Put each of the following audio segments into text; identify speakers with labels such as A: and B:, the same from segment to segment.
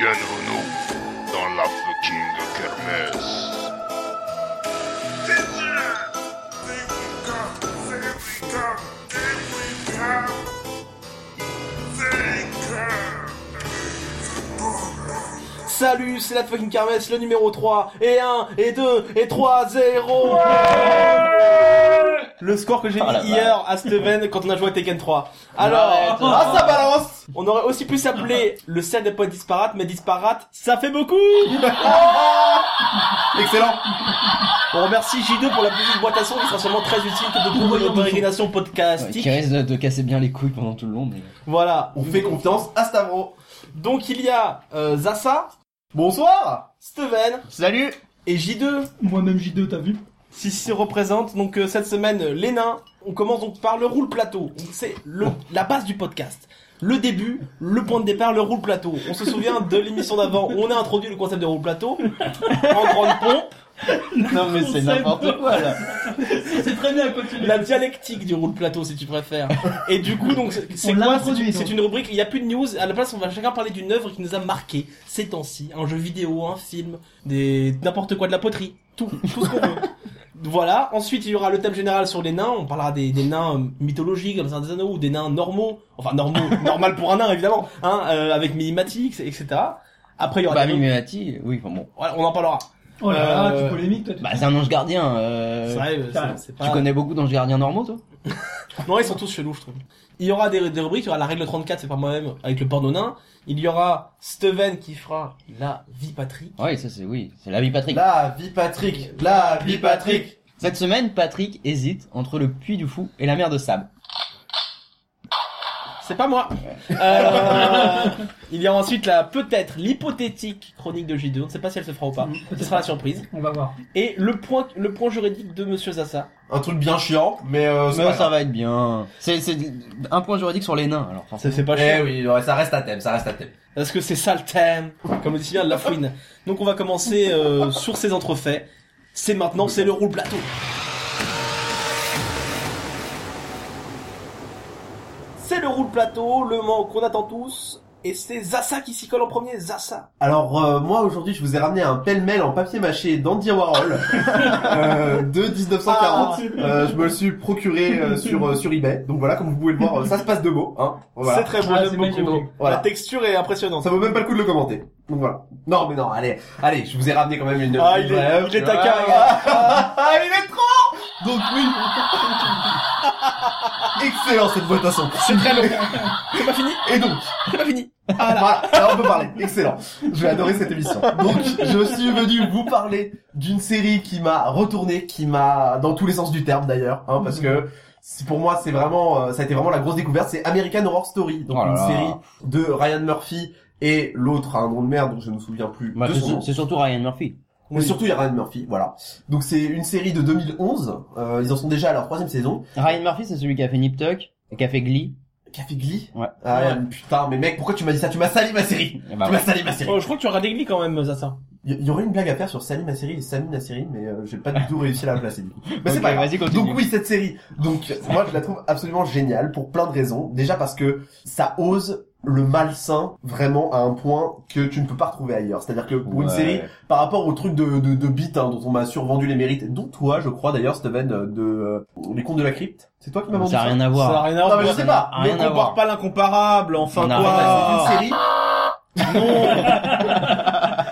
A: Bienvenue dans la fucking kermesse.
B: Salut, c'est la fucking kermesse, le numéro 3, et 1, et 2, et 3, 0 Le score que j'ai mis hier à Steven quand on a joué à Tekken 3. Alors, ah, ça balance On aurait aussi pu s'appeler le cercle des potes disparates, mais disparate, ça fait beaucoup Excellent On remercie J2 pour la petite boîte à son qui sera sûrement très utile que de trouver notre régrégation
C: Ouais,
B: podcastique.
C: qui risque de, de casser bien les couilles pendant tout le long. Mais...
B: Voilà.
D: On fait confiance à Stavro.
B: Donc il y a euh, Zassa,
D: Bonsoir
B: Steven
D: Salut
B: et J2.
E: Moi-même J2, t'as vu
B: Si se représente donc euh, cette semaine euh, les nains. On commence donc par le roule plateau. Donc, C'est le la base du podcast. Le début, le point de départ, le roule plateau. On se souvient de l'émission d'avant où on a introduit le concept de roule plateau en grande pompe,
C: non mais
E: c'est n'importe
C: quoi là.
E: C'est très bien, continue.
B: la dialectique du roule plateau si tu préfères. Et du coup donc c'est c'est
E: On l'a
B: quoi C'est
E: introduit,
B: une-
E: donc.
B: C'est une rubrique, il n'y a plus de news, à la place on va chacun parler d'une œuvre qui nous a marqué ces temps-ci, un jeu vidéo, un film, des n'importe quoi de la poterie, tout, tout ce qu'on veut. Voilà, ensuite il y aura le thème général sur les nains, on parlera des, des nains euh, mythologiques comme ça des anneaux ou des nains normaux, enfin normaux, normal pour un nain évidemment, hein, euh, avec Minimatix, etc. Après il y aura
C: Bah
B: des-
C: Mimimati, oui enfin bon.
B: Voilà, on en parlera.
E: Oh là là,
B: Euh,
E: tu polémiques, toi. tu-
C: Bah c'est un ange gardien.
B: C'est
C: Euh...
B: vrai, euh,
E: putain,
B: c'est- c'est
C: Tu
B: pas-
C: connais beaucoup d'anges gardiens normaux toi
B: Non, ils sont tous chelous, je trouve. Il y aura des, des rubriques, il y aura la règle 34, c'est par moi-même, avec le porno nain. Il y aura Steven qui fera la vie patrie.
C: Ouais ça c'est oui, c'est la vie Patrick.
D: La vie Patrick La vie Patrick
C: Cette semaine Patrick hésite entre le puits du fou et la mer de sable.
B: C'est pas moi. Euh, il y a ensuite la peut-être l'hypothétique chronique de J2, on ne sait pas si elle se fera ou pas.
E: Mmh,
B: Ce
E: peut-être
B: sera la
E: pas.
B: surprise.
E: On va voir.
B: Et le point, le point juridique de Monsieur Zassa.
D: Un truc bien chiant, mais euh, c'est
C: Mais
D: pas
C: ça va être bien. C'est c'est un point juridique sur les nains alors. forcément.
B: C'est pas
D: grave. Eh oui, ouais, ça reste à thème, ça reste à thème.
B: Parce que c'est ça le thème, comme le dit si bien de la fouine. Donc on va commencer euh, sur ces entrefaits. C'est maintenant, c'est le roule plateau. C'est le roule plateau, le moment qu'on attend tous. Et c'est Zassa qui s'y colle en premier, Zassa.
D: Alors euh, moi aujourd'hui je vous ai ramené un pêle-mêle en papier mâché d'Andy Warhol euh, de 1940. Euh, je me le suis procuré euh, sur euh, sur eBay. Donc voilà, comme vous pouvez le voir, euh, ça se passe de beau. Hein. Voilà.
B: C'est très beau,
E: Ah,
B: j'aime
E: c'est
B: beaucoup.
E: magnifique.
B: La
D: voilà.
B: texture est impressionnante.
D: Ça vaut même pas le coup de le commenter. Donc voilà. Non mais non, allez, allez, je vous ai ramené quand même une.
B: Ah,
D: une
B: il est-
D: vraie œuvre.
B: il est taquin,
D: Ah,
B: regarde.
D: ah, ah, il est trop. Donc oui. Excellent cette boîte à son.
B: C'est très long. c'est pas fini,
D: Et donc,
B: c'est pas fini.
C: Ah
D: Voilà, là on peut parler. Excellent. Je vais adorer cette émission. Donc, je suis venu vous parler d'une série qui m'a retourné, qui m'a, dans tous les sens du terme d'ailleurs, hein, parce que c'est- pour moi, c'est vraiment, euh, ça a été vraiment la grosse découverte. C'est American Horror Story, donc
C: Oh là
D: une
C: là.
D: série de Ryan Murphy et l'autre a un nom de merde dont je ne me souviens plus.
C: Bah,
D: de
C: c'est
D: son nom.
C: sur- c'est surtout Ryan Murphy.
D: Mais surtout, il y a Ryan Murphy, voilà. Donc, c'est une série de 2011. euh, ils en sont déjà à leur troisième saison.
C: Ryan Murphy c'est celui qui a fait Nip Tuck et qui a fait Glee.
D: Café Glee.
C: Ouais.
D: Ah, putain, mais mec, pourquoi tu m'as dit ça Tu m'as sali ma série.
C: Et bah,
D: tu m'as
C: ouais.
D: sali ma série.
B: Oh, je crois que tu auras des glis quand même, Zassa.
D: Il y- y aurait une blague à faire sur Sami Nasseri et Sami Nasseri, mais euh, j'ai pas du tout réussi à la placer du coup. Mais c'est
C: Ok,
D: pas grave.
C: Vas-y continue.
D: Donc oui, cette série. Donc moi, je la trouve absolument géniale pour plein de raisons. Déjà parce que ça ose le malsain vraiment à un point que tu ne peux pas retrouver ailleurs. C'est-à-dire que pour une
C: Ouais.
D: série, par rapport au truc de, de, de Beat hein, dont on m'a survendu les mérites, dont toi, je crois d'ailleurs, Steven, euh, de euh, Les Contes de la Crypte, c'est toi qui m'as vendu
C: Ça a
D: ça
C: rien à
B: Ça n'a
C: voir.
B: rien à
D: Ah. Non,
B: voir.
D: mais je sais pas.
C: rien
B: ne
C: à
B: compare
C: voir.
B: pas l'incomparable, enfin
C: Non,
B: quoi.
D: C'est une
C: Ah.
D: série.
B: Non.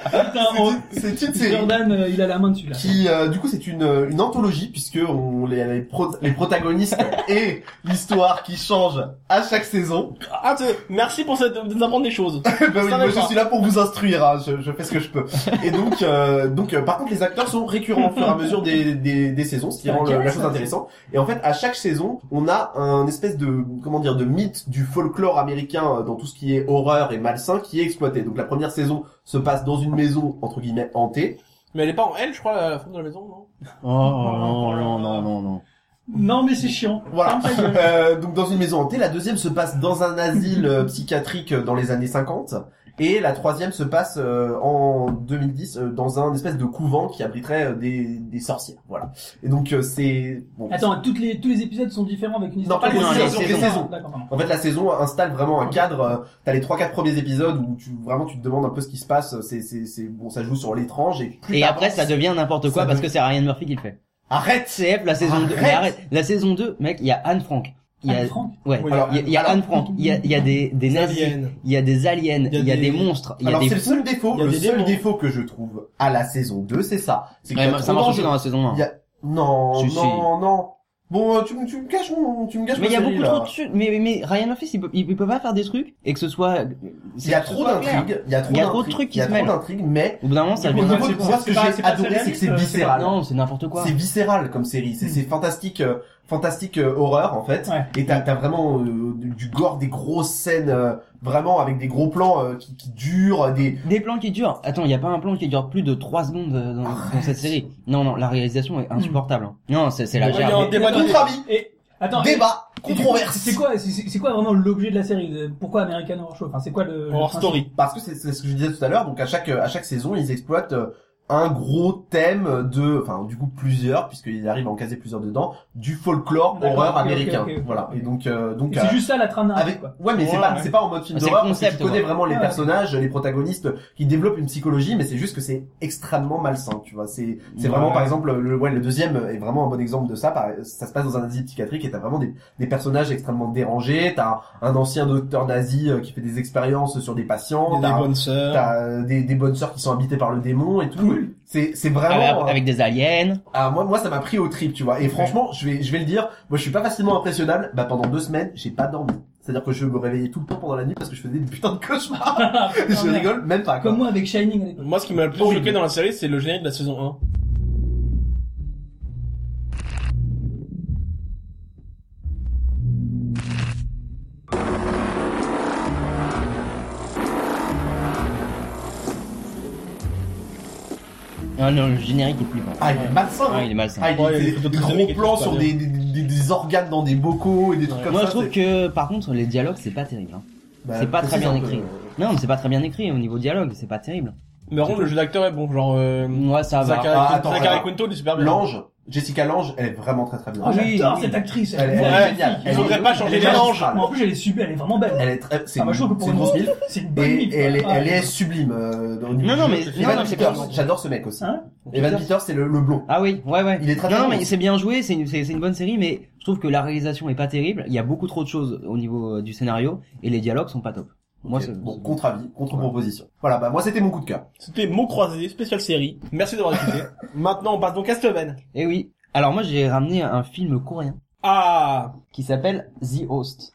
E: Putain,
D: C'est
E: on-
D: une- C'est une série.
E: Jordan, euh, il a la main dessus, là.
D: qui euh, du coup c'est une euh, une anthologie puisque on les les, pro- les protagonistes et l'histoire qui change à chaque saison.
B: Ah, tu- merci pour cette, de nous apprendre des choses.
D: Ben oui,
B: Ça
D: moi,
B: va
D: je
B: pas.
D: suis là pour vous instruire, hein, je, je fais ce que je peux. Et donc euh, donc euh, par contre les acteurs sont récurrents au fur et à mesure des des, des saisons, ce qui rend le- la chose intéressante. Et en fait à chaque saison on a un espèce de comment dire de mythe du folklore américain euh, dans tout ce qui est horreur et malsain qui est exploité. Donc la première saison se passe dans une maison entre guillemets hantée.
B: Mais elle est pas en L, je crois, à la fin de la maison, non
C: Oh non non non non non.
E: Non, mais c'est chiant.
D: Voilà.
E: Ferme ta gueule.
D: Euh, donc dans une maison hantée, la deuxième se passe dans un asile euh, psychiatrique euh, dans les années 50 Et la troisième se passe euh, en 2010 euh, dans un espèce de couvent qui abriterait euh, des, des sorcières. Voilà. Et donc euh, c'est bon,
E: Attends, toutes les, tous les épisodes sont différents avec une histoire.
D: Non, pas
C: les
E: Ah,
C: saisons,
E: d'accord,
C: les
D: saisons.
E: D'accord, pardon.
D: En fait, la saison installe vraiment un cadre. euh, T'as les trois, quatre premiers épisodes où tu vraiment tu te demandes un peu ce qui se passe. euh, C'est, c'est, c'est bon, ça joue sur l'étrange et plus
C: Et
D: t'avances-
C: après, ça devient n'importe quoi
D: Ça
C: parce
D: devient-
C: que c'est Ryan Murphy qui le fait.
D: Arrête.
C: CF, la saison 2.
D: Arrête
C: Mais arrête. La saison 2, mec, il y a Anne Frank. Il y a,
E: Anne Frank
C: ouais.
B: Oui,
D: alors,
C: Il y a, il y a
D: alors-
C: Anne Frank. Il y a, il y a des, des nazis.
B: Alien.
C: Il y a des aliens. Il y a des monstres. Il y a
D: Alors
C: des
D: c'est le seul défaut,
B: il y a
D: le
B: des
D: seul
B: démons.
D: défaut que je trouve à la saison 2, c'est ça. C'est qu'il y a
C: Ouais,
D: trop
C: ça marche aussi
D: d'enjeux.
C: dans la saison 1.
D: Il y a- Non,
C: Si, si.
D: non, non. Bon, euh, tu, me- tu me caches mon, tu me caches
C: Mais il
D: ma
C: y a
D: série,
C: beaucoup
D: là.
C: trop de trucs. Mais, mais- mais Ryan Murphy, il peut, il peut pas faire des trucs et que ce soit.
D: Il y a trop d'intrigues, il y a trop
C: Il y a trop de
D: d'intrigues,
C: trucs qui
D: il y a
C: se
D: trop
C: mêlent.
D: d'intrigues, mais
C: Au bout d'un moment, ça
E: Du
D: au
E: coup,
C: devient.
D: niveau
E: c'est
D: de-
E: pas-
D: moi ce
E: c'est
D: que j'ai
E: pas- c'est pas
D: adoré, c'est que c'est
E: réaliste, euh,
D: viscéral.
C: Non, c'est n'importe quoi.
D: C'est viscéral comme série, c'est c'est fantastique, euh, fantastique euh, horreur en fait.
E: Ouais.
D: Et t'as t'as vraiment euh, du du gore, des grosses scènes, euh, vraiment avec des gros plans euh, qui, qui durent, des.
C: Des plans qui durent. Attends, il y a pas un plan qui dure plus de 3 secondes euh, dans, dans cette série. Non, non, la réalisation est insupportable. hein. Non, c'est c'est la
B: Bon, il y a
C: gerbe.
B: un débat
E: Attends,
B: de
D: Contre avis,
E: Et, attends. et-
D: débat,
E: et du coup, C'est
D: controverse.
E: quoi, c'est- c'est c'est quoi vraiment l'objet de la série de- Pourquoi American Horror Show Enfin, c'est quoi le. le
B: Horror
E: principe
B: Story.
D: Parce que c'est c'est ce que je disais tout à l'heure, donc à chaque à chaque saison ils exploitent euh, un gros thème de, enfin du coup plusieurs puisqu'ils arrivent à en caser plusieurs dedans, du folklore
E: D'accord,
D: horreur
E: ok, ok,
D: américain.
E: ok, ok.
D: Voilà. Et donc euh, donc
E: Et
D: euh,
E: C'est juste ça la trame narrative,
D: avec
E: quoi.
D: ouais mais c'est
B: Ouais,
D: pas
B: ouais.
D: c'est pas en mode film
C: C'est le
D: d'horreur parce que tu
C: concept,
D: connais
C: ouais.
D: vraiment les
E: Ah. Ouais.
D: personnages les protagonistes qui développent une psychologie mais c'est juste que c'est extrêmement malsain tu vois c'est c'est
C: Ouais.
D: vraiment par exemple le ouais le deuxième est vraiment un bon exemple de ça par, ça se passe dans un asile psychiatrique et t'as vraiment des, des personnages extrêmement dérangés t'as un ancien docteur nazi euh, qui fait des expériences sur des
B: Il y
D: patients
B: a des
D: t'as
B: bonnes sœurs.
D: t'as, euh, des, des bonnes sœurs qui sont habitées par le démon et tout c'est c'est
B: Ah,
C: Avec,
D: vraiment euh,
C: Ah avec des aliens.
D: ah, moi, moi, ça m'a pris au trip, tu vois. Et franchement, je vais, je vais le dire, moi, je suis pas facilement impressionnable. Bah, pendant deux semaines, j'ai pas dormi. C'est-à-dire que je me réveillais tout le temps pendant la nuit parce que je faisais des putains de cauchemars.
E: Putain,
D: je
E: merde.
D: rigole même pas. quoi.
E: Comme moi avec Shining à l'époque.
B: Moi, ce qui m'a le plus
D: Horrible.
B: choqué dans la série, c'est le générique de la saison 1.
C: Ah non, le générique est flippant.
D: Ah, il est malsain.
C: Ah,
D: hein.
C: il est malsain.
D: Ah, il
B: Ouais,
D: est-
B: il y a des
D: des,
B: photos de
D: gros
B: Titanic et
D: plans
B: tout,
D: sur
B: pas
D: des,
B: bien.
D: des, des- des organes dans des bocaux et des trucs comme
C: Moi,
D: ça.
C: je trouve
D: c'est-
C: que, par contre, les dialogues, c'est pas terrible. hein.
D: Bah,
C: c'est pas très
D: précise
C: bien
D: un peu.
C: écrit. Non, mais c'est pas très bien écrit hein, au niveau dialogue, c'est pas terrible.
B: Mais vraiment, le jeu d'acteur est bon, genre, euh,
C: Moi, ça va.
B: Zachary
D: Ah, attends,
B: Zachary
D: attends.
B: Quinto, il est super bien.
D: L'ange, Jessica Lange, elle est vraiment très très bien.
E: Oh, j'adore
C: oui.
E: cette actrice.
D: Ah, Elle est-
E: est
D: elle
B: Ouais,
D: est géniale.
B: ils voudraient pas changer
D: elle est
B: les anges.
D: magistrale.
E: Mais en plus, elle est super, elle est vraiment belle.
D: Elle est très, c'est
E: Ah, moi,
D: une,
E: je trouve que pour
D: c'est une
E: une
D: grosse mille.
E: C'est une
D: Et,
E: bonne mille,
D: et elle, est,
E: quoi. Ah,
D: elle est sublime. euh, dans le
C: Non,
D: niveau
C: non,
D: du
C: mais-
D: jeu.
C: non,
D: Evan
C: non, c'est
D: Peters,
C: pas-
D: j'adore ce mec aussi.
E: Hein
D: Evan Peters, c'est le, le blond.
C: Ah oui, ouais, ouais.
D: Il est très
C: non,
D: très
C: non,
D: bon.
C: mais c'est bien joué, c'est une, c'est c'est une bonne série, mais je trouve que la réalisation est pas terrible. Il y a beaucoup trop de choses au niveau euh, du scénario et les dialogues sont pas top. Moi,
D: Ok,
C: c'est
D: bon, contre avis, contre proposition. Voilà, bah moi c'était mon coup de cœur.
B: C'était mots croisés, spéciale série. Merci d'avoir écouté. Maintenant, on passe donc à Steven.
C: Et Eh oui. Alors moi, j'ai ramené un film coréen
B: Ah,
C: qui s'appelle The Host.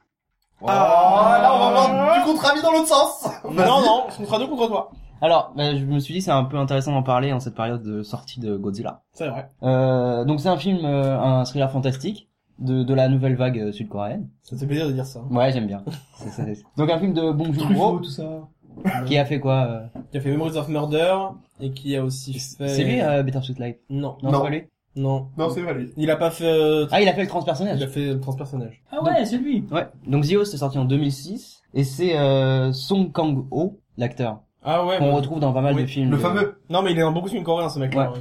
B: Ah.
D: Oh, là on va voir du contre avis dans l'autre sens. Vas-y.
B: non, non, ce sera deux contre toi.
C: Alors, ben, je me suis dit c'est un peu intéressant d'en parler en cette période de sortie de Godzilla.
B: C'est vrai.
C: Euh, donc c'est un film, euh, un thriller fantastique de, de la nouvelle vague euh, sud-coréenne.
B: Ça te fait plaisir de dire ça. hein.
C: Ouais, j'aime bien. C'est- c'est- c'est- Donc un film de Bong
E: Truffaut,
C: Joon-ho
E: tout ça.
C: qui a fait quoi euh,
B: Qui a fait Memories of Murder et qui a aussi fait.
C: C'est lui euh, Better Suit Life
B: Non,
C: Non,
D: Non.
C: c'est pas lui.
B: non.
D: Non, c'est pas lui.
B: Il a pas fait. euh,
C: Ah, il a fait le
B: Il a
C: transpersonnage.
B: fait transpersonnage.
E: Ah ouais, c'est lui.
C: Ouais. Donc The Host est sorti en 2006 et c'est euh, Song Kang-ho, l'acteur,
B: Ah ouais.
C: qu'on
B: bah-
C: retrouve dans pas mal
B: Oui,
C: de films.
D: Le
C: de-
D: fameux.
B: Non, mais il est dans beaucoup de films coréens, ce mec. là
C: Ouais.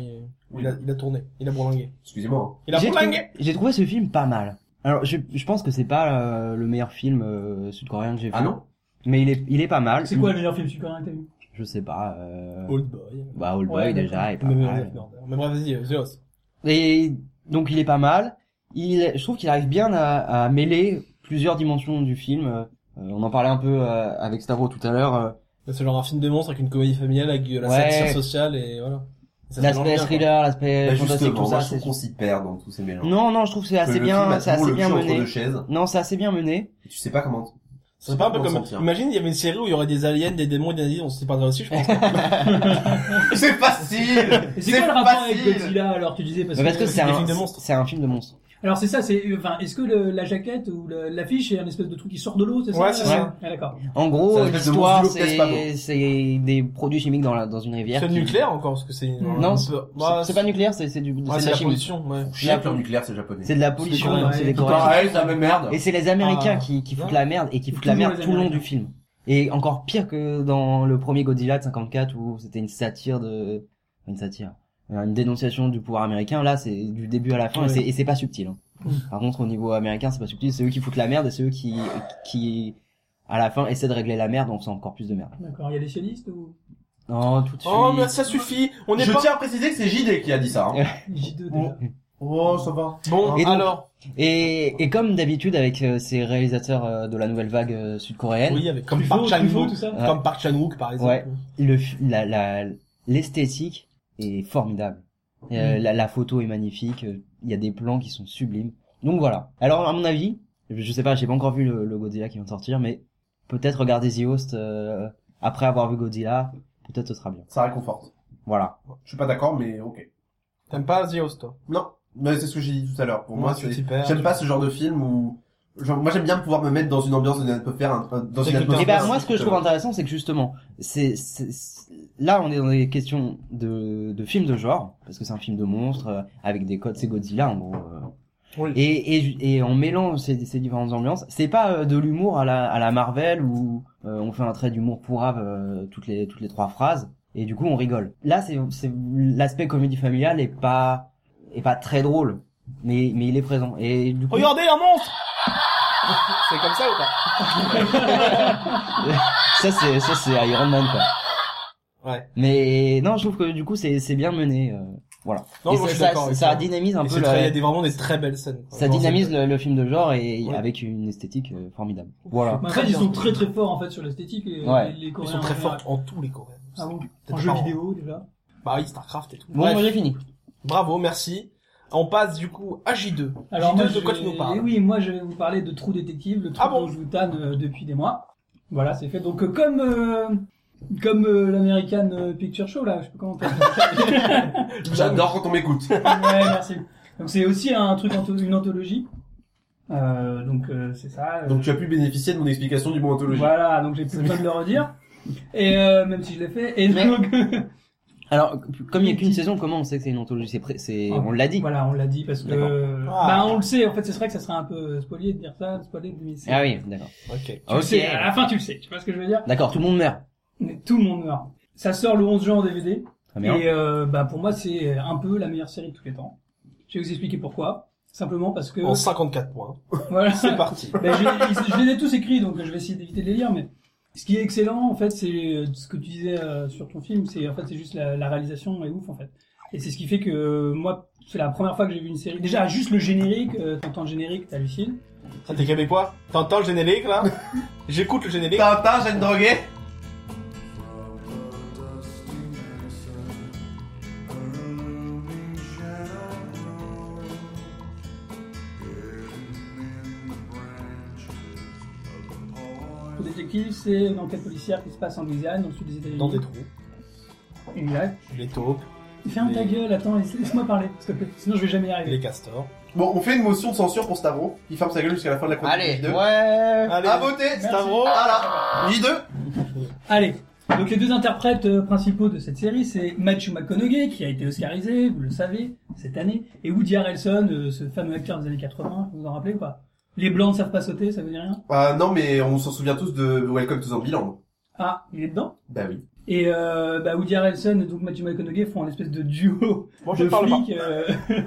B: Il, il a, il a tourné. Il a bourlingué.
D: Excusez-moi.
B: Il a
C: J'ai
B: bourlingué.
C: trouvé, j'ai trouvé ce film pas mal. Alors, je, je pense que c'est pas euh, le meilleur film euh, sud-coréen que j'ai vu.
D: Ah non.
C: Mais il est, il est pas mal.
E: C'est quoi le meilleur film super que t'as vu
C: Je sais pas. Euh...
B: Old Boy.
C: Bah, Old Boy
E: Ouais,
C: déjà est pas
B: Memories
C: mal.
B: of Murder. Mais bref, vas-y, euh, The Host.
C: Et donc il est pas mal. Il, je trouve qu'il arrive bien à, à mêler plusieurs dimensions du film. Euh, on en parlait un peu euh, avec Stavro tout à l'heure. euh,
B: Bah, C'est genre un film de monstre avec une comédie familiale, avec de la
C: Ouais.
B: satire sociale et voilà. Ça se mélange
C: L'aspect
B: bien, quoi.
C: thriller, l'aspect
D: Bah,
C: fantastique,
D: justement,
C: tout
D: moi
C: ça.
D: je trouve
C: c'est-
D: qu'on s'y perd dans tous ces mélanges.
C: Non, non, je trouve que c'est
D: Parce que
C: assez
D: le film a
C: bien, c'est
D: toujours
C: assez
D: le
C: bien
D: cul entre
C: mené.
D: deux chaises.
C: Non, c'est assez bien mené.
D: et Tu sais pas comment.
B: C'est pas un peu
D: Comment
B: comme.
D: sentir.
B: Imagine, il y avait une série où il y aurait des aliens, des démons, et des nazis, on s'y perdrait aussi, je pense.
D: c'est facile.
E: Et C'est quoi le rapport avec Godzilla alors tu disais parce
C: Mais parce que
E: que
C: c'est
B: des
C: un,
B: films de monstres.
C: c'est un film de monstre.
E: alors c'est ça c'est enfin est-ce que le- la jaquette ou le- l'affiche est un espèce de truc qui sort de l'eau c'est ça
B: Ouais, c'est ça.
E: Ouais. Ah, d'accord
C: En
D: C'est
C: gros,
D: un espèce de
C: l'histoire,
D: monstre du Lopez
C: c'est,
D: Pablo.
C: c'est des produits chimiques dans la, dans une rivière.
B: C'est
C: qui-
B: nucléaire encore, parce que c'est.
C: Non,
B: Bah, c'est
C: C'est- C'est pas nucléaire, c'est, c'est du,
B: Ouais,
C: c'est de
B: c'est
C: la
B: la
C: chimie.
B: pollution, ouais.
D: Chien pur nucléaire, c'est japonais.
C: C'est de la
E: C'est
C: pollution,
E: des Coréens.
C: c'est des
E: Tout
C: Coréens.
D: Pareil, ça me merde.
C: Et c'est les Américains
E: Ah.
C: qui, qui foutent
B: Ouais.
C: la merde et qui foutent
E: Toujours
C: la merde
E: les
C: tout le long
E: Américains.
C: du film. Et encore pire que dans le premier Godzilla de 54 où c'était une satire de, enfin, une satire, euh, une dénonciation du pouvoir américain. Là, c'est du début à la fin
B: Ouais.
C: et c'est- et c'est pas subtil. hein. Par contre, au niveau américain, c'est pas subtil. C'est eux qui foutent la merde et c'est eux qui, qui, à la fin, essaient de régler la merde. On sent encore plus de merde.
E: D'accord, il y a des sionistes ou
C: Non, tout de suite.
B: Oh, mais ça suffit. On est
D: Je
B: pas.
D: tiens à préciser que c'est JD qui a dit ça. hein.
E: J2
D: Bon.
E: déjà
D: Oh, ça va.
B: Bon,
C: Et donc-
B: alors.
C: Et, et comme d'habitude avec euh, ces réalisateurs euh, de la nouvelle vague euh, sud-coréenne,
B: Oui, avec comme
E: Truffaut,
B: Park Chan
E: Truffaut,
B: Wook,
E: tout ça
C: Ouais.
B: comme Park Chan Wook par exemple.
C: Ouais. le f- la- la- l'esthétique est formidable. Euh, la, la photo est magnifique. euh, Il y a des plans qui sont sublimes. Donc voilà. Alors à mon avis, je, je sais pas, j'ai pas encore vu le, le Godzilla qui vient de sortir, mais peut-être regarder The Host euh, après avoir vu Godzilla, peut-être ce sera bien.
D: Ça réconforte.
C: Voilà.
D: Je suis pas d'accord, mais ok.
B: T'aimes pas The Host toi
D: Non, mais c'est ce que j'ai dit tout à l'heure. Pour moi,
B: Ouais, tu
D: c'est-
B: t'y perds,
D: j'aime
B: tu-
D: pas ce genre de film où genre, moi j'aime bien pouvoir me mettre dans une ambiance où on peut faire un, dans
B: Écoutez,
D: une atmosphère.
C: Et ben moi, ce que je trouve intéressant, c'est que justement, c'est c'est- c'est- là, on est dans des questions de, de films de genre, parce que c'est un film de monstre euh, avec des codes, c'est Godzilla en gros. euh,
B: Oui.
C: Et, et, ju- et en mêlant ces, ces différentes ambiances, c'est pas euh, de l'humour à la, à la Marvel où euh, on fait un trait d'humour pourrave euh, toutes les toutes les trois phrases et du coup on rigole. Là, c'est c'est- l'aspect comédie familiale est pas est pas très drôle, mais mais il est présent et du coup.
B: Regardez un monstre C'est comme ça ou pas
C: Ça c'est ça c'est Iron Man quoi.
B: Ouais.
C: Mais non, je trouve que du coup c'est c'est bien mené. euh, voilà.
B: Non,
C: Et
B: moi,
C: ça,
B: je suis d'accord
C: ça-
B: avec
C: ça
B: ça.
C: dynamise un
B: Et
C: peu
B: c'est
C: la-
B: très- Il y a des, vraiment des très belles scènes. quoi.
C: ça
B: Genre,
C: dynamise
B: c'est-
C: le, le film de genre et
B: Ouais.
C: avec une esthétique euh, formidable. Voilà.
E: Mais en
B: Très
E: fait, ils
B: bien.
E: sont très très forts en fait sur l'esthétique et
C: Ouais.
E: les, les
B: Ils
E: Coréens.
B: sont très
E: en
B: forts
E: général.
B: en tous les Coréens.
E: Ah bon
B: Peut-être
E: En jeu
B: pas en-
E: vidéo déjà.
B: Bah oui, StarCraft et tout.
C: Bon,
B: Bref.
C: moi j'ai fini.
B: Bravo, merci. On passe du coup à J2. J2,
E: Alors moi,
B: de quoi
E: je
B: tu nous
E: vais-
B: parles
E: eh Oui, moi je vais vous parler de Trou Détective, le truc
B: Ah bon
E: dont je vous tanne euh, depuis des mois. Voilà, c'est fait. Donc euh, comme euh, comme euh, l'American euh, Picture Show là, je sais pas comment on peut
D: J'adore quand on m'écoute.
E: ouais, merci. Donc c'est aussi un truc anto- une anthologie. Euh, donc euh, c'est ça. euh,
D: Donc tu as pu bénéficier de mon explication du mot ontologique.
E: voilà, donc j'ai plus besoin de le redire. Et euh, même si je l'ai fait. Et
C: Mais-
E: donc
C: Alors, comme il y a qu'une
E: Petit.
C: saison, comment on sait que c'est une anthologie C'est pré- c'est
E: Ah.
C: on l'a dit.
E: voilà, on l'a dit parce que
C: D'accord.
B: Ah.
E: bah on le sait. En fait, c'est vrai que ça serait un peu spoilé de dire ça, spoilé. Mais c'est-
C: Ah oui, Ah, d'accord.
B: Ok.
E: Tu le sais, à la fin tu le sais. Tu vois ce que je veux dire
C: D'accord, tout le monde meurt.
E: Mais tout le monde meurt. Ça sort le 11 juin en
C: Très
E: DVD.
B: Ah,
C: bien.
E: Et euh, bah pour moi, c'est un peu la meilleure série de tous les temps. Je vais vous expliquer pourquoi. Simplement parce que
B: En 54 points.
E: voilà,
B: C'est parti.
E: Ben, j'ai- ils- je les ai tous écrits, donc je vais essayer d'éviter de les lire. Mais ce qui est excellent, en fait, c'est euh, ce que tu disais euh, sur ton film. C'est en fait, c'est juste la, la réalisation est ouf, en fait. Et c'est ce qui fait que euh, moi, c'est la première fois que j'ai vu une série. Déjà, juste le générique, euh, t'entends le générique, t'hallucines.
B: Ça, Ah, t'es québécois T'entends le générique là J'écoute le générique.
D: Tintin, Jeanne Droguet.
E: Ton détective, c'est une enquête policière qui se passe en Louisiane, dans le sud des États-Unis.
B: Dans des trous.
E: Exact.
B: Les taupes,
E: Ferme ta
B: Les-
E: gueule, attends, laisse- laisse-moi parler, s'il te plaît. Sinon, je vais jamais y arriver.
B: les castors.
D: Bon, on fait une motion de censure pour Stavro. Il ferme sa gueule jusqu'à la fin de la
B: euh,
D: chronique. J2.
C: ouais.
B: Allez,
D: À voter.
B: Stavro.
D: ah Voilà. J2.
E: Allez, donc les deux interprètes euh, principaux de cette série, c'est Matthew McConaughey, qui a été oscarisé, vous le savez, cette année, et Woody Harrelson, euh, ce fameux acteur des années 80, vous vous en rappelez ou pas Les blancs ne savent pas sauter, ça veut dire rien
D: Ah non, mais on s'en souvient tous de Welcome to Zombieland.
E: Ah, il est dedans
D: Bah oui.
E: Et euh, bah, Woody Harrelson et donc Matthew McConaughey font un espèce de duo
B: Moi, je
E: de
B: ne parle pas.
E: flics, euh,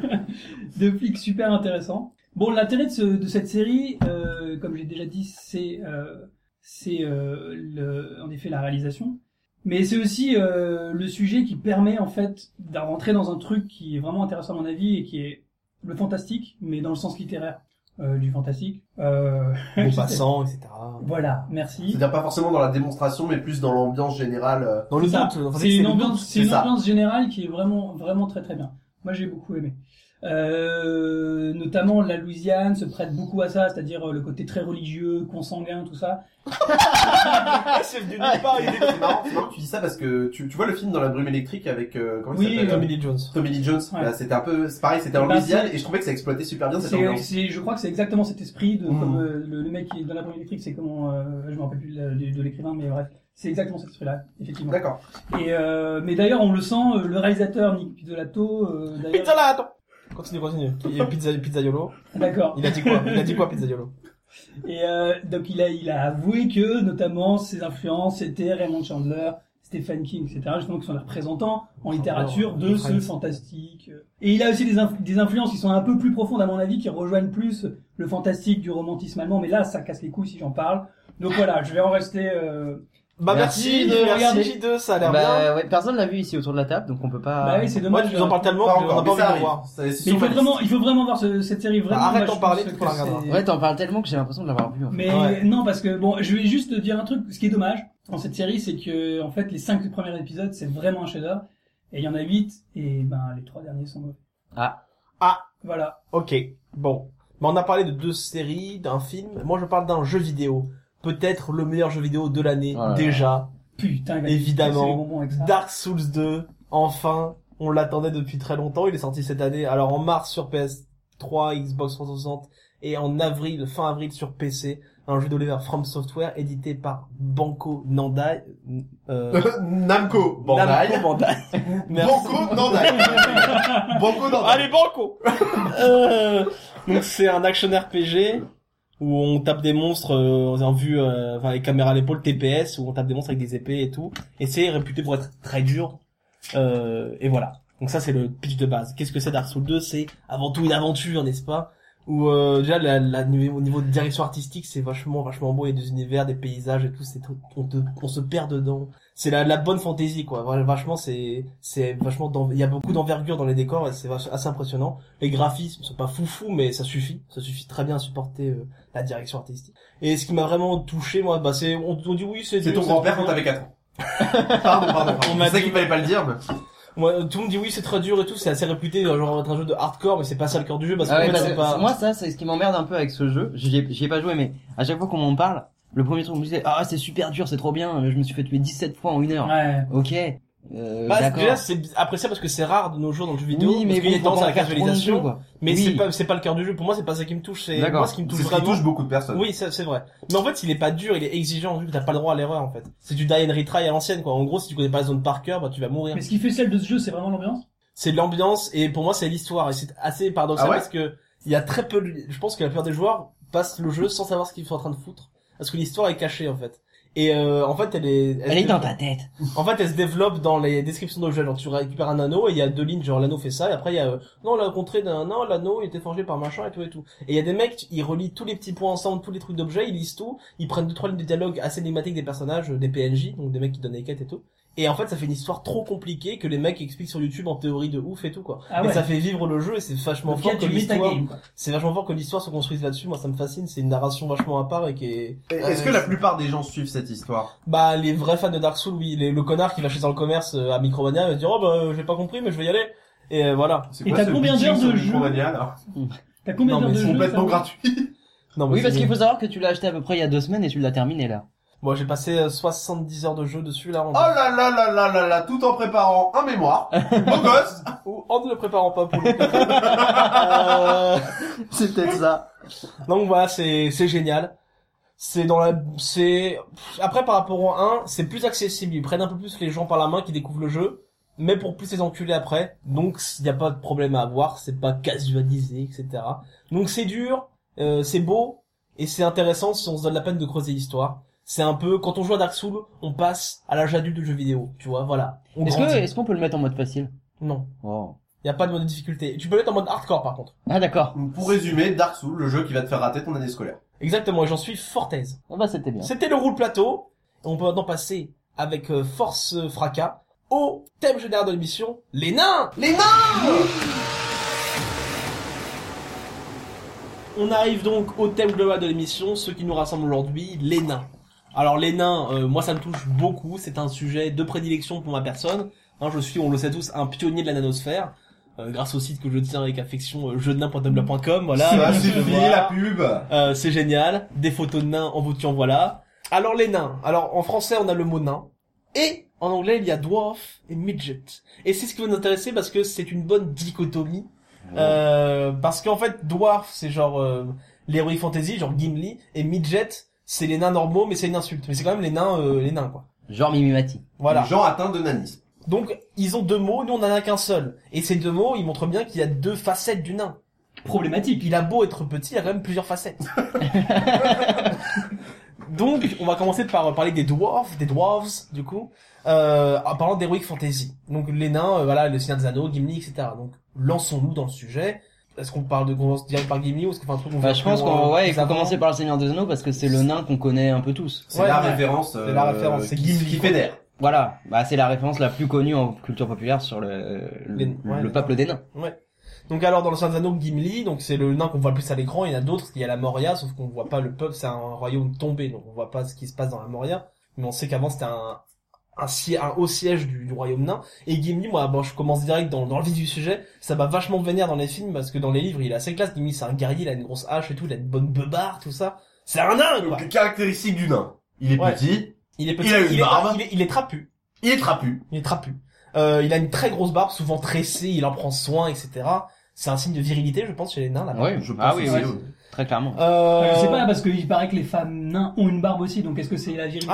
E: de flics super intéressant. Bon, l'intérêt de, ce- de cette série, euh, comme j'ai déjà dit, c'est euh, c'est euh, le- en effet la réalisation, mais c'est aussi euh, le sujet qui permet en fait de rentrer dans un truc qui est vraiment intéressant à mon avis et qui est le fantastique, mais dans le sens littéraire euh, du fantastique. Euh, je sais.
B: Maupassant, etc.
E: Voilà, merci.
D: C'est-à-dire pas forcément dans la démonstration, mais plus dans l'ambiance générale. euh,
B: Dans le
E: C'est ça.
B: doute. en fait,
E: C'est une
B: le doute.
E: ambiance, c'est
D: c'est
E: une
D: ça.
E: ambiance générale qui est vraiment, vraiment très très bien. Moi, j'ai beaucoup aimé. Euh, notamment la Louisiane se prête beaucoup à ça, c'est-à-dire euh, le côté très religieux, consanguin, tout ça.
B: Ah, c'est venu nulle part. il est-
D: C'est marrant, c'est marrant que tu dis ça parce que tu, tu vois le film dans la brume électrique avec euh, comment
E: Oui,
D: il s'appelle
E: euh,
B: Tommy Lee Jones.
D: Tommy Lee Jones.
E: Ouais.
D: Bah, c'était un peu c'est pareil, c'était en
E: Bah,
D: Louisiane
E: c'est-
D: et je trouvais que ça exploitait super bien cette
E: C'est,
D: ambiance.
E: c'est- je crois que c'est exactement cet esprit de
D: Mm.
E: comme, euh, le, le mec qui est dans la première électrique, c'est comment, euh, je me rappelle plus de, la- de- de l'écrivain, mais bref, c'est exactement cet esprit-là, effectivement.
D: D'accord.
E: Et euh, mais d'ailleurs, on le sent, euh, le réalisateur Nick Pizzolatto, euh, d'ailleurs-
B: Pizza là, attends. Continue, continue. Et pizza, pizzaiolo.
E: d'accord.
B: Il a dit quoi Il a dit quoi, pizzaiolo
E: Et euh, donc il a, il a avoué que notamment ses influences étaient Raymond Chandler, Stephen King, etc. Justement qui sont les représentants en
B: Chandler,
E: littérature de
B: les
E: ce
B: Friends.
E: fantastique. euh. Et il a aussi des, inf- des influences qui sont un peu plus profondes à mon avis, qui rejoignent plus le fantastique du romantisme allemand. Mais là, ça casse les couilles si j'en parle. Donc voilà, je vais en rester. euh,
B: Bah merci,
C: Merci,
B: de,
E: regardez.
B: merci J2, ça a l'air bien.
C: Bah ouais, personne l'a vu ici autour de la table, donc on peut pas.
E: Bah oui, c'est
B: Ah, Moi,
E: dommage.
B: tu nous en parles tellement qu'on n'a pas envie de le voir.
D: Ça, c'est
E: Mais il
D: sur
E: faut
D: ma
E: vraiment, il faut vraiment voir ce- cette série. Vraiment,
B: Bah, arrête
E: moi,
B: d'en
E: je
B: parler,
E: pense
B: tu
E: que
B: la regarderas.
E: c'est-
C: Ouais, t'en parles tellement que j'ai l'impression de l'avoir vu. En fait.
E: Mais
B: Ouais.
E: non, parce que bon, je vais juste te dire un truc. Ce qui est dommage dans cette série, c'est que en fait, les cinq premiers épisodes, c'est vraiment un chef-d'œuvre, et il y en a huit, et ben les trois derniers sont mauvais.
C: Ah.
E: Voilà.
B: Ok, bon. Mais on a parlé de deux séries, d'un film. Moi, je parle d'un jeu vidéo. Peut-être le meilleur jeu vidéo de l'année,
C: Oh là là.
B: déjà.
E: Putain. gars,
B: Évidemment.
E: c'est les bonbons avec ça.
B: Dark Souls 2, enfin. On l'attendait depuis très longtemps. Il est sorti cette année. Alors, en mars sur PS3, Xbox 360. Et en avril, fin avril sur PC. Un jeu vidéo vers From Software, édité par Banco Nandai. Euh,
D: liste. Namco Bandai.
B: Namco Bandai. Merci.
D: Banco Bandai. Ah, Banco Bandai.
B: Allez, banco Euh, Donc c'est un action RPG où on tape des monstres euh, en vue, euh, enfin les caméras à l'épaule, TPS, où on tape des monstres avec des épées et tout. Et c'est réputé pour être très dur. Euh, et voilà. Donc ça c'est le pitch de base. Qu'est-ce que c'est Dark Souls 2 C'est avant tout une aventure, n'est-ce pas Où euh, déjà la, la- au niveau de direction artistique c'est vachement vachement beau, il y a des univers, des paysages et tout, c'est tout- on, te- on se perd dedans. C'est la, la bonne fantaisie quoi. Vra- Vachement c'est c'est vachement d'en- il y a beaucoup d'envergure dans les décors et c'est vach- assez impressionnant. Les graphismes sont pas foufou mais ça suffit, ça suffit très bien à supporter euh, la direction artistique. Et ce qui m'a vraiment touché moi bah c'est on, on dit oui c'est
D: C'est
B: dur,
D: ton grand-père
B: très
D: quand
B: dur.
D: t'avais 4 ans. Pardon, pardon.
B: On
D: pardon.
B: m'a
D: C'est ça
B: dit-
D: qu'il fallait pas le dire. mais-
B: Moi, tout le monde dit oui, c'est très dur et tout, c'est assez réputé, euh, genre être un jeu de hardcore, mais c'est pas ça le cœur du jeu, parce que
C: Ah ouais,
B: en fait,
C: parce
B: c'est
C: que
B: pas...
C: Moi, ça, c'est ce qui m'emmerde un peu avec ce jeu. J'y ai, j'y ai pas joué, mais à chaque fois qu'on m'en parle, le premier truc, on me disait Ah, c'est super dur, c'est trop bien, je me suis fait tuer 17 fois en une heure.
E: Ouais.
C: Ok. Euh,
B: Bah,
C: d'accord.
B: déjà, c'est appréciable parce que c'est rare de nos jours dans le jeu vidéo,
C: oui, mais
B: parce qu'il y a
C: bon,
B: tendance
C: faut
B: à la
C: pas faire trop de jeux,
B: casualisation,
C: quoi.
B: mais
C: Oui.
B: c'est pas, c'est pas le cœur du jeu, pour moi, c'est pas ça qui me touche, c'est,
C: D'accord.
B: moi, ce qui me
D: C'est
B: touche
D: ce qui
B: vraiment.
D: touche beaucoup de personnes.
B: Oui, ça, c'est vrai. Mais en fait, il est pas dur, il est exigeant, t'as pas le droit à l'erreur, en fait. C'est du die and retry à l'ancienne, quoi. En gros, si tu connais pas la zone par cœur, bah, tu vas mourir.
E: Mais ce qui fait celle de ce jeu, c'est vraiment l'ambiance.
B: c'est de l'ambiance et pour moi c'est l'histoire et c'est assez paradoxal
D: Ah ouais
B: parce que il y a très peu de... je pense que la plupart des joueurs passent le jeu sans savoir ce qu'ils sont en train de foutre parce que l'histoire est cachée en fait et euh, en fait elle est elle
C: Elle est
B: se-
C: dans ta tête.
B: en fait elle se développe dans les descriptions d'objets genre tu récupères un anneau et il y a deux lignes genre l'anneau fait ça et après il y a euh, non la contrée d'un non l'anneau il était forgé par machin et tout et tout et il y a des mecs tu- ils relient tous les petits points ensemble tous les trucs d'objets ils lisent tout ils prennent deux trois lignes de dialogue assez énigmatiques des personnages euh, des PNJ donc des mecs qui donnent des quêtes et tout et en fait, ça fait une histoire trop compliquée que les mecs expliquent sur YouTube en théorie de ouf et tout, quoi.
E: Ah
B: Et
E: ouais.
B: ça fait vivre le jeu et c'est vachement
E: Donc, il y a
B: fort que
E: du
B: l'histoire,
E: metagame, quoi.
B: c'est vachement fort que l'histoire se construise là-dessus. Moi, ça me fascine. C'est une narration vachement à part et qui est,
D: Et Est-ce
B: Euh,
D: que la plupart des gens suivent cette histoire
B: bah, les vrais fans de Dark Souls, oui, les- le connard qui va chez dans le commerce euh, à Micromania va dire, oh bah, j'ai pas compris, mais je vais y aller. Et euh, voilà.
D: C'est
E: Et
D: quoi
E: t'as
D: ce
E: combien d'heures
D: pitching
E: de
D: sur
E: jeu
D: Micromania, là
E: T'as combien
B: Non,
E: d'heures
B: mais
E: de
B: ils
E: jeu
B: sont
D: Complètement
E: ça
D: gratuit.
B: Non, mais
C: Oui,
B: c'est
C: parce
B: nul.
C: qu'il faut savoir que tu l'as acheté à peu près il y a deux semaines et tu l'as terminé là.
B: Moi, j'ai passé euh, 70 heures de jeu dessus, là, en...
D: Oh
C: Ah,
D: là là là là là là, tout en préparant un mémoire, beau gosse,
B: ou en ne le préparant pas pour le coup. Euh,
C: c'est peut-être ça.
B: Donc voilà, c'est c'est génial. C'est dans la c'est pff, après par rapport au 1, c'est plus accessible, ils prennent un peu plus les gens par la main qui découvrent le jeu, mais pour plus les enculer après. Donc il n'y a pas de problème à avoir, c'est pas casualisé, etc. Donc c'est dur, euh, c'est beau et c'est intéressant si on se donne la peine de creuser l'histoire. C'est un peu quand on joue à Dark Souls, on passe à l'âge adulte du jeu vidéo, tu vois, voilà. On
C: Est-ce que
B: grandit.
C: est-ce qu'on peut le mettre en mode facile
B: Non,
C: Oh.
B: il y a pas de mode de difficulté. Tu peux l'être en mode hardcore par contre.
C: Ah d'accord.
D: Pour résumer, Dark Souls, le jeu qui va te faire rater ton année scolaire.
B: Exactement, et j'en suis fort aise.
C: Ah bah c'était bien.
B: C'était le roule plateau. On peut maintenant passer avec euh, force euh, fracas au thème général de l'émission, les nains Les nains On arrive donc au thème global de l'émission, ce qui nous rassemble aujourd'hui, les nains. Alors les nains, euh, moi ça me touche beaucoup, c'est un sujet de prédilection pour ma personne. Hein, je suis, on le sait tous, un pionnier de la nanosphère, euh, grâce au site que je tiens avec affection, euh, jeudenain.tumblr.com, voilà.
D: Ça, c'est
B: Voilà.
D: fini la pub.
B: Euh, c'est génial. Des photos de nains en vous en voilà. Alors les nains. Alors en français on a le mot nain. Et en anglais il y a dwarf et midget. Et c'est ce qui va nous intéresser parce que c'est une bonne dichotomie. Euh, parce qu'en fait dwarf c'est genre euh, l'héroïque fantasy, genre Gimli. Et midget c'est les nains normaux mais c'est une insulte. Mais c'est quand même les nains, euh, les nains quoi.
C: Genre Mimimati.
B: Voilà.
D: Les gens atteints de nanisme.
B: Donc ils ont deux mots, nous on en a qu'un seul. Et ces deux mots ils montrent bien qu'il y a deux facettes du nain.
E: problématique.
B: Il a beau être petit, il a quand même plusieurs facettes. Donc, on va commencer par euh, parler des dwarfs, des dwarves, du coup, euh, en parlant d'Heroic Fantasy. Donc, les nains, euh, voilà, le Seigneur des Anneaux, Gimli, etc. Donc, lançons-nous dans le sujet. Est-ce qu'on parle de, qu'on va se direct par Gimli ou est-ce qu'on fait un truc où on
C: Bah,
B: va
C: je
B: plus
C: pense
B: loin,
C: qu'on ouais, il
B: plus
C: faut
B: avant
C: commencer par le Seigneur des Anneaux parce que c'est le nain qu'on connaît un peu tous.
D: C'est
B: Ouais,
D: la
B: ouais.
D: référence. euh,
B: C'est la référence, c'est
D: qui,
B: Gimli,
D: qui
B: quoi.
D: fédère.
C: Voilà, bah c'est la référence la plus connue en culture populaire sur le le,
B: Les- ouais,
C: le
B: les
C: peuple des nains.
B: Donc alors dans le Seigneur des Anneaux, Gimli, donc c'est le nain qu'on voit le plus à l'écran, il y en a d'autres, il y a la Moria, sauf qu'on voit pas le peuple, c'est un royaume tombé, donc on voit pas ce qui se passe dans la Moria, mais on sait qu'avant c'était un, un, si- un haut siège du, du royaume nain, et Gimli, moi bon, je commence direct dans, dans le vif du sujet, ça va vachement vénère dans les films, parce que dans les livres il est assez classe, Gimli c'est un guerrier, il a une grosse hache et tout, il a une bonne beubare, tout ça, c'est un nain quoi
D: Donc, caractéristique du nain. Il est
B: Ouais.
D: petit,
B: Il est petit,
D: Il a une
B: est,
D: barbe.
B: il est- il est trapu,
D: il est trapu.
B: il est trapu. Euh, il a une très grosse barbe, souvent tressée, il en prend soin, etc. C'est un signe de virilité, je pense, chez les nains, là.
C: Oui,
D: Je pense
C: ah oui,
D: que
C: oui,
D: c'est
E: ouais.
D: le-
C: très clairement.
B: Euh...
E: Je sais pas parce qu'il paraît que les femmes nains ont une barbe aussi, donc est-ce que c'est la virilité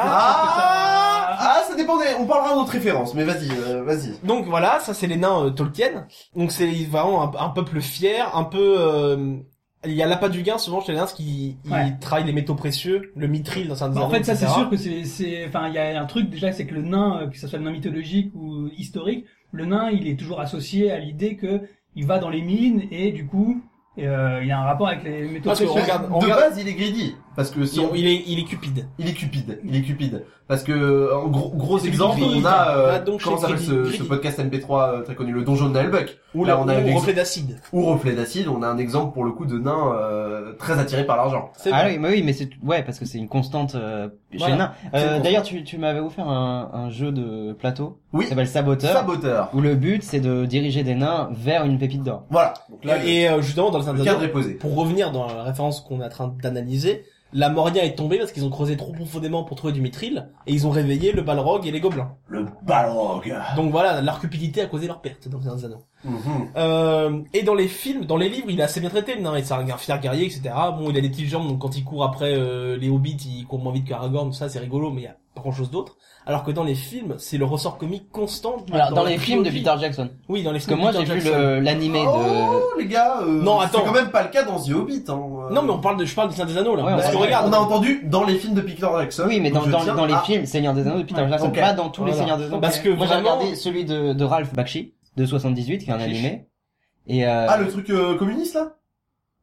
E: Est-ce
D: Ah,
E: que ça-
D: ah, ça dépendait. On parlera d'autres références, mais vas-y, euh, vas-y.
B: Donc voilà, ça c'est les nains euh, Tolkien. Donc c'est vraiment un, un peuple fier, un peu... euh, Il y a l'appât du gain, souvent, chez les nains, qui il
E: Ouais.
B: travaille les métaux précieux, le mithril dans un
E: Bah, en fait, ça c'est sûr que c'est, c'est, enfin, il y a un truc déjà, c'est que le nain, euh, que ce soit le nain mythologique ou historique, le nain, il est toujours associé à l'idée que il va dans les mines et du coup, euh, il y a un rapport avec les métaux
B: Parce que
E: précieux.
B: regarde, on
D: de
B: regarde-
D: base, il est greedy. Parce que si on-
B: Il est, il est cupide.
D: Il est cupide, il est cupide. Parce que, euh, en gros, gros
B: C'est
D: exemple,
B: Griffith.
D: on a,
B: Là,
D: euh,
B: donc,
D: comment
B: chez
D: s'appelle ce,
B: Griffith.
D: ce podcast MP3 euh, très connu, le donjon de Nalbuck,
B: Ou
D: Là,
B: le-
D: on a
B: ou
D: un
B: le
D: ex-
B: reflet d'acide.
D: ou Reflet d'Acide, on a un exemple pour le coup de nain euh, très attiré par l'argent.
B: C'est
C: Ah
B: vrai.
C: oui, mais oui, mais c'est ouais parce que c'est une constante euh, chez
B: Voilà.
C: les nains.
D: C'est une
C: Euh,
D: constante.
C: D'ailleurs, tu tu m'avais offert un, un jeu de plateau
D: Oui.
C: qui s'appelle Saboteur,
D: Saboteur.
C: où le but c'est de diriger des nains vers une pépite d'or.
D: Voilà. Donc là,
B: Et euh, justement, dans les nains
D: le cadre est posé.
B: pour revenir dans la référence qu'on est en train d'analyser, la Moria est tombée parce qu'ils ont creusé trop profondément pour trouver du mithril et ils ont réveillé le Balrog et les gobelins.
D: Le Balrog.
B: Donc voilà, leur cupidité a causé leur perte dans les anneaux.
D: Mhm.
B: Euh, et dans les films, dans les livres, il est assez bien traité le nain, et c'est un gars fier guerrier, etc. Bon, il a des petites jambes, donc quand il court après euh, les hobbits, il court moins vite qu'Aragorn, tout ça c'est rigolo, mais il y a pas grand chose d'autre. Alors que dans les films, c'est le ressort comique constant.
C: Alors dans,
B: la
C: les films de
B: trilogie.
C: Peter Jackson.
B: Oui, dans les
C: Parce que
B: films de
C: moi
B: Peter
C: j'ai vu
B: Jackson.
C: le- l'animé de.
D: Oh, les gars, euh,
B: Non, attends.
D: c'est quand même pas le cas dans The Hobbit. Hein. euh.
B: Non, mais on parle de, je parle du Seigneur des Anneaux là.
C: Ouais,
B: parce
D: Bah,
B: que
C: ouais.
B: regarde,
D: on a entendu dans les films de Peter Jackson.
C: Oui, mais dans,
D: donc je
C: dans,
D: tiens
C: dans les
D: à-
C: films Seigneur des Anneaux de Peter
E: Ouais,
C: Jackson,
D: ok.
C: pas dans tous les
B: Voilà.
C: Seigneurs des Anneaux.
B: Parce que
C: Moi j'ai
B: vraiment-
C: regardé celui de, de Ralph Bakshi de 78 qui est un
B: Bakshi.
C: animé. Et euh,
D: Ah, le truc euh, communiste là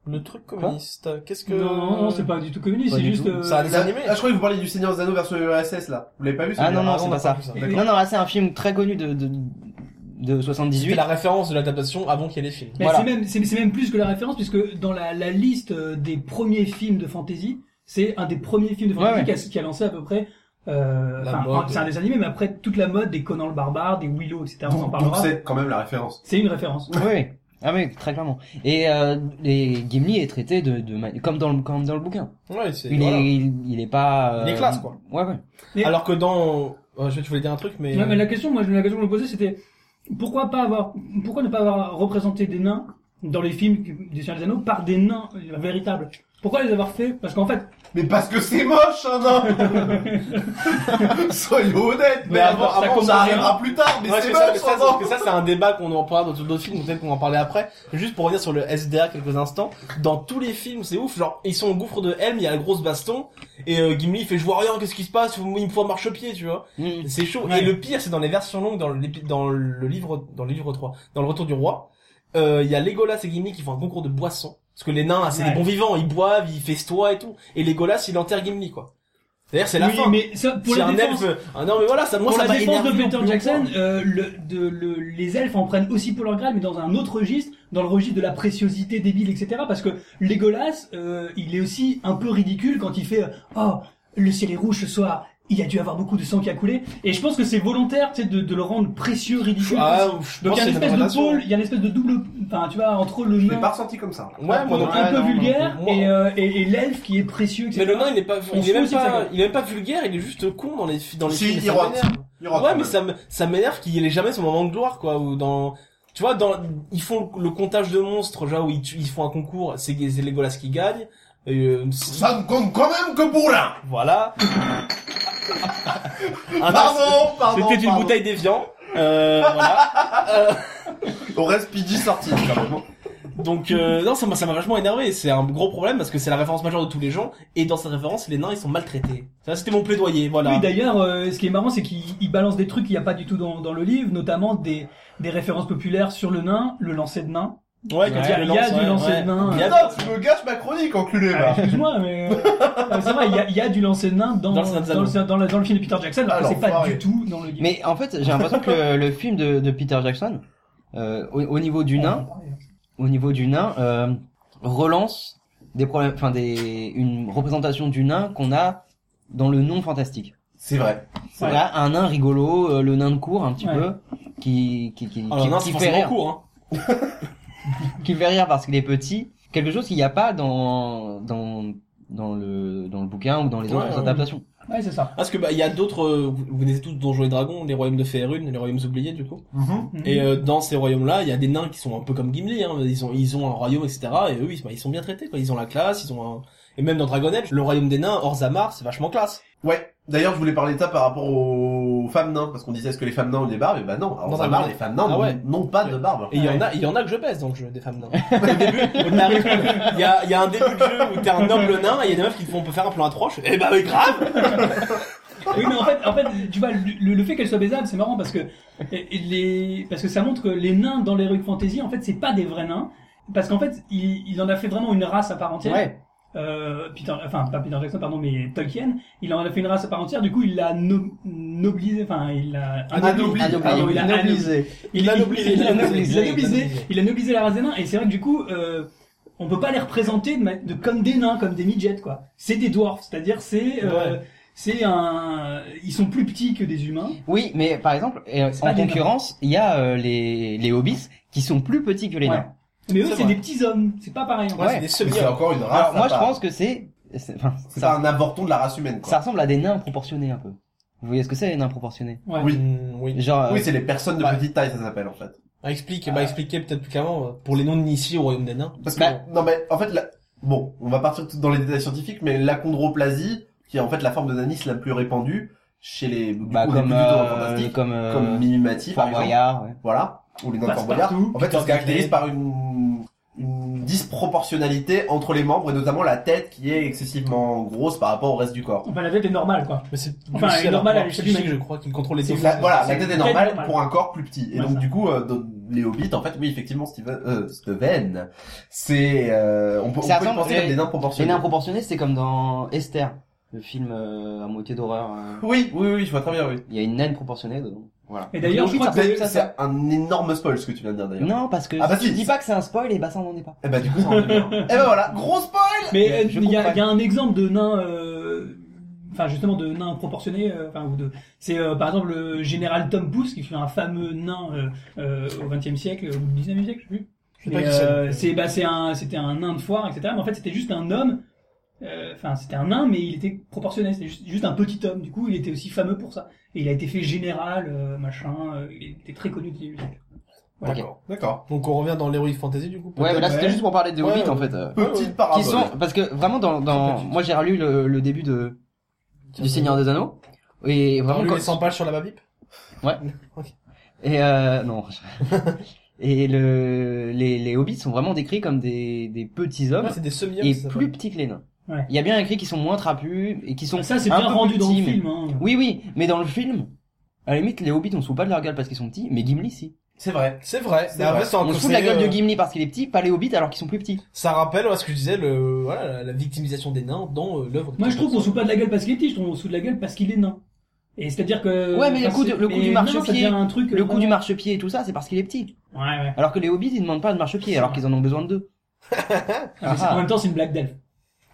B: le truc communiste, euh, qu'est-ce que
E: Non, non, non, c'est pas du tout communiste,
C: Pas
E: c'est
C: du
E: juste.
C: tout.
E: euh,
B: Ça a des
D: Ah,
B: animés.
D: Ah, je croyais que vous parliez du Seigneur des Anneaux version URSS là. Vous l'avez pas vu
C: ah
D: celui-là
C: non non
B: Ah, on
C: c'est
B: a
C: pas
B: pas
C: ça.
B: vu ça.
E: D'accord.
C: Non non là c'est un film très connu de de, de 78.
B: C'était la référence de l'adaptation avant qu'il y ait les films.
E: Mais
C: Voilà.
E: c'est même, c'est, c'est même plus que la référence, puisque dans la, la liste euh, des premiers films de fantasy, c'est un des premiers films de
C: Ouais,
E: fantasy
C: ouais.
E: Qui, a, qui a lancé à peu près. Euh,
B: La
E: enfin,
B: mode.
E: c'est un des animés, mais après toute la mode des Conan le Barbare, des Willow, etc.
B: Hein,
E: on en
D: Donc donc
E: parlera.
D: c'est quand même la référence.
E: C'est une référence.
C: Oui, Oui. Ah oui, très clairement. Et, euh, et Gimli est traité de, de ma- comme dans le comme dans le bouquin.
B: Ouais, c'est
C: Il
B: voilà.
C: est il, il est pas. euh,
B: Il est classe, quoi.
C: Ouais ouais.
E: Et-
B: Alors que dans, euh, je tu voulais dire un truc, mais,
E: Ouais, mais la question, moi, la question que je me posais, c'était pourquoi pas avoir, pourquoi ne pas avoir représenté des nains dans les films du Seigneur des Anneaux par des nains euh, véritables Pourquoi les avoir fait Parce qu'en fait,
D: Mais parce que c'est moche, hein, non Soyons honnêtes, mais,
B: Mais
D: avant,
B: avant, ça
D: avant, ça,
B: compte
D: arrivera plus tard, mais
B: Ouais,
D: c'est
B: c'est ça, mais
D: moche,
B: ça,
D: hein,
B: sauf
D: non
B: que ça, c'est un débat qu'on en parlera dans tout d'autres films, donc peut-être qu'on va en parler après. Juste pour revenir sur le SDA quelques instants, dans tous les films, c'est ouf, genre, ils sont au gouffre de Helm, il y a la grosse baston, et euh, Gimli, il fait, je vois rien, qu'est-ce qui se passe, il me faut un marchepied, tu vois.
C: Mm.
B: C'est chaud.
E: Ouais.
B: Et le pire, c'est dans les versions longues, dans le, l'épi- dans le livre, dans le livre 3, dans le retour du roi, euh, il y a Legolas et Gimli qui font un concours de boissons. Parce que les nains, c'est
E: Ouais.
B: des bons vivants, ils boivent, ils festoient et tout. Et Legolas, il enterre Gimli, quoi. D'ailleurs, c'est la
E: oui,
B: fin.
E: mais ça, pour
B: Si
E: la
B: un
E: défense,
B: elfe- Ah non, mais voilà, ça, moi,
E: pour
B: ça
E: la
B: m'a
E: défense de
B: énervé au
E: Peter
B: plus haut
E: Jackson,
B: point.
E: euh, le, de, le- les elfes en prennent aussi pour leur grade, mais dans un autre registre, dans le registre de la préciosité débile, etc. Parce que Legolas, euh, il est aussi un peu ridicule quand il fait euh, Oh, le ciel est rouge ce soir, il y a dû avoir beaucoup de sang qui a coulé. Et je pense que c'est volontaire tu sais, de, de le rendre précieux, ridicule.
B: Ah, je
E: Donc
B: pense que
E: il y a une
B: c'est
E: espèce de
B: relation.
E: pôle, il y a une espèce de double, enfin tu vois, entre le
D: Je l'ai
E: nain
D: pas ressenti comme ça.
B: Ouais, moi non plus.
E: un
C: Ouais,
E: peu
C: non, non,
E: vulgaire
B: non.
E: et, euh, et, et l'elfe qui est précieux, etc.
B: Mais le nain, il est pas,
E: On
B: il
E: se
B: est même
E: fout aussi de sa
B: pas,
E: gueule.
B: il est même pas vulgaire, il est juste con dans les, fi- dans les
D: Si,
B: films.
D: il
B: et ça
D: rote.
B: m'énerve.
D: Il rentre
B: Ouais,
D: quand
B: mais
D: même.
B: ça me- ça m'énerve qu'il ait jamais son moment de gloire, quoi, ou dans, tu vois, dans, ils font le comptage de monstres, genre, où ils, tuent- ils font un concours, c'est c'est Legolas qui gagne, euh,
D: Ça ne compte quand même que pour l'un
B: voilà. Un
D: Pardon, pardon
B: Ah, bah, C'était une
D: pardon.
B: bouteille d'évian, euh, voilà.
D: On reste PG sorti, quand même.
B: Donc euh, non, ça m'a ça m'a vachement énervé. C'est un gros problème parce que c'est la référence majeure de tous les gens et dans cette référence, les nains ils sont maltraités. Ça c'était mon plaidoyer, voilà.
E: Oui, d'ailleurs, euh, ce qui est marrant, c'est qu'il il balance des trucs qu'il n'y a pas du tout dans, dans le livre, notamment des, des références populaires sur le nain, le lancer de nain.
B: ouais, quand
E: Il
B: il y a,
E: y
B: le
E: a
B: lance,
E: du
B: ouais,
E: lancer
B: ouais.
E: de nain.
B: Il y a-
D: Putain, tu me gâches ma chronique, enculé,
E: Ah,
D: là.
E: Excuse-moi, mais euh, euh, c'est vrai, il y a, il y a du lancer de nain dans,
B: Dans
E: dans,
B: le Seigneur des
E: le, dans, le, dans le film de Peter Jackson, alors que
D: Ah,
E: c'est pas
D: l'enfoiré.
E: du tout dans le livre.
C: Mais en fait, j'ai l'impression que le, le film de, de Peter Jackson, euh, au, au niveau du nain, au niveau du nain, euh, relance des problèmes, enfin des, une représentation du nain qu'on a dans le non fantastique.
D: C'est vrai.
C: C'est
E: Ouais.
C: là un nain rigolo, euh, le nain de cour un petit
E: Ouais.
C: peu, qui qui
D: Oh,
C: qui,
B: Alors
C: qui,
B: le nain
C: qui
B: c'est
C: fait
B: forcément
C: rire,
B: court. Hein.
C: qui fait rire parce qu'il est petit. Quelque chose qu'il n'y a pas dans dans dans le dans le bouquin ou dans les
B: Ouais,
C: autres
B: ouais.
C: adaptations.
E: Ouais, c'est ça.
B: Parce que bah il y a d'autres, euh, vous vous connaissez tous Donjons et Dragons, les royaumes de Faerun, les royaumes oubliés du coup. Et euh, dans ces royaumes-là, il y a des nains qui sont un peu comme Gimli, hein. ils ont ils ont un royaume etc. Et eux ils, bah, ils sont bien traités quoi, ils ont la classe, ils ont un et même dans Dragon Age, le royaume des nains, Orzammar, c'est vachement classe.
D: Ouais. D'ailleurs, je voulais parler de ça par rapport aux femmes nains, parce qu'on disait est-ce que les femmes nains ont des barbes, et bah non. Alors,
B: Non,
D: ça
B: bah,
D: marre,
B: non.
D: les femmes nains
B: Ah
D: n'ont-
B: ouais.
D: n'ont pas de barbe.
B: Et il y en
E: Ouais.
B: a, il y en a que je baisse dans le jeu des femmes nains. Au début, on arrive- il y a, il y a un début de jeu où t'es un noble nain et il y a des meufs qui te font on peut faire un plan à trois. Je fais, eh bah oui grave.
E: Oui, mais en fait, en fait, tu vois, le, le fait qu'elle soit baisable, c'est marrant parce que et- et les, parce que ça montre que les nains dans l'heroic fantasy, en fait, c'est pas des vrais nains, parce qu'en fait, il, il en a fait vraiment une race à part entière.
C: Ouais.
E: Euh, Peter, enfin pas Peter Jackson, pardon, mais Tolkien, il en a fait une race à part entière. Du coup, il l'a no- noblisé, enfin, il l'a anobli.
D: Anobli.
E: Pardon, il l'a anobli. Il
B: Il
E: a
B: a nobilisé, il a
E: il a nobilisé, il
B: nobilisé,
E: a nobilisé,
B: il a nobilisé.
E: il a nobilisé la race des nains. Et c'est vrai que du coup, euh, on peut pas les représenter de, ma- de- comme des nains, comme des midgets, quoi. C'est des dwarfs, c'est-à-dire c'est euh, c'est un, euh, ils sont plus petits que des humains.
C: Oui, mais par exemple, euh,
E: C'est pas
C: en
E: des nains.
C: concurrence, il y a euh, les les hobbits qui sont plus petits que les
E: Ouais.
C: nains.
E: Mais
B: C'est
E: eux, c'est
B: vrai.
E: des petits hommes. C'est pas pareil. En
B: Ouais,
E: fait.
B: c'est des semi.
D: Mais c'est encore une race.
C: Alors moi,
D: à
C: je
D: Ah, part.
C: pense que c'est c'est- enfin
D: C'est
C: ça-
D: pas un avorton de la race humaine,
C: Ça
D: quoi.
C: ressemble à des nains proportionnés un peu. Vous voyez ce que c'est les nains proportionnés
E: Ouais.
D: Oui.
B: Mm, oui.
C: Genre euh,
D: Oui, c'est les personnes de
B: Bah.
D: petite taille, ça s'appelle, en fait.
B: Bah, explique, bah expliquez peut-être plus clairement euh, pour les non-initiés au royaume des nains.
D: Parce que,
C: Bah.
D: non, mais, en fait, la- bon, on va partir tout dans les détails scientifiques, mais la chondroplasie, qui est en fait la forme de nanisme la plus répandue chez les, du
C: bah,
D: coup, les
C: comme
D: plutôt
C: euh,
D: fantastiques,
C: comme euh,
D: comme Mimimati,
C: Fort
D: par exemple.
C: Boyard, Bah, ouais.
D: Voilà. Ou les nains
E: Passe-partout.
D: flamboyants. En fait,
B: Peter
D: ça se caractérise
B: Dinklage.
D: par une, une disproportionnalité entre les membres et notamment la tête qui est excessivement grosse par rapport au reste du corps.
E: Enfin, la tête est normale, quoi.
B: Mais c'est
E: Enfin,
B: aussi
E: elle est
B: à leur
E: normale à
B: pouvoir
E: l'échelle
B: psychique,
E: humaine.
B: je crois qu'ils contrôlent les
E: C'est
B: autres.
D: La- voilà, la
E: c'est
D: tête est
E: tête
D: normale
E: normale.
D: pour un corps plus petit. Et
E: Ouais,
D: donc
E: ça.
D: du coup, euh, dans les hobbits, en fait, oui, effectivement, Steven, euh, Steven, c'est, euh, on peut, on
C: Ça
D: peut
C: ressemble-
D: le penser comme
C: les-
D: des nains
C: Les
D: proportionnés.
C: nains proportionnés, c'est comme dans Esther, le film euh, à moitié d'horreur. euh.
D: Oui, oui, oui, je vois très bien, oui.
C: Il y a une naine proportionnée dedans. Voilà.
E: Et d'ailleurs,
C: Donc,
E: je crois
C: ça
E: que-
C: ressemble
D: C'est
C: ça,
D: c'est un énorme spoil ce que tu viens de dire d'ailleurs.
C: Non, parce que
D: Ah, bah,
C: si tu
D: si.
C: dis pas que c'est un spoil, et bah ça n'en est pas.
D: Et bah du coup, ça en est bien. Et bah voilà, gros spoil.
E: Mais euh,
C: Je
E: il y, a-
C: comprends.
E: il y a un exemple de nain, euh, enfin justement de nain proportionné, euh, enfin ou de, c'est euh, par exemple le général Tom Pouce qui fut un fameux nain euh, euh, au XXe siècle ou au XIXe siècle, je sais plus.
B: sais pas
E: Et,
B: qui c'est.
E: euh, c'est bah c'est un, c'était un nain de foire, etc. Mais en fait c'était juste un homme. euh, Enfin, c'était un nain, mais il était proportionné. C'était juste, juste un petit homme. Du coup, il était aussi fameux pour ça. Et il a été fait général, euh, machin. euh, il était très connu du
C: Ok.
D: D'accord, d'accord.
B: Donc on revient dans l'heroic fantasy du coup.
C: Ouais, mais là
B: peut-être.
C: c'était juste pour parler des
B: Ouais,
C: hobbits
B: ouais.
C: en fait. euh,
D: Petite
E: Ah,
D: parabole.
E: bah
C: Qui sont parce que vraiment dans dans moi j'ai relu le, le début de du Seigneur des Anneaux et
B: On
C: vraiment
B: lui
C: quand-
B: met 100 pages sur la babip.
C: Et euh, non. Et le, les, les hobbits sont vraiment décrits comme des, des petits hommes
B: Ouais, c'est des semi
C: et plus petits que les nains.
E: Ouais.
C: Il y a bien écrit qu'ils sont moins trapus et qu'ils sont
E: Ça, c'est
C: un
E: bien
C: peu
E: rendu
C: plus
E: dans le
C: petits, mais-
E: film. Hein.
C: Oui, oui, mais dans le film, à la limite, les hobbits on se fout pas de leur gueule parce qu'ils sont petits, mais Gimli si.
D: C'est vrai.
B: C'est vrai.
D: C'est
B: Mais en
D: vrai.
B: fait, c'est un
C: On se fout de la
B: conseil,
C: gueule de
B: euh,
C: Gimli parce qu'il est petit, pas les hobbits alors qu'ils sont plus petits.
B: Ça rappelle ouais, ce que je disais, le, voilà, la- la victimisation des nains dans euh, l'œuvre. de
E: Moi, je trouve qu'on
B: Tolkien.
E: se fout pas de la gueule parce qu'il est petit, je trouve qu'on se fout de la gueule parce qu'il est nain. Et c'est-à-dire que.
C: Ouais, mais le
E: enfin,
C: coup de-
E: c'est-
C: le coup
E: mais
C: du
E: non,
C: marchepied,
E: ça devient un truc. euh,
C: Le coup du marchepied et tout ça, c'est parce qu'il est petit.
E: Ouais, ouais.
C: Alors que les hobbits ils demandent pas de marchepied alors qu'ils en ont besoin de deux.
E: Ah, mais c'est-
C: Ah.
E: En même temps, c'est une blague d'elfe.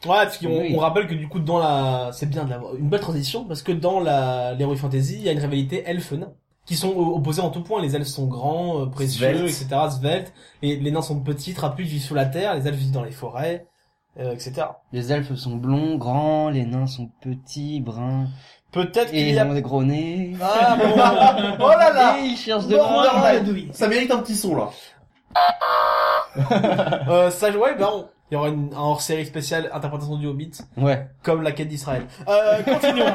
B: Ouais, parce qu'on
C: Oui.
B: on rappelle que du coup, dans la, c'est bien de la- une belle transition, parce que dans la, l'héroïque fantasy, il y a une rivalité elfe-nain, qui sont o- opposés en tout point. Les elfes sont grands, euh, précieux,
D: Sveltes.
B: etc., sveltes. Et les nains sont petits, trapus, vivent sous la terre, les elfes vivent dans les forêts, euh, etc.
C: Les elfes sont blonds, grands, les nains sont petits, bruns,
B: Peut-être
C: et
B: qu'il y
C: ils
B: a...
C: ont des gros nez.
B: Ah, bon.
D: oh là là.
C: Et ils cherchent de
D: Bon,
C: grands.
D: alors, là,
E: douille.
D: Ça mérite un petit son là.
B: euh, ça, ouais, ben, on- il y aura une, un hors-série spécial interprétation du Hobbit,
C: Ouais.
B: comme la quête d'Israël. Euh, continuons.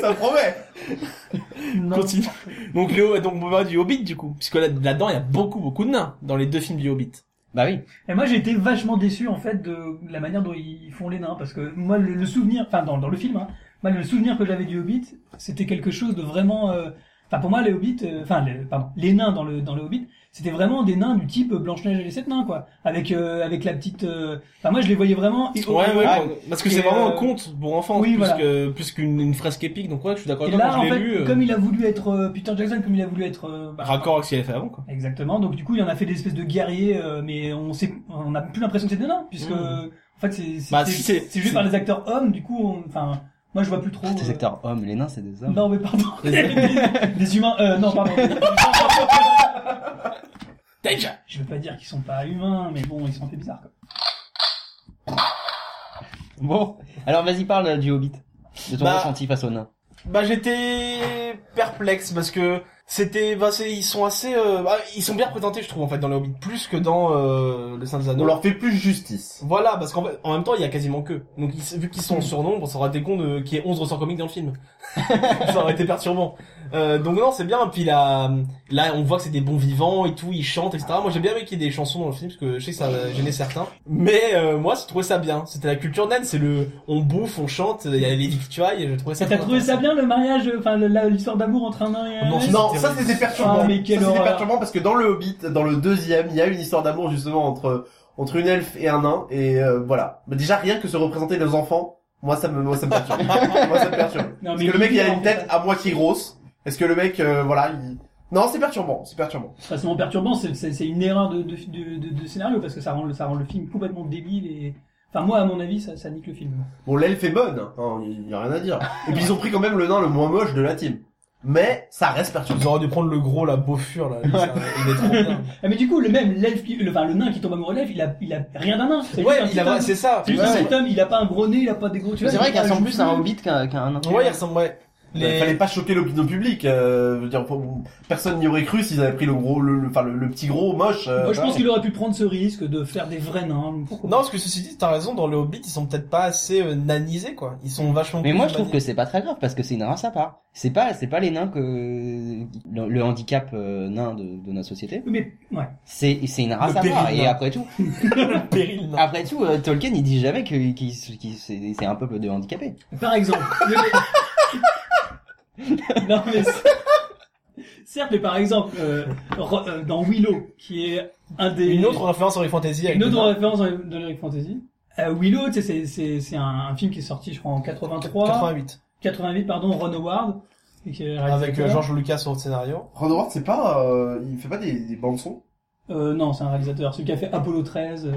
D: Ça promet.
B: Continue. Donc, le, donc on va du Hobbit du coup, puisque là- là-dedans il y a beaucoup beaucoup de nains dans les deux films du Hobbit.
C: Bah oui.
E: Et moi j'ai été vachement déçu en fait de la manière dont ils font les nains parce que moi le, le souvenir, enfin dans, dans le film, hein, moi le souvenir que j'avais du Hobbit, c'était quelque chose de vraiment, euh, enfin pour moi les Hobbits, euh, enfin les, pardon, les nains dans le dans le Hobbit, c'était vraiment des nains du type Blanche Neige et les sept nains quoi, avec euh, avec la petite, euh, enfin moi je les voyais vraiment.
B: Ouais, ouais,
E: Ah,
B: pour- parce que
E: Et,
B: c'est vraiment un
E: euh,
B: conte pour enfants,
E: oui,
B: plus
E: voilà.
B: que plus qu'une une fresque épique. Donc ouais, je suis d'accord
E: Et
B: avec toi.
E: là
B: Quand
E: en
B: je l'ai
E: fait,
B: lu, euh,
E: comme il a voulu être euh, Peter Jackson, comme il a voulu être euh, bah,
B: raccord avec ce qu'il avait fait avant, quoi.
E: Exactement. Donc du coup, il en a fait des espèces de guerriers, euh, mais on sait, on n'a plus l'impression que c'est des nains, puisque
B: Mm.
E: en fait c'est c'est
B: Bah,
E: c'est-
B: si, c'est-
E: c'est joué
B: c'est-
E: par des acteurs hommes. Du coup, on- enfin, moi je vois plus trop.
C: Tous
E: euh,
C: Ah, tes acteurs hommes, les nains, c'est des hommes.
E: Non mais pardon. des, des humains. Euh, non pardon.
B: Déjà.
E: je veux pas dire qu'ils sont pas humains, mais bon, ils sont un peu bizarres. Quoi.
C: Bon. Alors vas-y, parle euh, du Hobbit. De ton
B: Bah.
C: ressenti face aux nains.
B: Bah j'étais perplexe parce que c'était, bah c'est, ils sont assez, euh, bah, ils sont bien représentés, je trouve en fait dans le Hobbit plus que dans euh, le Saint des
D: On
B: Anneaux.
D: leur fait plus justice.
B: Voilà, parce qu'en fait- en même temps, il y a quasiment que. Donc, ils- vu qu'ils sont en surnombre, ça aurait été con de- qu'il y ait 11 ressorts comiques dans le film. ça aurait été perturbant. Euh, donc non, c'est bien. Puis là, là, on voit que c'est des bons vivants et tout, ils chantent, etc. Moi, j'ai bien aimé qu'il y ait des chansons dans le film, parce que je sais que ça gênait certains. Mais euh, moi, j'ai trouvé ça bien. C'était la culture naine, c'est le... On bouffe, on chante, il y a les victuailles, je trouvais ça...
E: Ça t'a
B: très
E: trouvé ça
B: intéressant.
E: bien le mariage, euh, enfin le- la- l'histoire d'amour entre un nain et un
B: Non,
E: elfe
B: non.
D: Non, ça c'était perturbant.
E: Ah, mais quelle
D: Ça, c'était
E: horreur.
D: perturbant parce que dans le Hobbit, dans le deuxième, il y a une histoire d'amour justement entre entre une elfe et un nain et euh, voilà. Mais déjà rien que se représenter les enfants, moi ça me moi ça me perturbe. moi ça me perturbe.
E: Non,
D: Parce
E: mais
D: que le mec il a
E: bizarre,
D: une
E: en fait.
D: tête à moitié grosse. Est-ce que le mec euh, voilà, il... non, c'est perturbant, c'est perturbant.
E: De toute façon, perturbant, c'est- c'est c'est une erreur de, de, de, de- de scénario parce que ça rend, le- ça rend le film complètement débile et. Enfin, moi, à mon avis, ça, ça nique le film.
D: Bon, l'elfe est bonne, hein, il y a rien à dire. Et puis ils ont pris quand même le nain le moins moche de la team. Mais ça reste perturbant.
B: Ils auraient dû prendre le gros, la beaufure, là. Il est trop bien.
E: Ah, mais du coup, le même, l'elfe, qui- le, enfin, le nain qui tombe amoureux de l'elfe, il a, il a rien d'un nain. C'est juste
B: Ouais,
E: un
B: il a...
E: petit homme.
B: c'est ça.
E: C'est juste
B: Ouais,
E: un
B: ouais.
E: petit homme, il a pas un gros nez, il a pas des gros. tu vois,
C: C'est vrai
E: il a
C: qu'il
E: pas
C: ressemble
E: le
C: plus
E: cheveu.
C: à un Hobbit qu'à qu'à un nain.
B: Ouais, il ressemble, ouais.
D: Il fallait pas choquer l'opinion publique. Euh, je veux dire, pour- personne n'y aurait cru s'ils avaient pris le gros, le, le- enfin le, le petit gros moche. euh,
E: Moi, je pense qu'il aurait pu prendre ce risque de faire des vrais nains. Pourquoi
B: Non, parce que ceci dit, t'as raison, dans le Hobbit, ils sont peut-être pas assez euh, nanisés, quoi. Ils sont vachement
C: Mais
B: plus
C: moi je trouve que
B: humanisés.
C: c'est pas très grave parce que c'est une race à part. C'est pas c'est pas les nains que le, le handicap euh, nain de, de notre société.
E: Mais, ouais.
C: C'est c'est une race
B: Le
C: à part
B: péril
C: et
B: nain.
C: après tout
B: Péril, non.
C: après tout euh, Tolkien il dit jamais que qu'il- qu'il- c'est c'est un peuple de handicapés.
E: Par exemple. le- non, mais. c'est- Certes, mais par exemple, euh, Ro- euh, dans Willow, qui est un des.
B: Une autre référence Henry Fantasy avec
E: Une autre
B: le-
E: référence dans dans l'Heroic Fantasy. Euh, Willow, tu sais, c'est, c'est, c'est un, un film qui est sorti, je crois, en 83,
B: 88.
E: 88, pardon, Ron Howard. et qui est réalisateur.
B: Avec euh, George Lucas au scénario.
D: Ron Howard, c'est pas, euh, il fait pas des, des bandes son.
E: Euh, non, c'est un réalisateur, celui qui a fait Apollo 13. euh,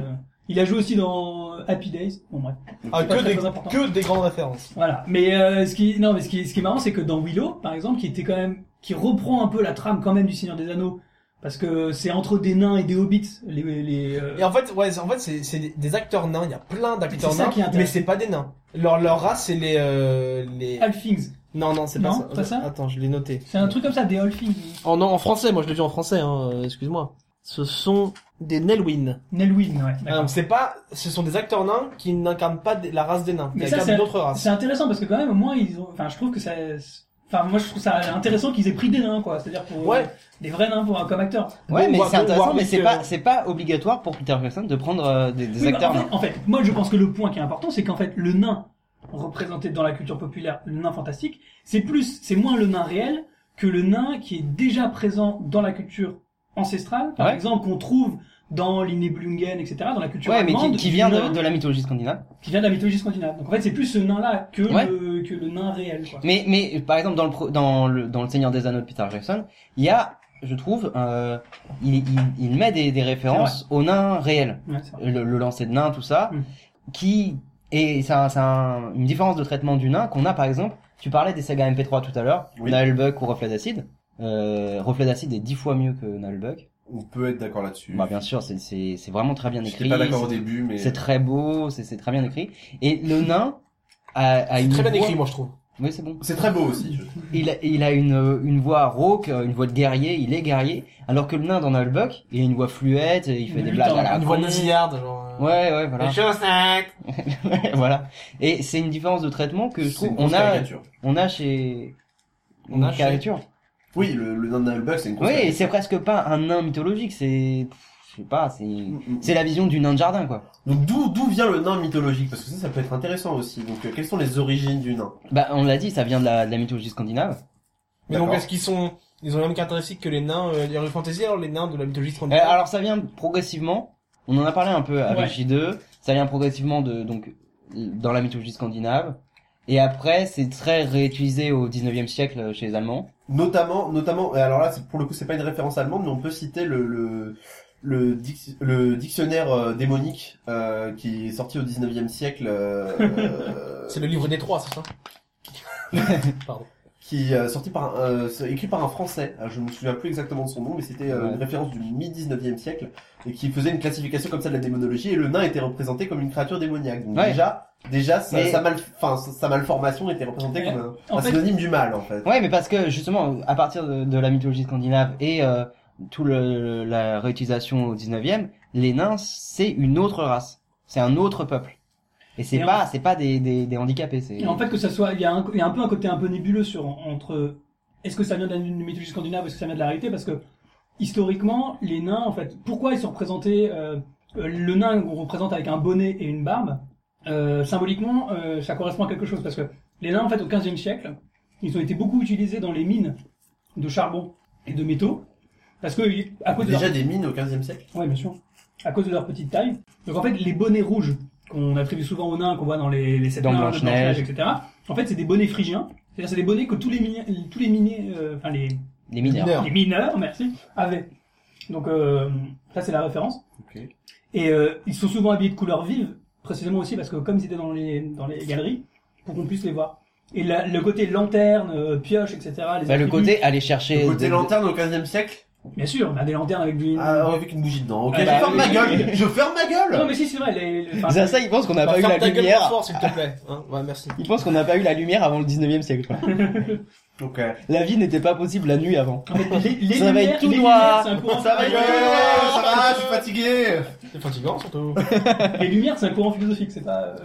E: Il a joué aussi dans euh, Happy Days. Bon, bref.
B: Ah,
E: pas
B: que
E: très
B: des,
E: important.
B: que des grandes références.
E: Voilà. Mais euh, ce qui, non, mais ce qui, ce qui est marrant, c'est que dans Willow, par exemple, qui était quand même, qui reprend un peu la trame quand même du Seigneur des Anneaux, parce que c'est entre des nains et des hobbits. Les, les, euh,
B: Et en fait, ouais, c'est- en fait, c'est, c'est des acteurs nains. Il y a plein d'acteurs
E: C'est ça
B: nains,
E: qui est intéressant.
B: mais c'est pas des nains. Leur, leur race, c'est les, euh, les...
E: Halflings.
B: Non, non, c'est pas
E: Ah Non,
B: ça.
E: pas ça
B: Attends, je l'ai noté.
E: C'est un truc comme ça, des Halflings.
B: Oh non, en français, moi je l'ai vu en français, hein, euh, excuse-moi. Ce sont des Nelwyn.
E: Nelwyn, ouais.
B: Ah,
E: d'accord.
B: donc c'est pas, ce sont des acteurs nains qui n'incarnent pas des- la race des nains, qui
E: Mais ça,
B: incarnent
E: c'est-
B: une autre race.
E: C'est intéressant parce que quand même, au moins, ils ont. Enfin, je trouve que ça. Enfin, moi, je trouve ça intéressant qu'ils aient pris des nains, quoi. C'est-à-dire pour euh,
B: Ouais.
E: des vrais nains pour comme acteur.
C: Ouais
B: Bon,
C: mais
B: Warwick-
C: c'est intéressant mais
B: Warwick,
C: c'est
B: euh,
C: pas c'est pas obligatoire pour Peter Jackson de prendre euh, des, des acteurs
E: bah, en,
C: nains.
E: fait, en fait, moi, je pense que le point qui est important, c'est qu'en fait, le nain représenté dans la culture populaire, le nain fantastique, c'est plus, c'est moins le nain réel que le nain qui est déjà présent dans la culture ancestrale, par
C: Ouais.
E: exemple, qu'on trouve dans l'Inneblungen, etc., dans la culture
C: Ouais mais
E: allemande,
C: qui, qui vient
E: du
C: de,
E: nain
C: de la mythologie scandinave.
E: qui vient de la mythologie scandinave. Donc en fait, c'est plus ce nain-là que,
C: Ouais.
E: le, que le nain réel. Quoi.
C: Mais, mais par exemple, dans le, pro- dans le, dans le Seigneur des Anneaux de Peter Jackson, il y a, je trouve, euh, il, il, il met des, des références aux nains réels.
E: Ouais, c'est vrai.
C: Le, le lancer de nains, tout ça,
E: Mm.
C: qui et c'est un- c'est un- une différence de traitement du nain qu'on a, par exemple, tu parlais des sagas MP3 tout à l'heure,
D: Oui.
C: Nullbuck ou Reflet d'Acide. Euh, Reflet d'Acide est dix fois mieux que Nullbuck.
D: On peut être d'accord là-dessus.
C: Bah, bien sûr, c'est- c'est c'est vraiment très bien
D: J'étais
C: écrit.
D: Mm. pas d'accord au début, mais
C: C'est très beau, c'est c'est très bien écrit. Et le nain a, a
B: C'est
C: une
B: très bien
C: voix-
B: écrit, moi je trouve.
C: Oui, c'est bon.
D: c'est très beau aussi. je-
C: Il a, il a une, euh, une voix rauque, euh, une voix de guerrier, il est guerrier, alors que le nain dans Nullbuck, il a une voix fluette, et il fait
E: Il
C: des
E: lutte
C: blagues
E: en-
C: à la
B: Une voix
C: con.
B: nasillarde, genre. euh,
C: Ouais, ouais, voilà.
B: Les chaussettes
C: voilà. Et c'est une différence de traitement que je
D: c'est
C: trouve
D: une
C: on
D: grosse
C: a,
D: caricature.
C: on a chez,
B: On a
C: une caricature.
D: Oui, le, le nain de Nullbuck, c'est une
C: Oui, et
D: constellation.
C: c'est presque pas un nain mythologique, c'est, pff, je sais pas, c'est, c'est la vision du nain de jardin, quoi.
D: Mm, Donc d'où d'où vient le nain mythologique Parce que ça, ça peut être intéressant aussi. Donc euh, quelles sont les origines du nain
C: Bah, on l'a dit, ça vient de la, de la mythologie scandinave.
B: Mais donc,
D: D'accord.
B: est-ce qu'ils sont, ils ont les mêmes caractéristiques que les nains euh, d'Heroic Fantasy, alors les nains de la mythologie
C: Euh,
B: scandinave
C: alors, ça vient progressivement. On en a parlé un peu avec
E: Ouais.
C: J2. Ça vient progressivement de, donc, dans la mythologie scandinave. Et après, c'est très réutilisé au 19e siècle chez les Allemands.
D: Notamment, notamment. et Alors là, c'est- pour le coup, c'est pas une référence allemande, mais on peut citer le le le, dic- le dictionnaire euh, démonique euh, qui est sorti au 19e siècle. euh, euh,
B: C'est le livre des trois, c'est ça Pardon.
D: qui est sorti par un, euh, c'est écrit par un français, Euh, je ne me souviens plus exactement de son nom, mais c'était euh,
C: Ouais.
D: une référence du mi-19e siècle, et qui faisait une classification comme ça de la démonologie, et le nain était représenté comme une créature démoniaque. Donc
C: Ouais.
D: déjà, déjà sa,
C: Mais-
D: sa mal, enfin, sa, sa malformation était représentée
E: Ouais.
D: comme un,
C: Ah,
E: En
D: un
E: fait-
D: synonyme du mal, en fait.
C: Ouais, mais parce que, justement, à partir de, de la mythologie scandinave et, euh, tout le, la réutilisation au 19e, les nains, c'est une autre race. C'est un autre peuple. Et c'est
E: Et en-
C: pas, c'est pas des, des, des handicapés, c'est...
E: Et en fait, que ça soit, il y, a un- il y a un peu un côté un peu nébuleux sur entre est-ce que ça vient d'une mythologie scandinave, est-ce que ça vient de la réalité, parce que historiquement, les nains, en fait, pourquoi ils sont représentés euh, euh, Le nain qu'on représente avec un bonnet et une barbe, euh, symboliquement, euh, ça correspond à quelque chose, parce que les nains, en fait, au 15e siècle, ils ont été beaucoup utilisés dans les mines de charbon et de métaux, parce que à cause de leur-
D: Déjà des mines au 15e siècle.
E: Ouais, bien sûr. À cause de leur petite taille. Donc en fait, les bonnets rouges qu'on attribue souvent aux nains, qu'on voit dans les, les sept
C: Dans
E: nains,
C: Blanche-Neige.
E: Blanche-Neige, etc. En fait, c'est des bonnets phrygiens. C'est-à-dire, c'est des bonnets que tous les miniers, tous les miniers, euh, enfin les,
C: Les mineurs.
E: les mineurs, merci, avaient. Donc euh, ça, c'est la référence.
D: Ok.
E: Et euh, ils sont souvent habillés de couleurs vives, précisément aussi parce que comme ils étaient dans les dans les galeries, pour qu'on puisse les voir. Et la- le côté lanterne, euh, pioche, etc. Les
C: Bah, le
E: attributs.
C: côté, aller chercher...
D: Le côté
C: des-
D: lanterne au 15e siècle
E: Bien sûr, on a des lanternes avec du.
D: Ah, avec une bougie dedans. Ok,
E: Ah,
D: je
E: bah,
D: ferme
E: oui.
D: ma gueule Je ferme ma
E: Non,
D: gueule
E: mais si, c'est vrai. Les, les- enfin,
C: Ça, ça, ils pensent qu'on n'a
B: Bah,
C: pas eu
B: ferme
C: la
B: ta gueule
C: lumière.
B: plus fort, s'il te plaît. Hein ouais, merci.
C: Ils pensent qu'on n'a pas eu la lumière avant le 19e siècle. quoi.
D: Ok.
C: La vie n'était pas possible la nuit avant.
E: En fait, les, les
C: Ça va
E: lumières,
C: être tout
E: les
C: noir.
E: lumières, c'est un courant
D: Ça va,
E: philosophique.
D: gueule Ça va, je suis fatigué
B: C'est fatigant, surtout.
E: Les lumières, c'est un courant philosophique, c'est pas. euh,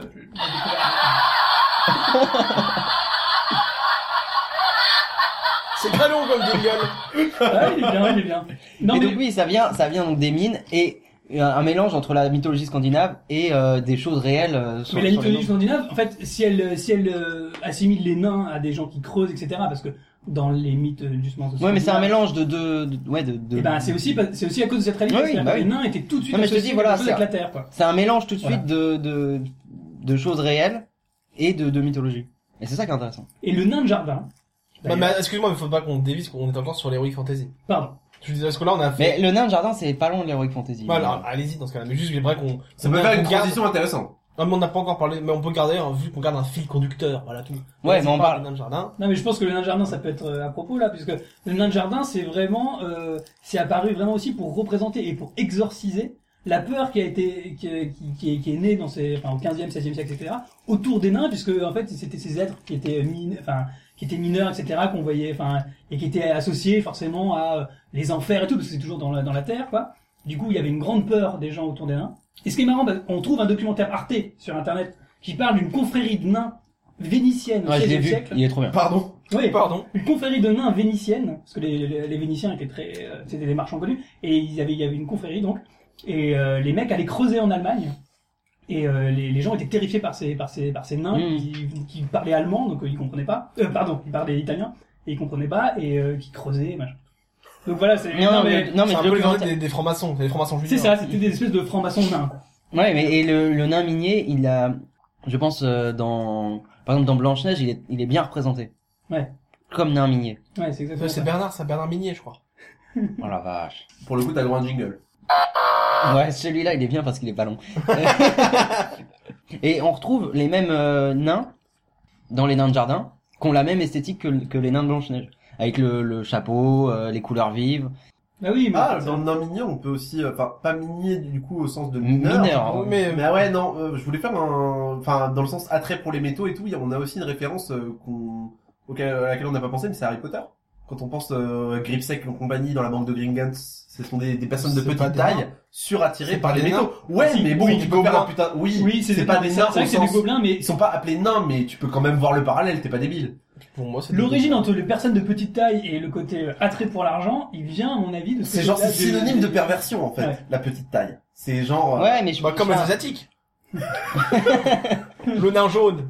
B: C'est très long comme Bah, des gueules.
E: Ah, il est bien, il est bien. Non,
C: et
E: mais
C: donc oui, ça vient, ça vient donc des mines et euh, un, un mélange entre la mythologie scandinave et euh, des choses réelles. euh, sur,
E: Mais la
C: sur les
E: mythologie
C: noms.
E: scandinave, en fait, si elle, euh, si elle euh, assimile les nains à des gens qui creusent, etc., parce que dans les mythes euh, justement.
C: Ouais, mais c'est un mélange de deux, de- ouais, de, de-
E: Et ben, c'est aussi, pas- c'est aussi à cause de cette réalité.
C: Oui, oui,
E: c'est-à-dire
C: bah
E: que
C: oui.
E: Les nains étaient tout de suite
C: Non, mais je te
E: associés
C: dis, voilà,
E: à quelque chose
C: c'est-
E: avec la terre, quoi.
C: c'est un mélange tout de
E: Voilà.
C: suite de, de, de choses réelles et de, de mythologie. Et c'est ça qui est intéressant.
E: Et le nain de jardin.
B: Bah,
E: d'ailleurs-
B: mais excuse-moi, mais faut pas qu'on dévise, qu'on est encore sur l'Heroic Fantasy.
E: Pardon.
B: Je suis désolé, parce que là, on a
C: Mais
B: fait...
C: le nain de jardin, c'est pas loin de l'heroic fantasy.
B: Voilà, allez-y dans ce cas-là. Mais juste, j'aimerais qu'on...
D: Ça
B: qu'on
D: peut faire une
B: qu'on garde-
D: transition intéressante.
B: Non, Ah, mais on n'a pas encore parlé, mais on peut garder, hein, vu qu'on garde un fil conducteur, voilà tout.
C: Ouais, mais on parle-
B: d'un jardin.
E: Non, mais je pense que le nain de jardin, ça peut être euh, à propos là, puisque le nain de jardin, c'est vraiment, euh, c'est apparu vraiment aussi pour représenter et pour exorciser la peur qui a été, qui, qui, qui est, qui est née dans ces, enfin, au 15e, 16e siècle, etc., autour des nains, puisque en fait, c'était ces êtres qui étaient mine, enfin, qui étaient mineurs, etc., qu'on voyait, enfin, et qui étaient associés forcément à euh, les enfers et tout, parce que c'est toujours dans la, dans la terre, quoi. Du coup, il y avait une grande peur des gens autour des nains. Et ce qui est marrant, bah, on trouve un documentaire Arte sur Internet qui parle d'une confrérie de nains vénitienne au
C: Ouais, je l'ai
E: 16e
C: vu.
E: siècle.
C: Il est trop bien.
D: Pardon.
E: Oui,
B: Pardon.
E: une confrérie de nains vénitiennes, parce que les, les, les vénitiens étaient très, euh, c'était des marchands connus, et ils avaient, il y avait une confrérie donc, et euh, les mecs allaient creuser en Allemagne, et euh, les, les gens étaient terrifiés par ces, par ces, par ces nains
D: Hmm.
C: Mhm.
E: qui, qui parlaient allemand, donc euh, ils comprenaient pas, euh, pardon, ils parlaient italien, et ils comprenaient pas, et euh, qui creusaient, machin. Donc voilà, c'est,
C: Non,
E: non,
C: mais,
E: mais-
C: non, mais
B: C'est un
C: le
B: peu les
C: documentaire-
B: des, des francs-maçons, des francs-maçons
E: c'est
B: juniors.
E: ça, c'était des espèces de francs-maçons nains. quoi.
C: Ouais, mais et le, le nain minier, il a, je pense, euh, dans, par exemple, dans Blanche Neige, il est, il est bien représenté.
E: Ouais.
C: Comme nain minier.
E: Ouais, c'est exactement
B: Ouais, C'est
E: ça.
B: Bernard, c'est Bernard Minier, je crois.
C: Oh la vache.
D: Pour le coup, t'as le droit à un jingle.
C: Ouais, Ah, celui-là, il est bien parce qu'il est pas long. et on retrouve les mêmes euh, nains dans les nains de jardin, qui ont la même esthétique que, que les nains de Blanche Neige, avec le, le chapeau, euh, les couleurs vives,
E: Bah oui, mais
D: Ah,
E: c'est-
D: dans le nain minier, on peut aussi, euh, enfin, pas minier du coup au sens de mineur.
C: mineurs.
B: Oui, mais,
D: Mais ah ouais, non, euh, je voulais faire un, enfin, dans le sens attrait pour les métaux et tout, y a- on a aussi une référence euh, qu'on, auquel, à laquelle on n'a pas pensé, mais c'est Harry Potter. Quand on pense euh, Gripsec et compagnie dans la banque de Gringotts, ce sont des, des personnes de
B: C'est pas
D: petite
B: des nains.
D: taille, surattirées
B: C'est
D: par
B: pas
D: les
B: des
D: métaux. Ouais,
E: Si,
D: mais bon,
E: oui,
D: tu
E: des
D: peux faire
E: gobelins.
D: un putain, oui,
E: oui,
D: c'est pas des
E: c'est
D: nains
E: vrai
D: au
E: que c'est des
D: sens...
E: gobelins, mais
D: Ils sont pas appelés nains, mais tu peux quand même voir le parallèle, t'es pas débile.
B: Pour moi, c'est
E: L'origine entre les personnes de petite taille et le côté euh, attrait pour l'argent, il vient, à mon avis, de ce
D: C'est genre, c'est
E: côté-là de-
D: synonyme de perversion, en fait,
E: Ouais.
D: la petite taille. C'est genre... euh,
C: Ouais, mais je
B: Bah, comme les
C: enfin,
B: asiatiques. le nain jaune.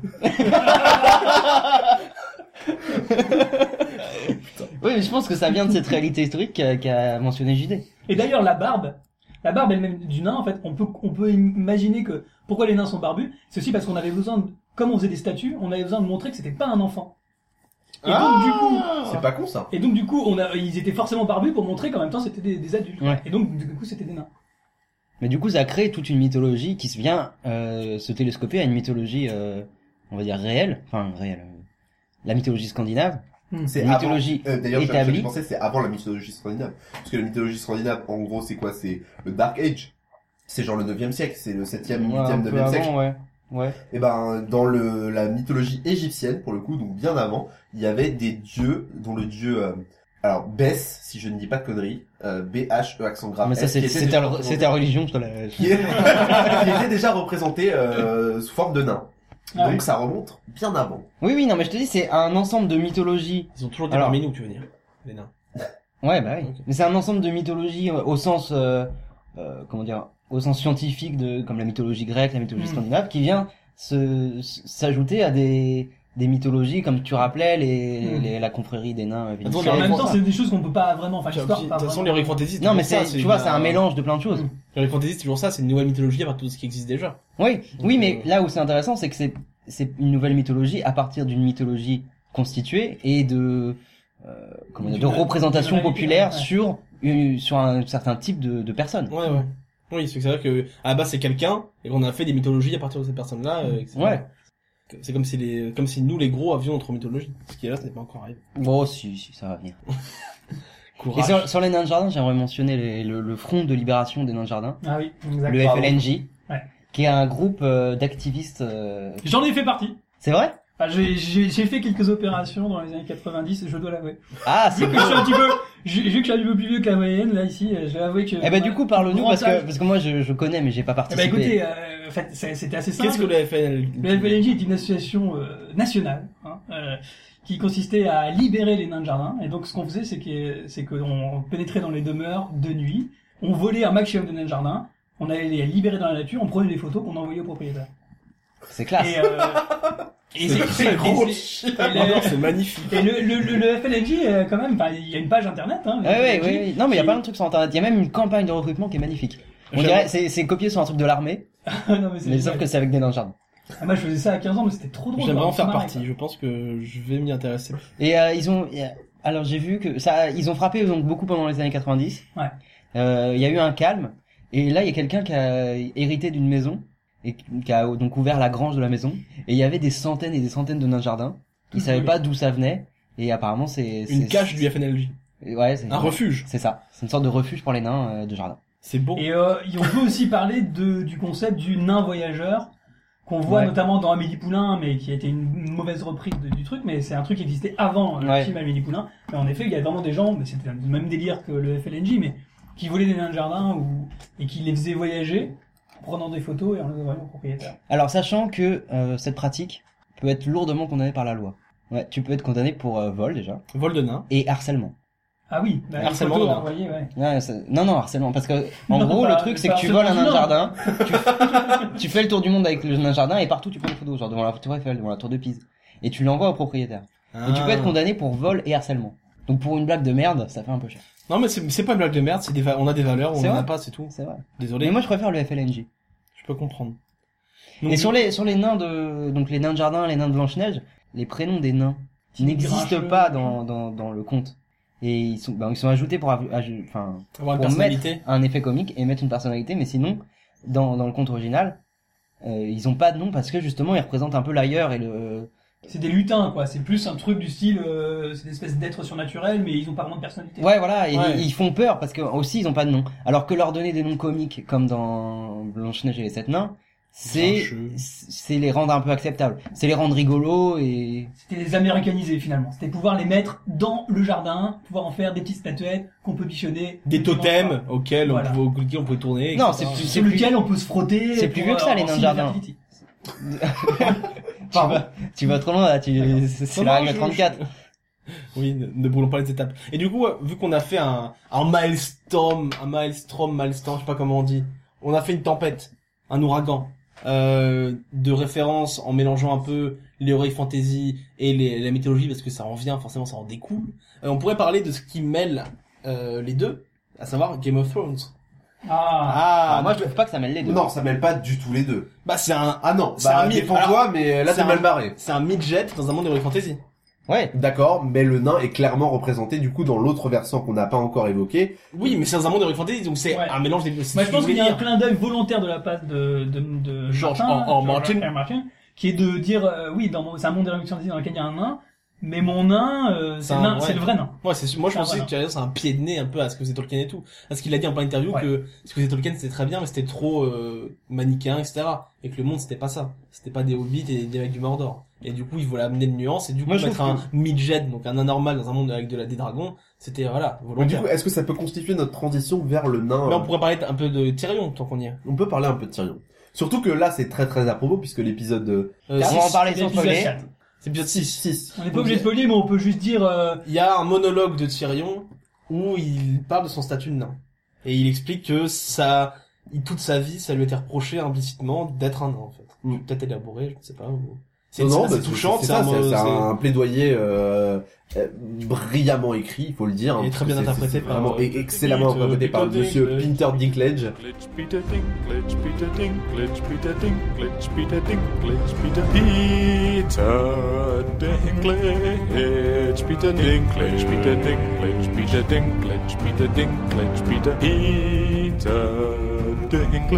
C: Oui, mais je pense que ça vient de cette réalité historique qu'a qu'a mentionné JD.
E: Et d'ailleurs, la barbe, la barbe elle-même du nain, en fait, on peut, on peut imaginer que pourquoi les nains sont barbus, c'est aussi parce qu'on avait besoin, de- comme on faisait des statues, on avait besoin de montrer que c'était pas un enfant. Et donc, du coup,
D: C'est pas con, ça.
E: et donc, du coup, on a, ils étaient forcément barbus pour montrer qu'en même temps c'était des, des adultes.
C: Ouais.
E: Et donc, du coup, c'était des nains.
C: Mais du coup, ça crée toute une mythologie qui se vient euh, se télescoper à une mythologie, euh, on va dire réelle, enfin réelle, euh, la mythologie scandinave.
D: C'est
C: Une
D: avant-
C: mythologie
D: euh, D'ailleurs,
C: établie.
D: je pensais c'est avant la mythologie scandinave. Parce que la mythologie scandinave, en gros, c'est quoi C'est le Dark Age. C'est genre le 9e siècle, c'est le 7e, 8e,
C: Ouais, un peu
D: 9e siècle.
C: avant, ouais. Ouais.
D: Et ben, dans le, la mythologie égyptienne, pour le coup, donc bien avant, il y avait des dieux, dont le dieu, euh, alors, Bes, si je ne dis pas de conneries, euh, B-H-E accent grave.
C: Ah, mais ça,
D: S,
C: c'est
D: qui était
C: c'est
D: déjà
C: ta, c'est ta
D: représenté-
C: religion, je te la...
D: qui, est- qui était déjà représenté, euh, sous forme de nain.
E: Ah
D: donc
E: oui.
D: ça remonte bien avant.
C: Oui, oui, non, mais je te dis, c'est un ensemble de mythologies.
B: Ils ont toujours été
C: Alors.
B: parmi nous, tu veux dire. Les nains.
C: Ouais, bah oui.
B: Ok.
C: Mais c'est un ensemble de mythologies euh, au sens, euh, euh, comment dire, au sens scientifique de, comme la mythologie grecque, la mythologie
E: Mm.
C: scandinave, qui vient se s- s'ajouter à des des mythologies comme tu rappelais les,
E: Mm.
C: les- la confrérie des nains. euh,
B: Hmm. Attends,
E: Et en
C: vénitiennes.
E: même
B: Pour
E: temps,
B: ça.
E: c'est des choses qu'on peut pas vraiment, enfin,
B: Puis,
E: l'histoire
B: De
E: pas
B: toute façon,
E: vraiment-
B: l'héroïque fantasy. c'est
C: non, mais
B: toujours ça,
C: c'est, tu vois,
B: une-
C: c'est un mélange de plein de choses.
E: Mm.
B: L'héroïque fantasy, c'est toujours ça. C'est une nouvelle mythologie à partir de ce qui existe déjà.
C: Oui, oui,
B: euh,
C: mais là où c'est intéressant, c'est que c'est c'est une nouvelle mythologie à partir d'une mythologie constituée et de euh, comment dire, de
E: D'une-
C: représentation
E: d'une réalité,
C: populaire
E: ouais.
C: sur une, sur un certain type de, de personnes.
B: Ouais, ouais. Oui, c'est vrai que à la base c'est quelqu'un et qu'on a fait des mythologies à partir de cette personne-là. euh, etc.
C: Ouais.
B: C'est comme si les, comme si nous les gros avions notre mythologie. Ce qui est là, ce n'est pas encore arrivé.
C: Oh, si, si, ça va venir. Et
B: Courage.
C: sur, sur les nains de jardin, j'aimerais mentionner les- le, le front de libération des nains de jardin,
E: Ah oui, exact.
C: le
D: Pardon.
C: FLNJ,
E: Ouais.
C: qui est un groupe euh, d'activistes. euh,
E: J'en ai fait partie.
C: C'est vrai
E: Enfin, j'ai- j'ai j'ai fait quelques opérations dans les années 90, je dois l'avouer.
C: Ah, c'est
E: Vu que je suis un petit peu, j'ai- vu que je suis un petit peu plus vieux que la moyenne, là, ici, euh, je vais avouer que...
C: Eh ben du coup, parle-nous
E: Grand
C: parce que
E: âge.
C: parce que moi je, je connais mais j'ai pas
E: Eh
C: participé.
E: ben écoutez, euh, en fait, c'est- c'était assez simple.
B: Qu'est-ce que le FNL
E: Le FLNJ est une association euh, nationale hein, euh, qui consistait à libérer les nains de jardin. Et donc, ce qu'on faisait, c'est que c'est qu'on pénétrait dans les demeures de nuit, on volait un maximum de nains de jardin, on allait les libérer dans la nature, on prenait des photos qu'on envoyait au propriétaire.
C: C'est classe.
E: Et, euh, et c'est c'est gros. Et le-
B: Ah, c'est magnifique.
E: et le, le, le, le FLNJ, euh, quand même, enfin, il y a une page internet. Hein, le
C: Ouais, ouais,
E: FLNJ.
C: ouais, ouais. Non, mais il y a
E: qui-
C: plein de trucs sur Internet. Il y a même une campagne de recrutement qui est magnifique. On
B: J'avoue.
C: dirait, c'est, c'est copié sur un truc de l'armée,
E: non, mais c'est
C: mais
E: génial.
C: sauf que c'est avec des nains de jardin.
E: Ah, Moi, je faisais ça à 15 ans, mais c'était trop drôle. hein,
B: J'aimerais
E: quoi,
B: en
E: on se
B: faire
E: marrait,
B: partie. Je pense que je vais m'y intéresser.
C: Et euh, ils ont, euh, alors j'ai vu que ça, ils ont frappé donc beaucoup pendant les années 90.
E: Ouais.
C: Euh, Il y a eu un calme, et là il y a quelqu'un qui a hérité d'une maison et qui a donc ouvert la grange de la maison, et il y avait des centaines et des centaines de nains de jardin. Ils
E: Mhm.
C: savaient pas d'où ça venait, et apparemment c'est, c'est
B: Une cache du FNLJ.
C: Ouais, c'est
B: Un refuge.
C: C'est ça. C'est une sorte de refuge pour les nains euh, de jardin.
B: C'est beau.
E: quoi. Et euh, et on peut aussi parler de, du concept du nain voyageur qu'on voit
C: Ouais.
E: notamment dans Amélie Poulain, mais qui a été une mauvaise reprise de- du truc, mais c'est un truc qui existait avant euh,
C: Ouais.
E: le film Amélie Poulain. Et en effet, il y a vraiment des gens, mais c'était le même délire que le FLNJ, mais qui volaient des nains de jardin ou, et qui les faisaient voyager en prenant des photos et en les envoyant au propriétaire.
C: Alors, sachant que euh, cette pratique peut être lourdement condamnée par la loi. Ouais, tu peux être condamné pour euh, vol déjà
B: Vol de nain.
C: et harcèlement.
E: Ah oui, bah, les
B: Harcèlement
E: photos
B: de nains.
E: envoyées, ouais.
C: Ouais, ça- Non, non, harcèlement, parce que en
E: Non,
C: gros,
E: pas-
C: le truc, c'est
E: pas
C: que tu voles un nain de
E: harcèlement.
C: jardin, tu... tu fais le tour du monde avec le nain de jardin et partout tu prends des photos, genre devant la tour Eiffel, devant la tour de Pise, et tu l'envoies au propriétaire. Et
B: Ah. Euh,
C: tu peux être condamné pour vol et harcèlement. Donc pour une blague de merde, ça fait un peu cher.
B: Non mais c'est c'est pas une blague de merde. C'est des va- on a des valeurs, on
C: C'est
B: en a
C: vrai.
B: pas, c'est tout.
C: C'est vrai.
B: Désolé.
C: Mais moi, je préfère le FLNJ.
B: je peux comprendre.
C: Et sur les sur les nains de donc les nains de jardin, les nains de Blanche Neige, les prénoms des nains n'existent
E: Grincheux.
C: pas dans, dans dans le conte et ils sont ben, ils sont ajoutés pour av- aj- enfin
B: avoir une
C: pour
B: personnalité.
C: mettre un effet comique et mettre une personnalité, mais sinon dans dans le conte original euh, ils ont pas de nom parce que justement ils représentent un peu l'ailleurs et le
E: C'est des lutins, quoi. C'est plus un truc du style, euh, c'est une espèce d'être surnaturel, mais ils ont pas vraiment de personnalité.
C: ouais voilà et
B: Ouais.
C: ils ils font peur parce que aussi ils ont pas de nom alors que leur donner des noms comiques comme dans Blanche Neige et les sept nains c'est
B: Grincheux.
C: c'est les rendre un peu acceptables c'est les rendre rigolos et
E: C'était les américaniser, finalement. C'était pouvoir les mettre dans le jardin, pouvoir en faire des petites statuettes qu'on peut bichonner.
B: Des totems auxquels
E: Voilà.
B: on pouvait, auxquels on pouvait tourner.
C: Non,
B: etc.
C: c'est plus-
E: Sur lequel on peut se frotter.
C: C'est plus
E: pour,
C: vieux que ça,
E: euh,
C: les
E: en
C: nains de jardin.
E: civility.
C: tu, vas, tu vas trop loin là, tu... c'est
B: Non,
C: la
B: non,
C: règle
B: je-
C: 34.
B: Oui, ne, ne brûlons pas les étapes. Et du coup, euh, vu qu'on a fait un, un maelstrom, un maelstrom, maelstrom, je sais pas comment on dit, on a fait une tempête, un ouragan, euh, de référence en mélangeant un peu l'héroïque fantasy et les- la mythologie, parce que ça en vient, forcément ça en découle, Euh, on pourrait parler de ce qui mêle euh, les deux, à savoir Game of Thrones.
E: Ah,
B: Ah,
C: Alors, moi, je trouve pas que ça mêle les deux.
D: Non, ça mêle pas du tout les deux.
B: bah c'est un,
D: Ah non,
B: C'est
D: bah
B: un mythe.
D: dépend
B: Alors,
D: toi, mais là
B: c'est
D: t'es
B: un-
D: mal barré.
B: c'est un midget dans un monde d'héroïque fantasy.
C: Ouais.
D: D'accord, mais le nain est clairement représenté du coup dans l'autre versant qu'on n'a pas encore évoqué.
B: Oui, mais c'est dans un monde d'héroïque fantasy, donc c'est
E: Ouais.
B: un mélange des deux.
E: moi je pense qu'il y a un clin d'œil volontaire de la part de, de, de
B: George
E: Martin,
B: R. R.
E: George
B: Martin.
E: R. Martin, qui est de dire, euh, oui, dans mon, c'est un monde d'Heroic Fantasy dans lequel il y a un nain, mais mon nain, euh,
B: C'est
E: c'est
B: un
E: le nain-
B: vrai.
E: c'est le vrai nain.
B: Moi, c'est, moi, je
E: Ah,
B: pensais
E: voilà.
B: que Tyrion, c'est un pied de nez un peu à ce que faisait Tolkien et tout. Parce qu'il a dit en plein interview
E: Ouais.
B: que ce que faisait Tolkien, c'était très bien, mais c'était trop euh, manichéen, etc. Et que le monde, c'était pas ça. C'était pas des hobbits et des mecs du Mordor. Et du coup, il voulait amener une nuance. Et du coup,
C: Moi, je
B: mettre un
C: trouve
B: midget, donc un anormal dans un monde avec de la, des dragons, c'était, voilà,
D: Donc, du
B: volontaire.
D: coup, est-ce que ça peut constituer notre transition vers le nain
B: Là,
D: euh,
B: on pourrait parler un peu de Tyrion, tant qu'on y est.
D: On peut parler un peu de Tyrion. Surtout que là, c'est très très à propos puisque l'épisode euh,
B: Euh,
C: on
B: six-
C: va en parler sans
E: L'épisode
C: spoiler.
E: quatre.
B: c'est épisode 6.
D: 6.
E: On n'est pas obligé de spoiler, mais on peut juste dire, euh,
B: Il y a un monologue de Tyrion où il parle de son statut de nain. Et il explique que ça, il- toute sa vie, ça lui était reproché implicitement d'être un nain, en fait.
D: Mm.
B: Peut-être élaboré, je sais pas. ou- C'est
D: Non, non,
B: c'est-
D: bah,
B: c'est touchant,
D: c'est ça,
B: un mo-
D: c'est- c'est
B: c'est-
D: un plaidoyer euh, euh, brillamment écrit, il faut le dire. hein,
B: Et très
D: parce
B: bien
D: que c'est-
B: interprété
D: c'est
B: par,
D: vraiment
B: euh,
D: et excellemment
B: Peter
D: interprété par
B: Dinklage.
D: Monsieur Peter Dinklage.
F: Glitch Peter Dinklage, Peter Dinklage, Peter Dinklage, Peter Dinklage, Peter Peter Dinklage, Peter Dinklage, Peter Dinklage, Peter Dinklage, Peter Dinklage, Peter Peter Dinklage,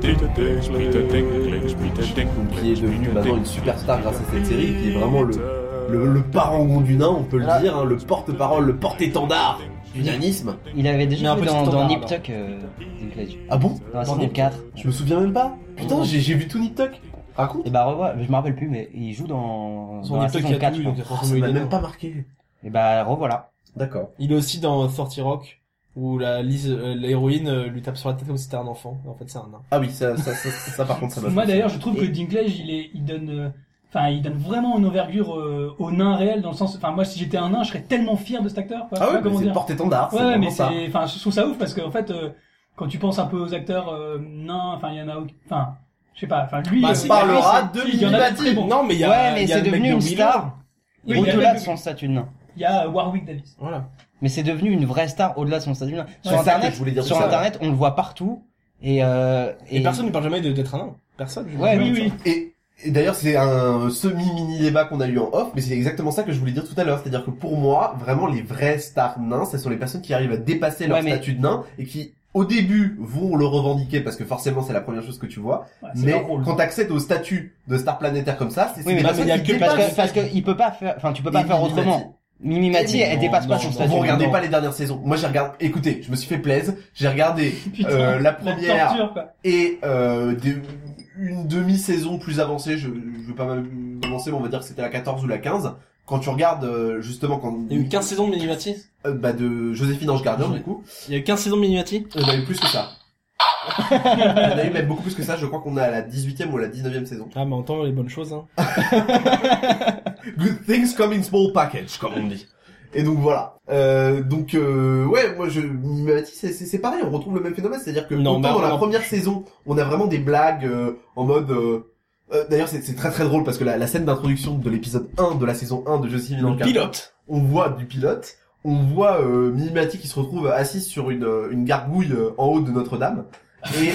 F: Peter Dinklage, Peter Dinklage, Peter Dinklage,
D: qui est devenu
F: Peter
D: maintenant une
F: Dinklage,
D: superstar grâce à cette
F: Peter
D: série, qui est vraiment le- Le, le parangon du nain, on peut le dire, hein, le porte-parole, le porte-étendard du nanisme.
C: Il avait
B: Mais un
C: déjà joué
B: petit
C: dans, dans
B: standard,
C: Nip
B: alors.
C: Tuck, euh, Dinklage.
D: Ah bon
C: Dans la
D: Dans
C: saison
D: Nip-
C: 4.
D: Je me souviens même pas. Putain, j'ai j'ai vu tout Nip Tuck. Raconte.
C: Et bah, revois, je me rappelle plus, mais il joue dans,
B: Son
C: dans la
B: époque, il
C: saison
B: a
C: 4,
B: tout
C: je
B: eu,
C: pense.
B: donc
D: Oh,
B: forcément,
D: ça
B: il
D: m'a
B: est
D: même
B: dedans.
D: pas marqué.
C: Et bah, revoilà.
D: D'accord.
B: Il est aussi dans 30 Rock, où la Lise, euh, l'héroïne euh, lui tape sur la tête comme si c'était un enfant. En fait, c'est un nain.
D: Ah oui, ça, ça, ça, ça, ça, par contre, ça m'a
E: moi
D: fait-
E: d'ailleurs, je trouve que
C: Et-
E: Dinklage, il est, il donne, euh, enfin, il donne vraiment une envergure euh, au nain réel dans le sens, enfin, moi, si j'étais un nain, je serais tellement fier de cet acteur. quoi. Je sais
D: Ah
E: pas
D: oui, mais
E: comment
D: c'est le
E: dire.
D: porte-étendard, c'est
E: Ouais, ouais, mais
D: vraiment ça.
E: c'est, enfin, je trouve ça ouf parce qu'en fait, euh, quand tu penses un peu aux acteurs euh, nains, enfin, il y en a, au- enfin, je sais pas, enfin, lui,
B: Bah,
E: euh,
B: c'est-
D: On parlera
E: lui,
D: de
E: c'est- il y en a de
D: Minimati.
E: très bons.
B: Non, mais il y a,
C: ouais, mais
B: il y a
C: c'est
B: le mec
C: devenu
B: de
C: une
B: Willow.
C: star.
E: Oui, il y a
C: Au-delà
E: le-
C: de son statut de nain.
E: Il y a Warwick Davis.
B: Voilà.
C: Mais c'est devenu une vraie star au-delà de son statut de nain. Sur
E: Ouais, c'est ça
D: que
C: internet,
D: je voulais dire
C: sur
D: tout ça.
C: internet, on le voit partout. Et, euh,
B: Et, personne ne parle jamais de- d'être un nain. Personne. je-
C: Ouais,
E: oui,
C: non,
E: oui.
D: Et, et d'ailleurs, c'est un semi-mini débat qu'on a eu en off, mais c'est exactement ça que je voulais dire tout à l'heure. C'est-à-dire que pour moi, vraiment, les vrais stars nains, ce sont les personnes qui arrivent à dépasser leur
C: Ouais, mais-
D: statut de nain et qui, au début, vont le revendiquer parce que forcément, c'est la première chose que tu vois.
C: Ah,
E: Ouais, c'est
D: mais
E: leur rôle.
D: quand t'accèdes au statut de star planétaire comme ça, c'est c'est
C: Oui, mais
D: des
C: parce
D: personnes
C: que,
D: qui
C: parce que,
D: dépassent
C: parce que il peut pas faire, enfin, tu peux pas
D: les
C: faire
D: Illuminati.
C: autrement. Mimi Mati,
B: Eh, mais
C: elle
B: non,
C: dépasse pas
B: non,
C: son
B: non.
C: statut.
D: Vous
C: de
D: regardez
C: nain.
D: pas les dernières saisons. Moi, j'ai regardé. Écoutez, je me suis fait plaise. J'ai regardé
E: Putain,
D: euh, la
E: La
D: première
E: torture, quoi.
D: et euh, des- une demi-saison plus avancée, je, je veux pas m'avancer, mais on va dire que c'était la 14 ou la 15. Quand tu regardes euh, justement quand
B: Il y a eu 15 saisons de Minimati.
D: euh, bah, de Joséphine Ange Gardien
B: Ouais.
D: du coup,
B: Il y a eu 15 saisons de Minimati.
D: on a eu plus que ça. on a eu même beaucoup plus que ça, je crois qu'on est à la 18e ou à la 19e saison.
B: Ah, mais entend les bonnes choses, hein.
D: Good things come in small package, comme on dit. Et donc voilà. Euh, donc euh, ouais, moi je Mimimati, c'est c'est c'est pareil, on retrouve le même phénomène, c'est-à-dire que
B: Non,
D: autant
B: mais
D: dans la
B: on-
D: première saison, on a vraiment des blagues euh, en mode. euh, euh, D'ailleurs, c'est c'est très très drôle parce que la, la scène d'introduction de l'épisode 1 de la saison 1 de Joséphine
B: Le
D: Ange Gardien,
B: pilote.
D: on voit du pilote, on voit euh, Mimimati qui se retrouve assise sur une euh, une gargouille euh, en haut de Notre-Dame. Et,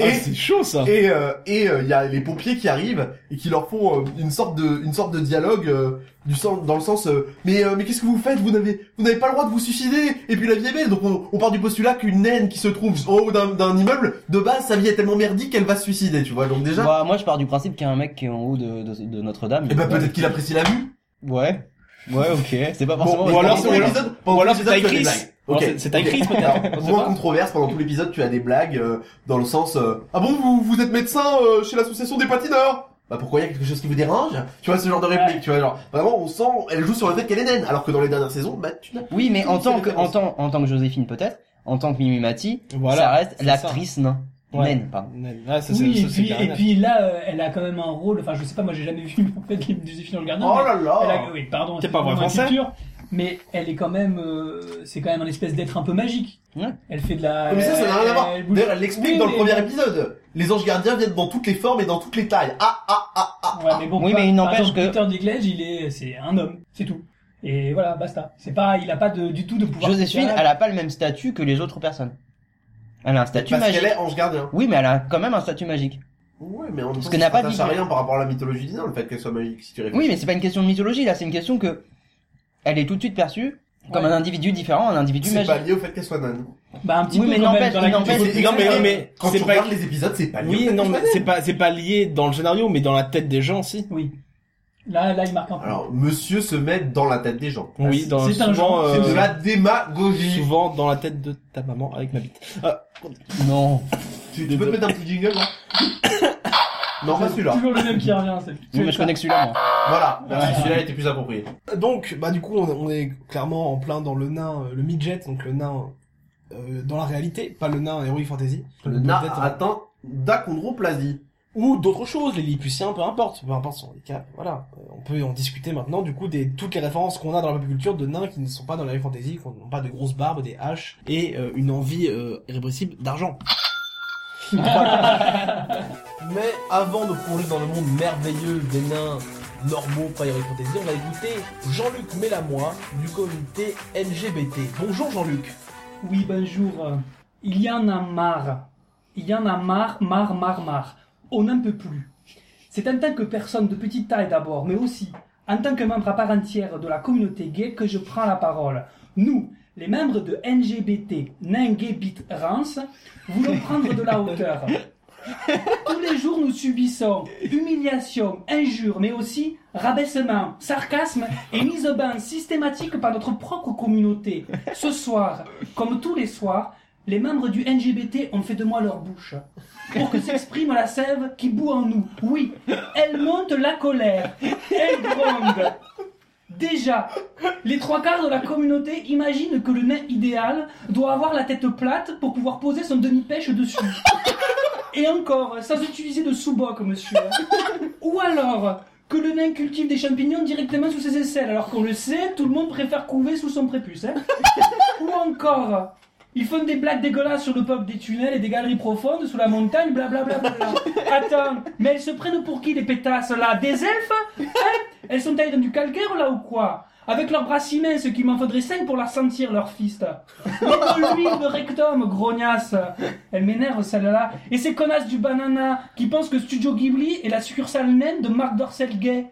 B: Ah,
D: et
B: c'est chaud, ça.
D: et euh, et euh, il y a les pompiers qui arrivent et qui leur font euh, une sorte de une sorte de dialogue euh, du sens dans le sens euh, mais euh, mais qu'est-ce que vous faites vous n'avez vous n'avez pas le droit de vous suicider et puis la vie est belle donc on, on part du postulat qu'une naine qui se trouve en haut d'un d'un immeuble de base sa vie est tellement merdique qu'elle va se suicider tu vois donc déjà
C: Bah, moi, je pars du principe qu'il y a un mec qui est en haut de, de, de Notre-Dame.
D: et ben peut-être qu'il apprécie la vue
C: Ouais. Ouais, ok. C'est pas
D: Bon,
C: forcément.
D: mais
B: ou alors-
D: pendant tout
B: ou alors-
D: l'épisode- pendant
B: ou
D: tout
B: alors
D: l'épisode,
B: c'est
D: tu as des
B: Chris.
D: blagues.
B: Alors,
D: Ok,
B: c'est- c'est ta
D: ok.
B: Chris, peut-être.
D: Alors,
B: On sait
D: Moins
B: pas.
D: controverse, pendant tout l'épisode, tu as des blagues euh, dans le sens euh, Ah bon, vous, vous êtes médecin euh, chez l'association des patineurs Bah pourquoi il y a quelque chose qui vous dérange Tu vois, ce genre de réplique,
E: Ouais.
D: tu vois, genre vraiment, on sent, elle joue sur le fait qu'elle est naine, alors que dans les dernières saisons, bah tu n'as
C: Oui, mais en
D: C'est
C: tant
D: la
C: que, en
D: référence.
C: tant, en tant que Joséphine, peut-être. En tant que Mimimati,
B: Voilà,
C: ça reste
B: c'est
C: l'actrice nain.
B: Ouais.
C: Naine, pardon.
B: Naine. Ouais, ça, c'est-
E: Oui,
B: ça, c'est
E: et puis, et
B: carrément.
E: puis là, euh, elle a quand même un rôle. Enfin, je sais pas, moi j'ai jamais vu en fait les Joséphine dans le Gardien.
D: Oh
E: Ah mais
D: là
E: elle
D: là
E: a- oui, pardon,
B: T'es pas
E: c'est
B: vrai
E: vraiment une
B: français.
E: culture, mais elle est quand même, euh, c'est quand même un espèce d'être un peu magique.
C: Ouais.
E: Elle fait de la.
D: Mais ça, ça n'a rien à voir.
E: elle bouge-
D: D'ailleurs, elle l'explique
E: Oui,
D: dans le
E: mais-
D: premier épisode. Les anges gardiens viennent dans toutes les formes et dans toutes les tailles. Ah, ah, ah, ah.
E: Ouais, mais bon,
C: Oui,
E: par-
C: mais il
E: par
C: n'empêche
E: exemple,
C: que-
E: Peter Dinklage, il est, c'est un homme, c'est tout. Et voilà, basta. C'est pas, il a pas de, du tout de
B: Bah,
E: pouvoir.
C: Joséphine,
E: spécial.
C: elle a pas le même statut que les autres personnes. Elle a un statut
D: Parce
C: magique.
D: qu'elle est ange gardien.
C: Oui, mais elle a quand même un statut magique.
D: Ouais, mais en même temps,
C: que
D: ça
C: n'a pas
D: s'attache
C: dit-
D: à rien par rapport à la mythologie d'Inan, le fait qu'elle soit magique, si tu réfléchis.
C: Oui, mais c'est pas une question de mythologie, là, c'est une question que elle est tout de suite perçue comme
E: Ouais.
C: un individu différent, un individu
D: C'est
C: magique.
D: pas lié au fait qu'elle soit naine.
E: Bah, un petit
C: Oui,
E: peu
C: mais
E: quand même
C: n'empêche-
E: dans la
C: n'empêche-
E: culture
B: Non, mais,
E: populaire.
B: mais
D: Quand
B: c'est
D: tu
B: pas.
D: regardes les épisodes, c'est pas lié au
B: Oui,
D: fait
B: non,
D: qu'elle
B: mais
D: soit
B: c'est
D: naine.
B: pas, c'est pas lié dans le scénario, mais dans la tête des gens aussi.
E: Oui. Là, là, il marque un peu.
D: Alors, monsieur se met dans la tête des gens.
B: Oui, dans,
E: c'est un
B: souvent,
E: genre,
B: euh,
D: C'est de la démagogie.
B: souvent dans la tête de ta maman avec ma bite.
C: Non.
D: Tu, tu peux te mettre un petit jingle, là Non, pas celui-là.
E: Toujours le même qui revient, c'est.
C: Oui, mais je connais que celui-là, moi.
D: Voilà, merci, celui-là était plus approprié.
B: Donc, bah du coup, on, on est clairement en plein dans le nain, euh, le midget, donc le nain euh, dans la réalité, pas le nain héroïque fantasy.
D: Le
B: Donc,
D: na
B: peut-être,
D: a atteint d'achondroplasie.
B: ou d'autres choses, les Lilliputiens, peu importe, peu importe son handicap, voilà. Euh, On peut en discuter maintenant, du coup, des toutes les références qu'on a dans la pop culture de nains qui ne sont pas dans la vie fantasy, qui n'ont pas de grosses barbes, des haches, et euh, une envie euh, irrépressible d'argent. Mais avant de plonger dans le monde merveilleux des nains normaux, pas heroic fantasy, on va écouter Jean-Luc Mélamois du comité LGBT. Bonjour Jean-Luc
E: Oui, bonjour. Il y en a marre. Il y en a marre, marre, marre, marre. On n'en peut plus. C'est en tant que personne de petite taille d'abord, mais aussi en tant que membre à part entière de la communauté gay que je prends la parole. Nous, les membres de NGBT, Ningébit Rance, voulons prendre de la hauteur. Tous les jours, nous subissons humiliation, injures, mais aussi rabaissement, sarcasme et mise au bain systématique par notre propre communauté. Ce soir, comme tous les soirs, les membres du NGBT ont fait de moi leur bouche. Pour que s'exprime la sève qui bout en nous. Oui, elle monte la colère. Elle gronde. Déjà, les trois quarts de la communauté imaginent que le nain idéal doit avoir la tête plate pour pouvoir poser son demi-pêche dessus. Et encore, sans utiliser de sous-boc, monsieur. Ou alors, que le nain cultive des champignons directement sous ses aisselles, alors qu'on le sait, tout le monde préfère couver sous son prépuce. hein. Ou encore, ils font des blagues dégueulasses sur le peuple des tunnels et des galeries profondes sous la montagne, blablabla. Attends, mais elles se prennent pour qui les pétasses là Des elfes Hein Elles sont taillées dans du calcaire là ou quoi Avec leurs bras immenses qu'il m'en faudrait cinq pour la sentir, leur fist. Mais de l'huile de rectum, grognasse Elle m'énerve celle-là. Et ces connasses du banana qui pensent que Studio Ghibli est la succursale naine de Marc Dorcel Gay.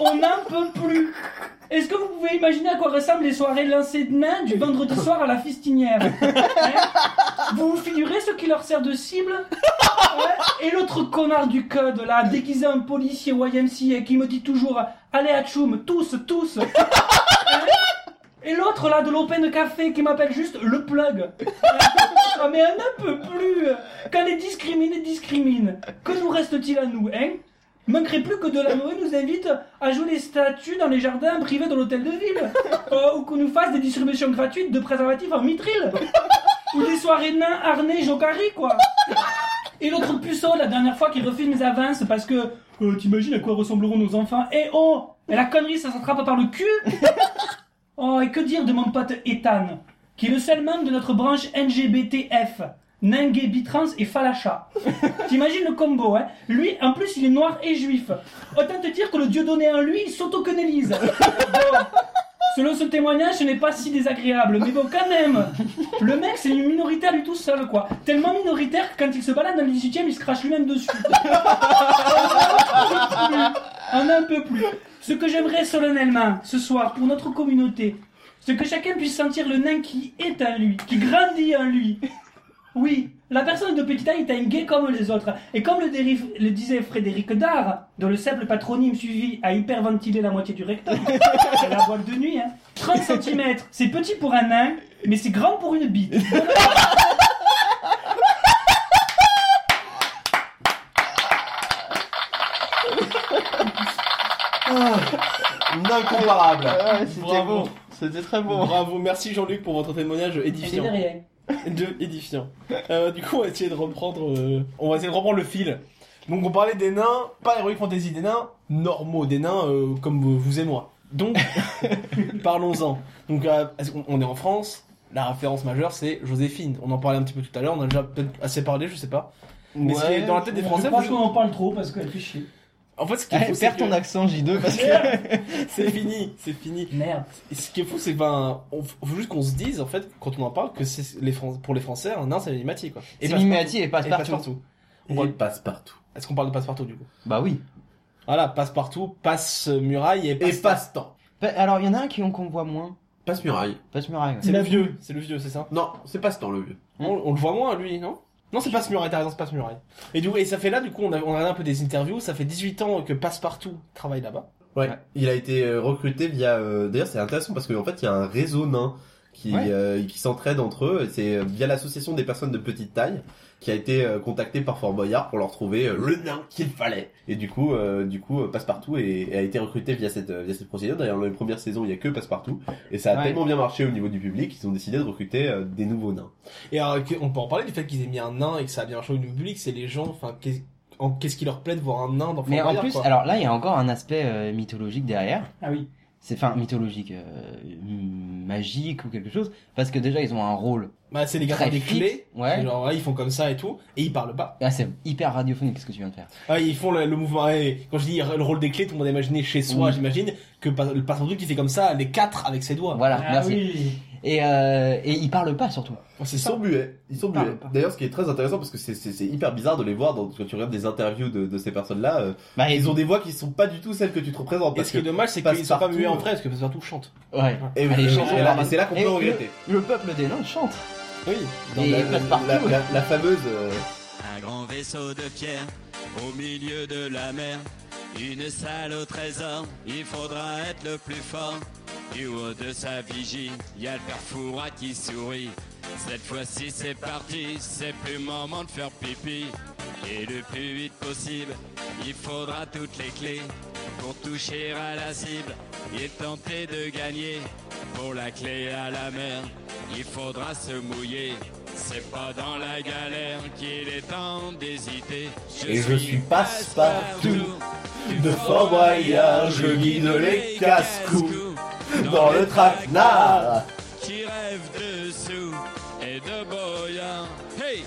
E: On n'en peut plus est-ce que vous pouvez imaginer à quoi ressemblent les soirées lancées de main du vendredi soir à la fistinière Hein Vous vous figurez ce qui leur sert de cible Ouais. Et l'autre connard du code, là, déguisé en policier YMCA, qui me dit toujours « Allez à Tchoum, tous, tous !» Hein Et l'autre, là, de l'Open Café, qui m'appelle juste « Le plug !» Ah mais on n'en peut plus Quand les discriminés discriminent, que nous reste-t-il à nous, hein Manquerait plus que Delanoë nous invite à jouer les statues dans les jardins privés de l'hôtel de ville, Euh, ou qu'on nous fasse des distributions gratuites de préservatifs en mitril, ou des soirées nains, harnais, jocari, quoi. Et l'autre puceau, la dernière fois, qui refuse mes avances parce que euh, t'imagines à quoi ressembleront nos enfants Eh oh Et la connerie, ça s'attrape par le cul Oh, et que dire de mon pote Ethan, qui est le seul membre de notre branche NGBTF Nain, gay, bitrans et falacha. T'imagines le combo, hein Lui, en plus, il est noir et juif. Autant te dire que le dieu donné en lui, il s'autoquenélise. Bon. Selon ce témoignage, ce n'est pas si désagréable, mais bon, quand même Le mec, c'est une minorité à lui tout seul, quoi. Tellement minoritaire que quand il se balade dans le 18 e il se crache lui-même dessus. On n'en peut plus. Ce que j'aimerais solennellement, ce soir, pour notre communauté, c'est que chacun puisse sentir le nain qui est en lui, qui grandit en lui, oui, la personne de petite taille est un gay comme les autres. Et comme le, dérive- le disait Frédéric Dard, dont le simple patronyme suivi a hyperventilé la moitié du rectum, c'est la boîte de nuit, hein. 30 cm, c'est petit pour un nain, mais c'est grand pour une bite.
D: Incomparable.
C: Ah,
B: c'était Bravo. bon.
C: C'était très
D: Ah,
B: Bravo, merci Jean-Luc pour votre témoignage
E: Et c'est
B: édifiant.
E: rien.
B: Dieu édifiant. Euh, du coup, on va essayer de reprendre, euh, on va essayer de reprendre le fil. Donc, on parlait des nains, pas Heroic Fantasy, des nains normaux, des nains euh, comme vous- vous et moi. Donc, parlons-en. Donc, euh, est-ce qu'on- on est en France. La référence majeure, c'est Joséphine. On en parlait un petit peu tout à l'heure. On a déjà peut-être assez parlé, je sais pas. Mais ce qui est dans la tête des Français,
E: Je pense
B: vous-
E: qu'on en parle trop parce qu'elle fait chier.
B: En fait, ce qui est
C: Eh,
B: fou, c'est
C: perds
B: que
C: ton accent J2 parce que
B: c'est fini, c'est fini.
E: Merde.
B: Et ce qui est fou, c'est que ben, on faut juste qu'on se dise en fait quand on en parle que c'est les Fran- pour les Français, un nain c'est un Mimati quoi.
C: et
B: passe-partout.
C: Mimimati et passe
B: Et
C: partout.
B: passe-partout.
D: On
B: Ouais.
D: passe partout.
B: Est-ce qu'on parle de passe-partout du coup
C: Bah oui.
B: Voilà, passe-partout, passe-muraille et
D: Et
B: passe...
D: passe-temps.
C: Pa- Bah, Alors il y en a un qui on qu'on voit moins.
D: Passe-muraille.
C: Passe muraille.
B: C'est
E: La-
B: le vieux, c'est le vieux, c'est ça
D: Non, c'est passe-temps le vieux.
B: on, on le voit moins lui, non Non, c'est passe-muraille, t'as raison, c'est passe-muraille. Et, du coup- et ça fait là, du coup, on a, on a un peu des interviews, ça fait 18 ans que passe-partout travaille là-bas.
D: Ouais.
C: Ouais.
D: Il a été euh, recruté via. euh, D'ailleurs, c'est intéressant parce qu'en fait, il y a un réseau nain qui
C: Ouais.
D: euh, qui s'entraide entre eux. Et C'est euh, via l'association des personnes de petite taille qui a été euh, contacté par Fort Boyard pour leur trouver euh, le nain qu'il fallait. Et du coup, euh, du coup, euh, passe-partout et, et a été recruté via cette euh, via cette procédure. D'ailleurs, dans les premières saisons, il y a que passe-partout et ça a
C: Ouais.
D: tellement bien marché au niveau du public qu'ils ont décidé de recruter euh, des nouveaux nains.
B: Et alors, que- on peut en parler du fait qu'ils aient mis un nain et que ça a bien changé au niveau public, c'est les gens, enfin, qu'est- en- qu'est-ce qui leur plaît de voir un nain dans Fort
C: Mais en
B: Boyard,
C: plus,
B: quoi.
C: alors là il y a encore un aspect euh, mythologique derrière.
E: Ah oui.
C: C'est enfin mythologique, euh, magique ou quelque chose. Parce que déjà ils ont un rôle.
B: Bah, c'est les gars qui ont
C: Très
B: des
C: fit,
B: clés.
C: ouais.
B: Et Genre, là, ils font comme ça et tout. Et ils parlent pas.
C: Ah c'est hyper radiophonique ce que tu viens de faire.
B: Ah, ils font le, le mouvement. et quand je dis le rôle des clés, tout le monde a imaginé chez soi,
C: Oui.
B: j'imagine. Que pas- le passant truc qui fait comme ça, les quatre avec ses doigts.
C: Voilà,
E: Ah
C: merci.
E: oui.
C: Et euh, et ils parlent pas surtout.
B: Oh, c'est
D: Ils sont
B: ça.
D: buets. Ils sont
C: Pardon,
D: buets.
C: pardon.
D: D'ailleurs, ce qui est très intéressant parce que c'est c'est- c'est hyper bizarre de les voir dans, quand tu regardes des interviews de, de ces personnes-là. euh,
C: Bah
D: ils ont des voix qui sont pas du tout celles que tu te représentes.
B: Et
D: Parce
B: ce
D: que
B: qui est dommage, c'est qu'ils sont pas
D: Passepartout,
B: muets en
D: euh,
B: vrai, parce que Passepartout chante.
C: Ouais.
D: Et, Eh oui,
C: Allez,
D: et
C: chansons,
D: là-
C: pardon.
D: et c'est là qu'on
C: Et
D: peut
C: le-
D: regretter.
C: Le peuple des nains chante.
B: Oui.
C: et
D: la,
C: passe-partout.
D: la- la- la fameuse. euh,
G: Un grand vaisseau de pierre au milieu de la mer. Une salle au trésor, il faudra être le plus fort. Du haut de sa vigie, il y a le père Fourat qui sourit. Cette fois-ci c'est parti, c'est plus moment de faire pipi. Et le plus vite possible, il faudra toutes les clés. Pour toucher à la cible et tenter de gagner. Pour la clé à la mer, il faudra se mouiller. C'est pas dans la galère qu'il est temps d'hésiter.
D: Et je suis passe-partout de Fort Boyard,
G: voyage,
D: je guide les casse-cou dans le traquenard.
G: Qui rêve de sous et de boyard. Hey,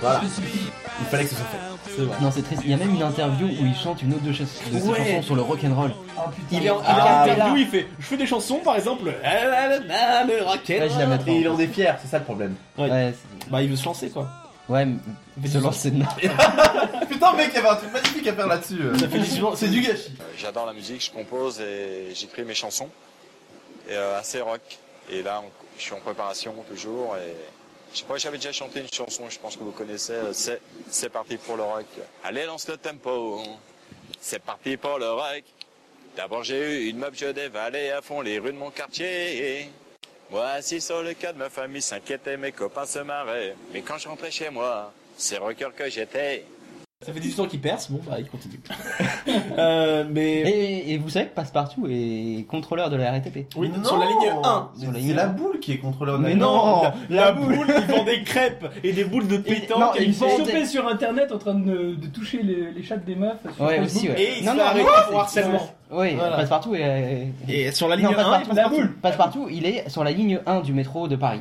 D: Voilà.
G: je suis
D: Il fallait que ce soit fait.
G: passe-partout.
B: C'est vrai.
C: Non, c'est triste. Il y a même une interview où il chante une autre de, chansons de ses
B: Ouais.
C: chansons sur le rock'n'roll.
E: Ah putain.
C: Il est en-
B: Ah,
C: il est
B: interview,
C: là.
B: il fait. Je fais des chansons, par exemple. Ah, Le
C: Là,
B: racket.
C: je la mettrai.
D: Et il en est fier, c'est ça le problème.
C: Ouais, c'est-
B: Bah, il veut se lancer, quoi.
C: ouais mais-
B: Mais
C: se
B: dis-
C: lancer de
D: Putain, mec, il y avait un truc magnifique à faire là-dessus. euh.
B: Ça fait 18 ans.
D: C'est du gâchis.
H: Euh, J'adore la musique, je compose et j'écris mes chansons. Et euh, assez rock. Et là, on- je suis en préparation toujours. Et je sais pas, j'avais déjà chanté une chanson, je pense que vous connaissez. euh, C'est c'est parti pour le rock. Allez, lance le tempo. C'est parti pour le rock. D'abord, j'ai eu une meuf, je dévalais à fond les rues de mon quartier. Moi, assis sur le cas de ma famille, s'inquiétait, mes copains se marraient. Mais quand je rentrais chez moi, c'est rocker que j'étais.
B: Ça fait 18 ans qu'il perce. Bon, bah, il continue. Euh, mais.
C: Et, et vous savez que Passepartout est contrôleur de la RATP.
B: Oui,
D: Non.
B: sur la ligne 1.
D: Mais C'est la boule qui est contrôleur de la
C: Mais
D: ligne.
C: non,
B: La boule, ils vendent des crêpes et des boules de pétanque.
C: non,
B: et
C: ils
B: ils
E: Il est
C: vendent-
B: vendent.
E: chopé sur internet en train de, de toucher les, les chattes des meufs. Sur
C: Ouais,
E: Facebook.
C: aussi, ouais.
B: Et ils
C: Non,
B: se
C: non,
B: font arrêter
C: non,
B: pour harcèlement.
C: Oui,
B: Voilà.
C: Passepartout est.
B: Et sur la
C: Non,
B: ligne 1,
C: Passepartout,
E: la
C: Passepartout-
E: boule.
C: Passepartout, il est sur la ligne 1 du métro de Paris.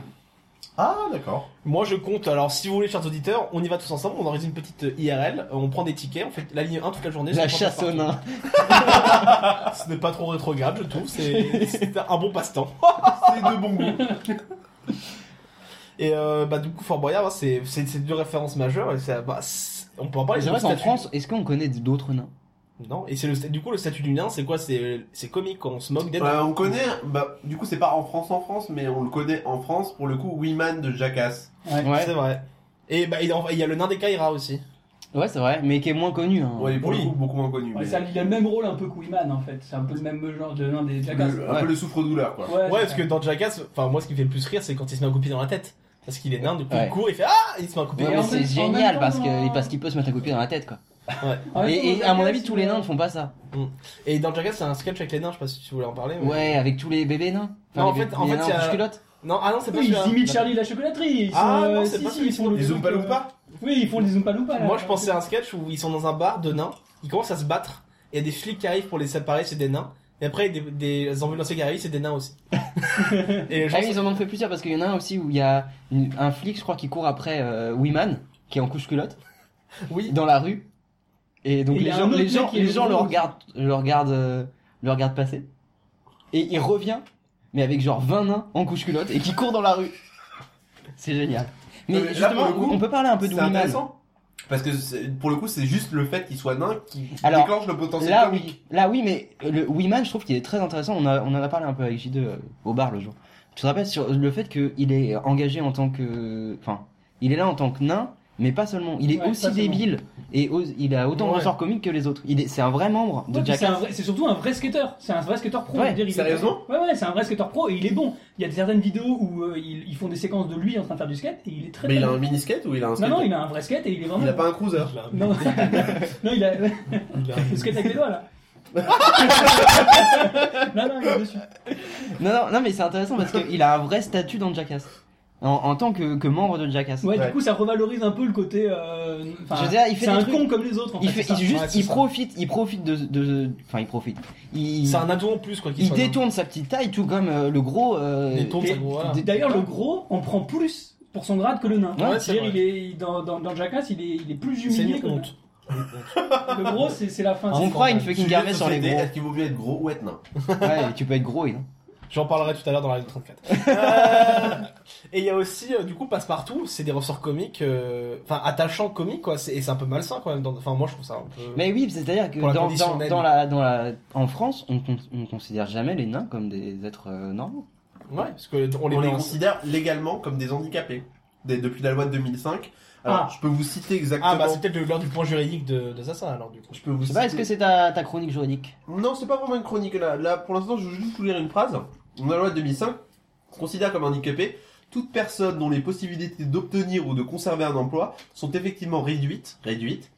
D: Ah, d'accord.
B: moi je compte. Alors, si vous voulez, chers auditeurs, on y va tous ensemble. On organise une petite euh, IRL. euh, On prend des tickets. On fait la ligne 1 toute la journée.
C: La
B: sans
C: chasse aux
B: prendre
C: nains.
B: partout. Ce n'est pas trop rétrograde, je trouve. C'est c'est un bon passe-temps.
D: C'est de bon goût.
B: Et euh, bah, du coup, Fort Boyard, hein, c'est c'est- c'est deux références majeures. Et ça, bah, c'est- on peut en parler.
C: C'est
B: le
C: vrai qu'en
B: statut-
C: France, est-ce qu'on connaît d'autres nains
B: Non, et c'est le sta- du coup, le statut du nain, c'est quoi C'est c'est comique quand on se moque d'elle.
D: Euh, on connaît, bah, du coup, c'est pas en France en France, mais on le connaît en France pour le coup, Weeman de Jackass.
E: Ouais.
B: C'est vrai. Et bah, il en- il y a le nain des Kaira aussi.
C: Ouais, c'est vrai, mais qui est moins connu. Hein.
D: Ouais, il est pour
B: Oui.
D: le coup beaucoup moins connu.
E: Ouais,
D: mais
E: ça, il a le même rôle un peu que Weeman en fait. C'est un peu le même genre de l'un des Jackass.
D: le- un peu le souffre-douleur, quoi.
E: Ouais,
B: Ouais,
E: c'est
B: parce
E: ça.
B: que dans Jackass, enfin, moi, ce qui me fait le plus rire, c'est quand il se met un coupé dans la tête. Parce qu'il est nain, du coup,
C: Ouais.
B: il court, il fait Ah Il se met un coupé
C: Ouais,
B: dans
C: mais
E: Et
B: la
E: en
B: tête.
C: c'est
E: même- en même
C: génial
E: temps,
C: parce
E: dans-
C: que parce qu'il peut se mettre un coup de pied dans la tête quoi.
E: En même temps,
C: Et, et
E: dans
C: à mon
E: Jackass,
C: avis, tous les nains ne font pas ça.
B: Et dans Jackass, c'est un sketch avec les nains, je sais pas si tu voulais en parler. mais-
C: Ouais, avec tous les bébés nains.
B: Non, en
C: les
B: fait-
C: bébés
B: en fait,
C: nains
B: il y a-
C: couche-culotte.
B: Non, ah non, c'est pas
E: Oui,
B: celui-là.
E: ils imitent Charlie la chocolaterie. Ils
B: Ah,
E: sont,
B: non,
E: euh,
B: c'est
E: si,
B: pas
E: si,
B: celui-là.
E: ils font le
D: Les
E: truc,
D: Oompa
E: euh,
D: Loompa
E: Oui, ils font les Oompa Loompa. là.
B: Moi, je pensais à un sketch où ils sont dans un bar de nains, ils commencent à se battre, et il y a des flics qui arrivent pour les séparer, c'est des nains. Et après, il y a des, des ambulanciers qui arrivent, c'est des nains aussi. et les gens
C: Ah oui, ils en ont fait plusieurs parce qu'il y en a un aussi où il y a une- un flic, je crois, qui court après euh, Weeman, qui est en couche-culotte,
B: Oui.
C: dans la rue. Et donc
E: Et il y
C: les
E: a
C: gens,
E: un autre
C: les
E: mec
C: gens,
E: qui est
C: les gens le
E: gros.
C: regardent, le regardent, euh, le regardent passer. Et il revient, mais avec genre 20 nains en couche-culotte et qui court dans la rue. C'est génial.
E: Euh,
C: Mais,
D: Mais là,
C: justement,
D: pour le coup,
C: on peut parler un peu de
D: C'est
C: Weeman.
D: intéressant. Parce que c'est- pour le coup, c'est juste le fait qu'il soit nain qui
C: Alors,
D: déclenche le potentiel
C: Là
D: comique.
C: oui, là oui, mais le Weeman, je trouve qu'il est très intéressant. On, a, on en a parlé un peu avec J2 euh, au bar le jour. Tu te rappelles sur le fait qu'il est engagé en tant que, enfin, il est là en tant que nain, mais pas seulement. Il est
E: Ouais,
C: aussi
E: pas seulement.
C: débile et ose- il a autant de
B: Ouais.
C: ressorts comiques que les autres. Il est, c'est un vrai membre
E: Ouais,
C: de
E: puis c'est un
C: Jackass.
E: vrai- C'est surtout un vrai skateur. C'est un vrai skateur pro.
C: Ouais,
E: je veux dire, il est-
D: sérieusement
E: Ouais, ouais, c'est un vrai skateur pro et il est bon. Il y a certaines vidéos où euh, ils, ils font des séquences de lui en train de faire du skate et il est très.
D: Mais il
E: très
D: a
E: bon.
D: un mini skate ou il a un
E: Non,
D: skate
E: non, il a un vrai skate et il est vraiment.
D: Il a pas un cruiser.
E: Non, non, il a. Le skate avec les doigts là. non, non, il est dessus.
C: Non, non, non, mais c'est intéressant parce qu'il a un vrai statut dans Jackass. En, en tant que, que membre de Jackass.
E: Ouais,
D: Ouais.
E: du coup, ça revalorise un peu le côté. euh, enfin,
C: Je veux dire, il fait
E: c'est
C: des
E: un
C: trucs-
E: con comme les autres. En
C: Il
E: fait,
C: fait,
E: c'est ça.
C: il juste,
B: Ouais, c'est
C: il
B: ça.
C: profite, il profite de, de, enfin, il profite. Il,
B: C'est un atout en plus, quoi, qu'ils
C: il
B: soient
C: détourne sa petite taille, tout comme euh, le gros. euh,
B: Il détourne sa-
E: Et
B: voilà.
E: D'ailleurs, le gros en prend plus pour son grade que le nain.
C: Ouais,
B: c'est
E: C'est-à-dire,
B: vrai.
E: il est dans, dans, dans Jackass, il est, il est plus
B: nains. C'est
E: humilié
B: une
E: que le nain.
B: honte.
E: Le gros, c'est c'est la fin.
C: on
E: C'est-
C: croit une fucking garmée sur les gros.
D: Est-ce qu'il vaut mieux être gros ou être nain
C: Ouais, tu peux être gros hein. et non.
B: J'en parlerai tout à l'heure dans la ligne 34. Euh, et il y a aussi, euh, du coup, passe-partout, c'est des ressorts comiques, euh, enfin, attachants comiques, quoi, c'est- et c'est un peu malsain quand même. dans- Enfin, moi, je trouve ça un peu.
C: Mais oui, c'est-à-dire que
B: Pour la
C: dans, dans,
B: conditionnelle.
C: dans la, dans la, en France, on, con- on considère jamais les nains comme des êtres euh, normaux.
B: Ouais, parce que on les,
D: On les
B: met en-
D: considère légalement comme des handicapés. Dès- depuis la loi de 2005. Alors,
B: Ah.
D: je peux vous citer exactement.
B: Ah, bah, c'est peut-être l'heure du point juridique de, de Sassa, alors, du coup.
D: je peux vous
C: Je sais pas, est-ce que c'est ta, ta chronique juridique
D: Non, c'est pas vraiment une chronique là. Là, pour l'instant, je veux juste vous lire une phrase. Dans la loi de 2005, on considère comme handicapé toute personne dont les possibilités d'obtenir ou de conserver un emploi sont effectivement réduites, réduites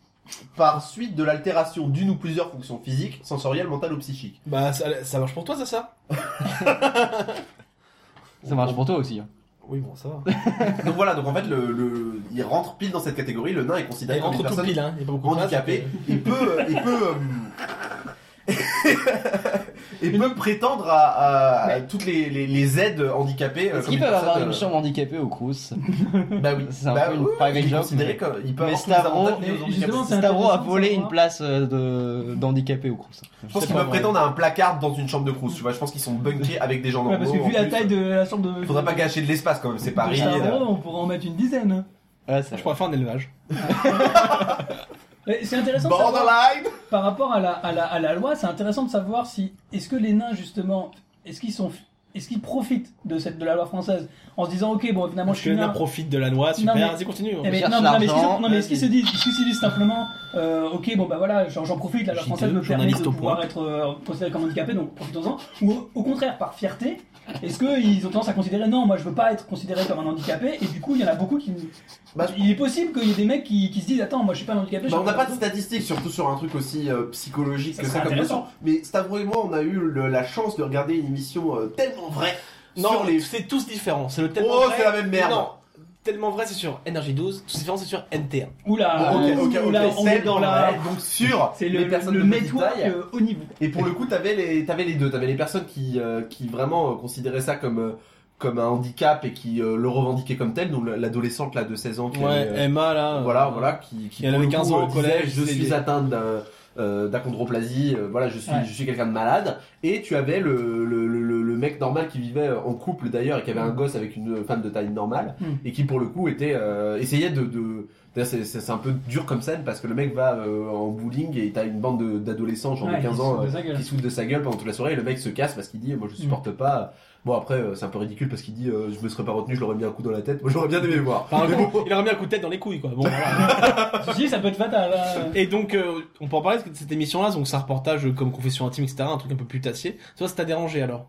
D: par suite de l'altération d'une ou plusieurs fonctions physiques, sensorielles, mentales ou psychiques.
B: Bah, ça, ça marche pour toi, Sassa
C: Ça marche pour toi aussi. hein.
B: Oui, bon, ça va.
D: Donc voilà, donc en fait, le, le- il rentre pile dans cette catégorie. Le nain est considéré
B: Et
D: comme une
B: entre tout
D: personne
B: pile, hein, il y a pas beaucoup de place,
D: handicapé et peut, et peut, euh, et peut prétendre à, à- à toutes les, les- les aides handicapées. euh,
C: Est-ce
D: comme
C: qu'ils
D: une
C: peuvent avoir
D: personne,
C: une
D: euh,
C: chambre handicapée au Crous
D: Bah oui.
C: C'est un
D: Bah
C: peu une
D: oui,
C: private
D: il est
C: joke,
D: considéré
C: mais-
D: comme- il peut
C: mais
D: avoir tous les
C: Stavro-
D: avantages liés aux
E: mais
D: handicapés.
E: justement, c'est
C: Stavro a
E: intéressant de
C: volé
E: savoir.
C: une place euh, de d'handicapé au Crous.
D: Je pense
B: C'est
D: qu'ils
B: pas
D: peuvent
B: vrai.
D: prétendre à un placard dans une chambre de cruise, tu vois. Je pense qu'ils sont bunkés avec des gens normaux.
E: Ouais, parce que
D: en
E: vu la
D: plus.
E: taille de la chambre de.
D: Faudrait pas gâcher de l'espace quand même, c'est Paris.
E: de
D: euh.
E: Stavro, on pourrait en mettre une dizaine. hein.
C: Ouais, ça
B: Je pourrais faire un élevage.
E: Mais C'est intéressant de savoir,
D: Borderline
E: par rapport à la, à la, à la loi, c'est intéressant de savoir si. Est-ce que les nains, justement, est-ce qu'ils sont. Est-ce qu'ils profitent de, cette, de la loi française en se disant, ok, bon, finalement,
B: Parce
E: je
B: que
E: suis
B: l'un
E: nain.
B: profite de la loi, super,
E: Non, mais-
B: vas-y, continue.
E: Eh, mais,
C: cherche
E: non, mais- non, mais est-ce
C: l'argent,
E: qu'ils ont- non, mais est-ce qu'ils se
C: vas-y.
E: disent, est-ce qu'ils se disent simplement, euh, ok, bon bah voilà, j'en j'en profite, la loi
B: J'étais
E: française me permet
B: journaliste
E: de
B: au
E: pouvoir
B: point.
E: être euh, considéré comme handicapé, donc profitons-en. Ou au- au contraire, par fierté, est-ce qu'ils ont tendance à considérer, non, moi je veux pas être considéré comme un handicapé, et du coup il y en a beaucoup qui.
D: Bah,
E: il est possible qu'il y ait des mecs qui, qui se disent, attends, moi je suis pas un handicapé. je
D: Bah,
E: suis
D: on n'a
E: un
D: pas de
E: handicapé.
D: statistiques, surtout sur un truc aussi euh, psychologique
E: Ça
D: que ça
E: serait
D: comme
E: intéressant.
D: notion. Mais Stavro et moi, on a eu le- la chance de regarder une émission euh, tellement vraie
B: Non,
D: sur les.
B: c'est tous différents. C'est le tellement
D: Oh,
B: vrai-
D: c'est la même merde.
B: Non, tellement vrai, c'est sur NRJ12. Tous différents, c'est sur NT1.
E: Oula,
D: Bon, Bah, Ah, ok, ok,
E: ouh, là,
D: ok,
E: on est dans la.
D: celle, Donc sur
E: C'est
D: les
E: le,
D: personnes
E: le
D: de petite
E: network
D: taille.
E: euh, haut niveau.
D: Et pour le coup, t'avais les, t'avais les deux. T'avais les personnes qui, euh, qui vraiment euh, considéraient ça comme, euh, comme un handicap et qui euh, le revendiquaient comme tel. Donc l'adolescente là de 16 ans qui avait, euh,
B: Emma là.
D: voilà, voilà, qui, qui
B: elle
D: pour
B: avait
D: le
B: 15 ans au
D: euh, disait,
B: collège,
D: je
B: c'est
D: suis
B: des-
D: atteinte d'un euh, d'achondroplasie, euh, voilà, je suis,
E: Ouais.
D: je suis quelqu'un de malade. Et tu avais le, le, le, le mec normal qui vivait euh, en couple d'ailleurs et qui avait
B: Mm.
D: un gosse avec une femme de taille normale
E: Mm.
D: et qui pour le coup était euh, essayait de, de d'ailleurs, c'est, c'est, c'est un peu dur comme scène parce que le mec va euh, en bowling et t'as une bande de- d'adolescents genre
E: Ouais,
D: de 15
E: qui se
D: ans euh,
E: fout de sa gueule.
D: qui se foutent de sa gueule pendant toute la soirée et le mec se casse parce qu'il dit moi je supporte pas. Bon après euh, c'est un peu ridicule parce qu'il dit euh, je me serais pas retenu, je l'aurais mis un coup dans la tête. Moi j'aurais bien aimé le voir.
B: Par
D: Mais
B: contre,
D: bon.
B: il aurait mis un coup de tête dans les couilles quoi. Bon, voilà.
E: Ceci, ça peut être fatal. hein.
B: Et donc, euh, on peut en parler de cette émission là, donc c'est un reportage euh, comme confession intime, etc. Un truc un peu putassier. Toi, ça t'a dérangé alors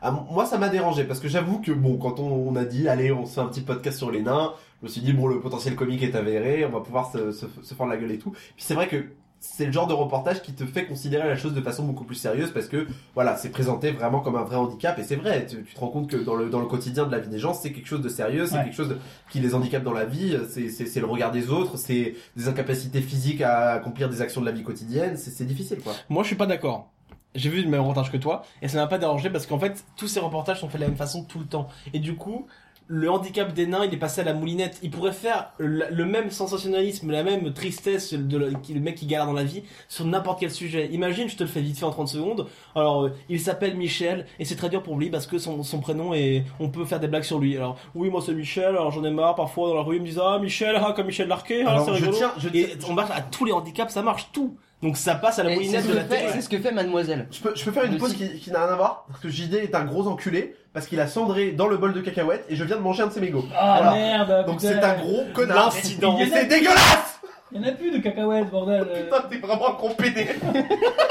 D: Ah, moi, ça m'a dérangé parce que j'avoue que bon, quand on, on a dit, allez, on se fait un petit podcast sur les nains, je me suis dit bon, le potentiel comique est avéré, on va pouvoir se, se, se prendre la gueule et tout. Puis c'est vrai que c'est le genre de reportage qui te fait considérer la chose de façon beaucoup plus sérieuse parce que voilà, c'est présenté vraiment comme un vrai handicap et c'est vrai. Tu, tu te rends compte que dans le dans le quotidien de la vie des gens, c'est quelque chose de sérieux, c'est
E: Ouais.
D: quelque chose de- qui les handicape dans la vie, c'est c'est c'est le regard des autres, c'est des incapacités physiques à accomplir des actions de la vie quotidienne, c'est c'est difficile quoi.
B: Moi, je suis pas d'accord. J'ai vu le même reportage que toi, et ça m'a pas dérangé parce qu'en fait, tous ces reportages sont faits de la même façon tout le temps. Et du coup, le handicap des nains, il est passé à la moulinette. Il pourrait faire le le même sensationnalisme, la même tristesse de la- qui- le mec qui galère dans la vie sur n'importe quel sujet. Imagine, je te le fais vite fait en 30 secondes. Alors, euh, il s'appelle Michel, et c'est très dur pour lui parce que son, son prénom est, on peut faire des blagues sur lui. Alors, oui, moi c'est Michel, alors j'en ai marre parfois dans la rue, ils me disent, ah, Michel, ah, comme Michel Larquet, ah,
D: Alors,
B: c'est
D: je
B: rigolo.
D: tiens, je tiens-
B: Et on marche à tous les handicaps, ça marche tout. Donc ça passe à la
C: Et C'est
B: moulinette
C: ce
B: de
C: que
B: la
C: fait-
B: télé.
C: c'est ce que fait Mademoiselle.
D: Je peux, je peux faire une
C: Le
D: pause
C: site.
D: qui, qui n'a rien à voir, parce que JD est un gros enculé, parce qu'il a cendré dans le bol de cacahuètes, et je viens de manger un de ses mégots.
E: Ah
D: Alors,
E: merde
D: Donc
E: putain.
D: c'est un gros connard.
B: L'incident.
D: Et c'est dégueulasse
E: Il y en a plus de cacahuètes, bordel. euh.
D: Putain, t'es vraiment un gros pédé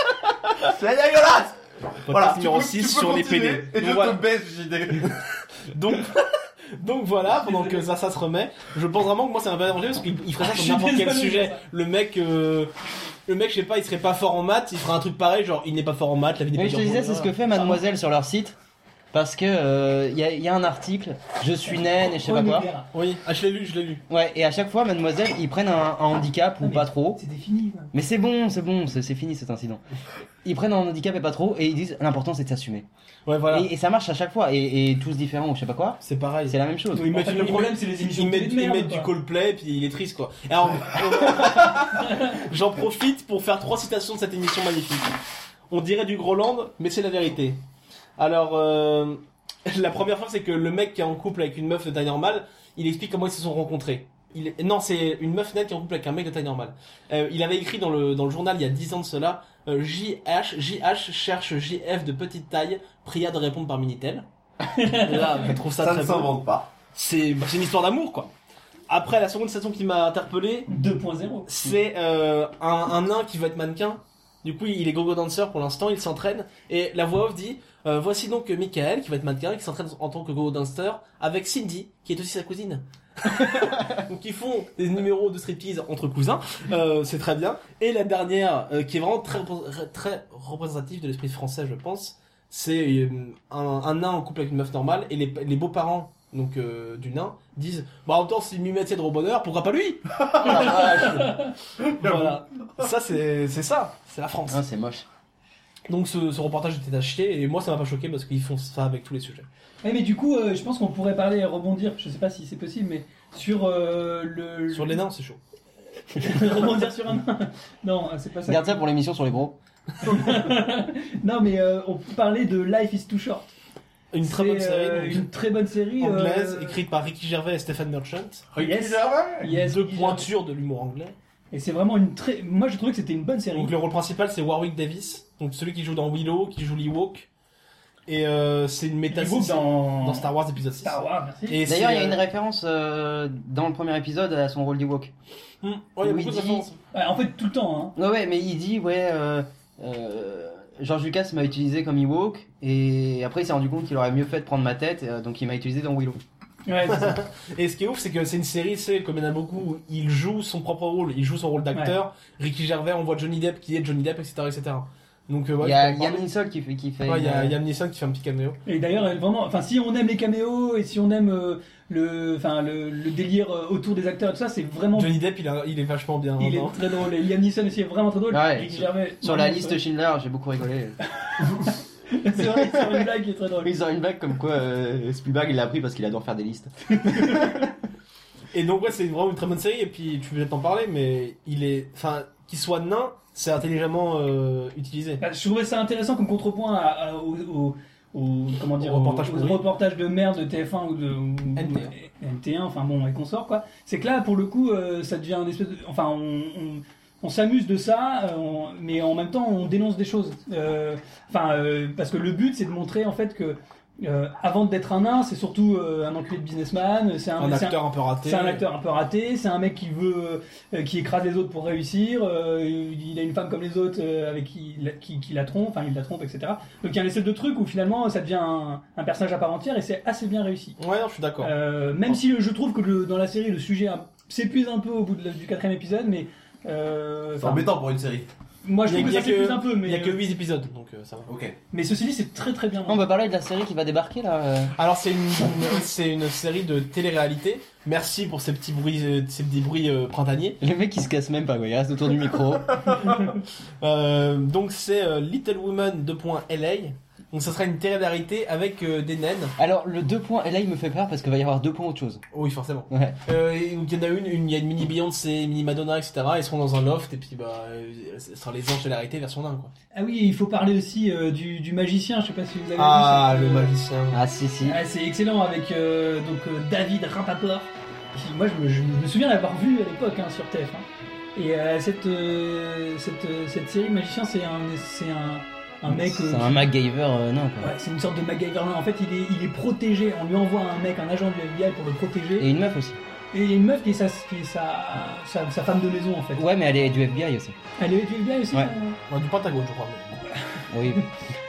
D: C'est dégueulasse Voilà,
B: Podcast numéro
D: tu peux-
B: 6
D: tu peux
B: sur les
D: continuer,
B: PD.
D: Et je
B: Donc voilà.
D: te baisse, JD.
B: Donc, donc voilà, pendant que ça, ça se remet, je pense vraiment que moi ça m'a pas dérangé parce qu'il il ferait ça
C: Ah,
E: Je
B: sur
E: suis
B: n'importe quel
E: désolé
B: sujet.
E: pour ça.
B: Le mec, euh, le mec, je sais pas, il serait pas fort en maths, il ferait un truc pareil, genre il n'est pas fort en maths, la vie n'est
C: Mais
B: pas
C: je
B: dure
C: te
B: pour
C: disais,
B: lui,
C: c'est ce que
B: voilà.
C: fait Mademoiselle sur leur site. Parce que euh, il y, a, il y a un article, je suis naine et je sais pas
E: Premier
C: quoi.
E: verre.
B: Oui, ah, je l'ai lu, je l'ai lu.
C: Ouais, et à chaque fois, Mademoiselle, ils prennent un, un handicap ou
E: Non, mais-
C: pas trop.
E: C'était fini. quoi.
C: Mais c'est bon, c'est bon, c'est c'est fini cet incident. Ils prennent un handicap et pas trop, et ils disent l'important c'est de s'assumer.
B: Ouais, voilà,
C: Et, et ça marche à chaque fois, et, et tous différents ou je sais pas quoi,
B: c'est pareil.
C: c'est la même chose.
B: Ils mettent
E: fait,
B: une-
E: le
B: ils
E: problème,
B: mettent-
E: c'est les émissions
B: Ils
E: de
B: mettent,
E: télé de
B: ils
E: merde,
B: mettent du
E: quoi.
B: Coldplay, puis il est triste quoi. Et Alors, j'en profite pour faire trois citations de cette émission magnifique. On dirait du Groland, mais c'est la vérité. Alors, euh, la première fois, c'est que le mec qui est en couple avec une meuf de taille normale, il explique comment ils se sont rencontrés. Il, non, c'est une meuf nette qui est en couple avec un mec de taille normale. Euh, il avait écrit dans le, dans le journal il y a 10 ans de cela, euh, JH, JH cherche JF de petite taille, pria de répondre par Minitel. Là, je trouve ça,
D: Ça
B: très
D: ne
B: beau
D: s'invente pas.
B: c'est bah, c'est une histoire d'amour quoi. Après la seconde station qui m'a interpellé,
E: 2.0.
B: c'est euh, un, un nain qui veut être mannequin. Du coup, il est gogo dancer pour l'instant, il s'entraîne et la voix off dit euh, voici donc Michael qui va être mannequin qui s'entraîne en tant que gogo dancer avec Cindy qui est aussi sa cousine. donc ils font des numéros de striptease entre cousins, euh, c'est très bien. Et la dernière euh, qui est vraiment très repré- très représentative de l'esprit français, je pense, c'est euh, un, un nain en couple avec une meuf normale et les, les beaux-parents donc euh, du nain disent bah en même temps s'il m'y mettait de bonheur pourquoi pas lui Ah, voilà. Ça, c'est c'est ça. C'est la France.
C: Ah, c'est moche.
B: Donc, ce, ce reportage était à chier. Et moi, ça m'a pas choqué parce qu'ils font ça avec tous les sujets.
E: Ouais, mais du coup, euh, je pense qu'on pourrait parler, rebondir, je sais pas si c'est possible, mais sur euh, le.
B: Sur les nains, c'est chaud.
E: rebondir sur un nain. Non, c'est pas ça.
C: Garde ça pour l'émission sur les gros.
E: Non, mais euh, on parlait de Life is Too Short.
B: Une très bonne
E: C'est,
B: série
E: euh,
B: donc,
E: une très bonne série. euh,
B: anglaise écrite par Ricky Gervais et Stephen Merchant.
E: Yes. Yes,
B: Yes, deux
E: Ricky
B: pointures de l'humour anglais.
E: Et c'est vraiment une très. Moi, je trouvais que c'était une bonne série.
B: Donc, le rôle principal, c'est Warwick Davis. Donc, celui qui joue dans Willow, qui joue Lee Walk. Et euh, c'est une
E: Et
B: méta
E: du coup,
B: dans...
E: dans...
B: Star Wars épisode 6.
E: Star Wars, merci.
B: Et
C: D'ailleurs,
B: c'est,
C: il y a une
B: euh,
C: référence euh, dans le premier épisode à son rôle d'Ewok.
B: hmm, ouais, il y a
C: où
B: beaucoup
C: il
B: de
C: dit-
B: références.
E: Ouais, en fait, tout le temps. Hein.
C: Ouais, ouais, mais il dit, ouais, euh, euh, George Lucas m'a utilisé comme Ewok, et après il s'est rendu compte qu'il aurait mieux fait de prendre ma tête, euh, donc il m'a utilisé dans Willow.
E: Ouais, c'est ça.
B: Et ce qui est ouf, c'est que c'est une série, c'est comme il y en a beaucoup, où il joue son propre rôle, il joue son rôle d'acteur. Ricky Gervais, on voit Johnny Depp qui est Johnny Depp, etc., etc. Donc euh, ouais,
C: il y a
B: je peux en
C: Liam
B: parler.
C: Neeson qui fait. Qui fait
B: Ouais, il y a
C: euh,
B: Liam Neeson qui fait un petit caméo.
E: Et d'ailleurs, elle, vraiment, enfin, si on aime les caméos et si on aime euh, le, enfin, le, le délire euh, autour des acteurs et tout ça, c'est vraiment.
B: Johnny Depp, il, a- il est vachement bien.
E: Il
B: hein,
E: est très drôle. Et Liam Neeson aussi est vraiment très drôle.
C: Ouais,
E: Ricky
C: sur-
E: Gervais,
C: euh, Sur la
E: vraiment,
C: liste Schindler, j'ai beaucoup rigolé.
E: C'est c'est vrai, c'est une blague qui est très drôle.
C: Ils ont une blague comme quoi euh, Spielberg il l'a pris parce qu'il adore faire des listes.
B: Et donc ouais, c'est vraiment une très bonne série. Et puis tu voulais t'en parler, mais il est, enfin, qu'il soit nain, c'est intelligemment euh, utilisé.
E: Bah, je trouvais ça intéressant comme contrepoint à, à- au, au- au- comment dire,
B: Au reportage
E: au- au
B: pourri.
E: reportage de merde de TF1 ou de ou-
B: NT1.
E: ou- NT1, enfin bon, et qu'on sort quoi. C'est que là, pour le coup, euh, ça devient un espèce de, enfin, on, on, on s'amuse de ça, euh, on- mais en même temps, on dénonce des choses. Euh, Enfin, euh, parce que le but, c'est de montrer en fait que euh, avant d'être un nain, c'est surtout euh, un enculé de businessman, c'est un,
B: Un
E: Ah, c'est un-
B: acteur un peu raté.
E: c'est un acteur un peu raté, c'est un mec qui veut, euh, qui écrase les autres pour réussir. euh, il a une femme comme les autres euh, avec qui, il la- qui, qui la trompe, enfin il la trompe, etc. Donc il y a un espèce de truc où finalement ça devient un, un personnage à part entière et c'est assez bien réussi.
B: Ouais, non, je suis d'accord.
E: Euh, même si je trouve que le- dans la série le sujet euh, s'épuise un peu au bout de la- du quatrième épisode, mais euh,
D: C'est embêtant pour une série.
E: moi je
B: Il y a-
E: trouve
B: il
E: que
B: y a
E: ça s'épuise
B: que-
E: un peu,
B: Il y a
E: mais, euh,
B: que 8 épisodes, donc euh, ça va.
D: Ok.
E: mais ceci dit c'est très très bien.
C: On va parler de la série qui va débarquer là. euh.
B: Alors c'est une, une- c'est une série de télé-réalité. Merci pour ces petits bruits, euh, ces petits bruits euh, printaniers.
C: Le mec il se casse même pas quoi, il reste autour du micro.
B: Euh, donc c'est euh, Little Women 2.LA. Donc ça sera une télé-réalité avec euh, des naines. Oh
C: Alors le 2 points, et là il me fait peur parce qu'il va y avoir deux points autre chose.
B: Oui, forcément.
C: Ouais.
B: Euh, et donc il y en a une, une- il y a une mini Beyoncé, mini Madonna, etc. Ils seront dans un loft et puis bah, euh, ce sera les anges de la réalité version nain quoi.
E: Ah oui, il faut parler aussi euh, du, du magicien, je sais pas si vous avez
B: Ah,
E: vu.
B: le
E: c'est-
B: magicien.
C: Ah si si.
E: Ah, c'est excellent avec euh, donc euh, David Rapaport, qui moi je me, je me souviens l'avoir vu à l'époque hein, sur TF. Et euh, cette, euh, cette, euh, cette série Magicien, c'est un, c'est un, un mec.
C: C'est
E: euh,
C: un MacGyver euh, nain quoi.
E: ouais, c'est une sorte de MacGyver. nain. En fait, il est, il est protégé. On lui envoie un mec, un agent du FBI pour le protéger.
C: Et une meuf aussi.
E: Et il y a une meuf qui est sa, qui est sa, sa, sa femme de maison en fait.
C: Ouais mais elle est du FBI aussi.
E: Elle est du FBI aussi.
C: Ouais.
E: euh,
B: Ouais, du Pentagone je crois. mais-
C: Oui.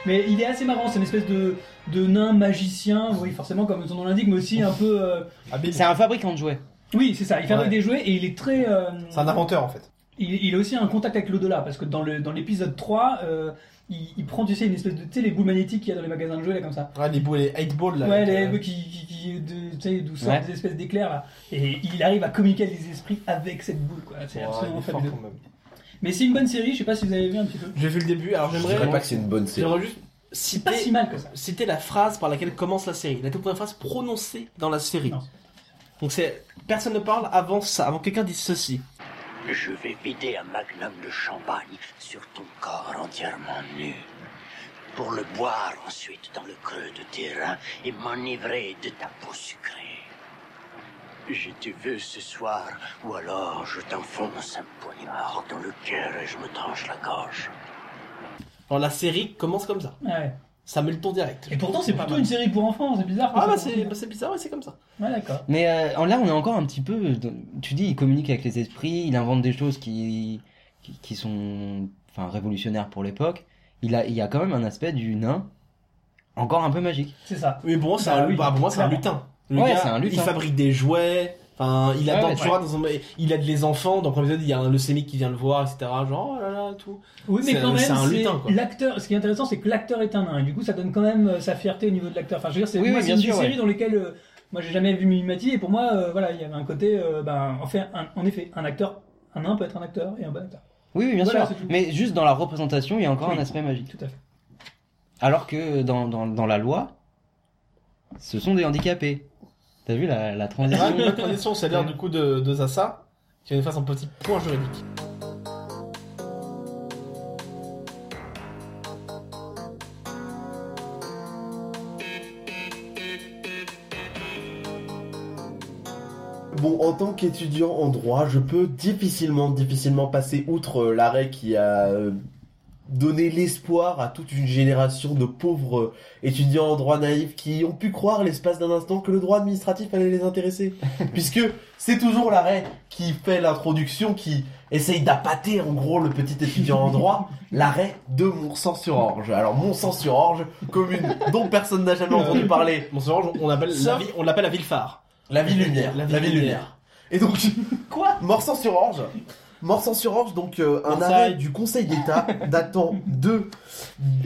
E: Mais il est assez marrant, c'est une espèce de, de nain magicien, oui forcément comme son nom l'indique, mais aussi un peu... euh,
B: Habile.
C: C'est un fabricant de jouets.
E: Oui c'est ça, il fabrique
B: Ouais.
E: des jouets et il est très... euh,
B: C'est un inventeur en fait.
E: il, il a aussi un contact avec l'au-delà, parce que dans le dans l'épisode 3, euh, il, il prend tu sais une espèce de... Tu sais les boules magnétiques qu'il y a dans les magasins de jouets là comme ça.
B: Ouais, les boules, les 8 balls là.
E: ouais,
B: avec,
E: les
B: euh,
E: boules qui, qui, qui- de- tu sais, d'où sortent
C: Ouais.
E: des espèces d'éclairs là. Et il arrive à communiquer avec les esprits avec cette boule quoi, c'est
B: ouais, il
E: absolument
B: est fort,
E: fabuleux.
B: quand même.
E: Mais c'est une bonne série, je sais pas si vous avez vu un petit peu.
B: J'ai vu le début, alors
D: Je
B: j'aimerais.
D: dirais pas que c'est une bonne série.
B: J'aimerais juste
E: C'est pas
B: citer,
E: si mal que ça.
B: citer la phrase par laquelle commence la série, la toute première phrase prononcée dans la série.
E: Non.
B: Donc c'est personne ne parle avant ça, avant que quelqu'un dise ceci.
I: Je vais vider un magnum de champagne sur ton corps entièrement nu. Pour le boire ensuite dans le creux de tes reins et m'enivrer de ta peau sucrée. Je te veux ce soir, ou alors je t'enfonce un poignard dans le cœur et je me tranche la gorge.
B: Alors la série commence comme ça.
E: Ouais.
B: Ça met le ton direct.
E: Et pourtant c'est plutôt
B: mal.
E: une série pour enfants, c'est bizarre. que
B: Ah
E: ça
B: bah
E: soit-
B: c'est bah, c'est bizarre, ouais, c'est comme ça.
E: Ouais d'accord.
C: Mais euh, là on est encore un petit peu... dans- Tu dis il communique avec les esprits, il invente des choses qui, qui, qui sont enfin, révolutionnaires pour l'époque. Il, a, il y a quand même un aspect du nain encore un peu magique.
E: C'est ça.
B: Mais bon, c'est
E: Bah
B: un,
E: oui,
B: bah, pour moi c'est un
E: clairement.
B: lutin. Le
C: Ouais,
B: gars,
C: c'est un lutin.
B: Il fabrique des jouets. Enfin, il a
C: Ouais,
B: dans-
C: ouais,
B: tu vois, dans un- il aide les enfants. Dans le premier épisode, il y a un leucémique qui vient le voir, etc. Genre oh là là tout.
E: Oui, mais
B: C'est-
E: quand même,
B: c'est un lutin,
E: c'est
B: quoi.
E: l'acteur. Ce qui est intéressant, c'est que l'acteur est un nain. Et du coup, ça donne quand même euh, sa fierté au niveau de l'acteur. Enfin, je veux dire, c'est
C: Oui, oui,
E: moi, c'est
C: bien
E: une
C: sûr,
E: série
C: ouais.
E: dans lesquelles euh, moi j'ai jamais vu Mimimati. Et pour moi, euh, voilà, il y avait un côté. euh, ben, en, fait, un- en effet, un acteur, un nain peut être un acteur et un bon acteur.
C: Oui, oui bien
E: Voilà,
C: sûr.
E: c'est tout.
C: Mais juste dans la représentation il y a encore
E: Oui.
C: un aspect magique.
E: Tout à fait.
C: Alors que dans, dans, dans la loi, ce sont des handicapés. T'as vu la, la
B: Ah,
C: transition
B: mais la transition, c'est l'air du coup de, de Zassa, qui va nous faire son petit point juridique.
D: Bon, en tant qu'étudiant en droit, je peux difficilement, difficilement passer outre euh, l'arrêt qui a euh, donné l'espoir à toute une génération de pauvres euh, étudiants en droit naïfs qui ont pu croire l'espace d'un instant que le droit administratif allait les intéresser. Puisque c'est toujours l'arrêt qui fait l'introduction, qui essaye d'appâter en gros le petit étudiant en droit, l'arrêt de Mont-Saint-sur-Orge. Alors Mont-Saint-sur-Orge, commune dont personne n'a jamais entendu parler,
B: Bon, c'est vraiment, on appelle la,
D: Sauf-
B: ville- on l'appelle la ville phare.
D: la ville lumière.
B: La
D: La
B: ville
D: ville,
B: lumière.
D: lumière. Et donc, quoi Morsan-sur-Orge. Morsan-sur-Orge, donc euh, un
B: Marseille.
D: arrêt du Conseil d'État datant de,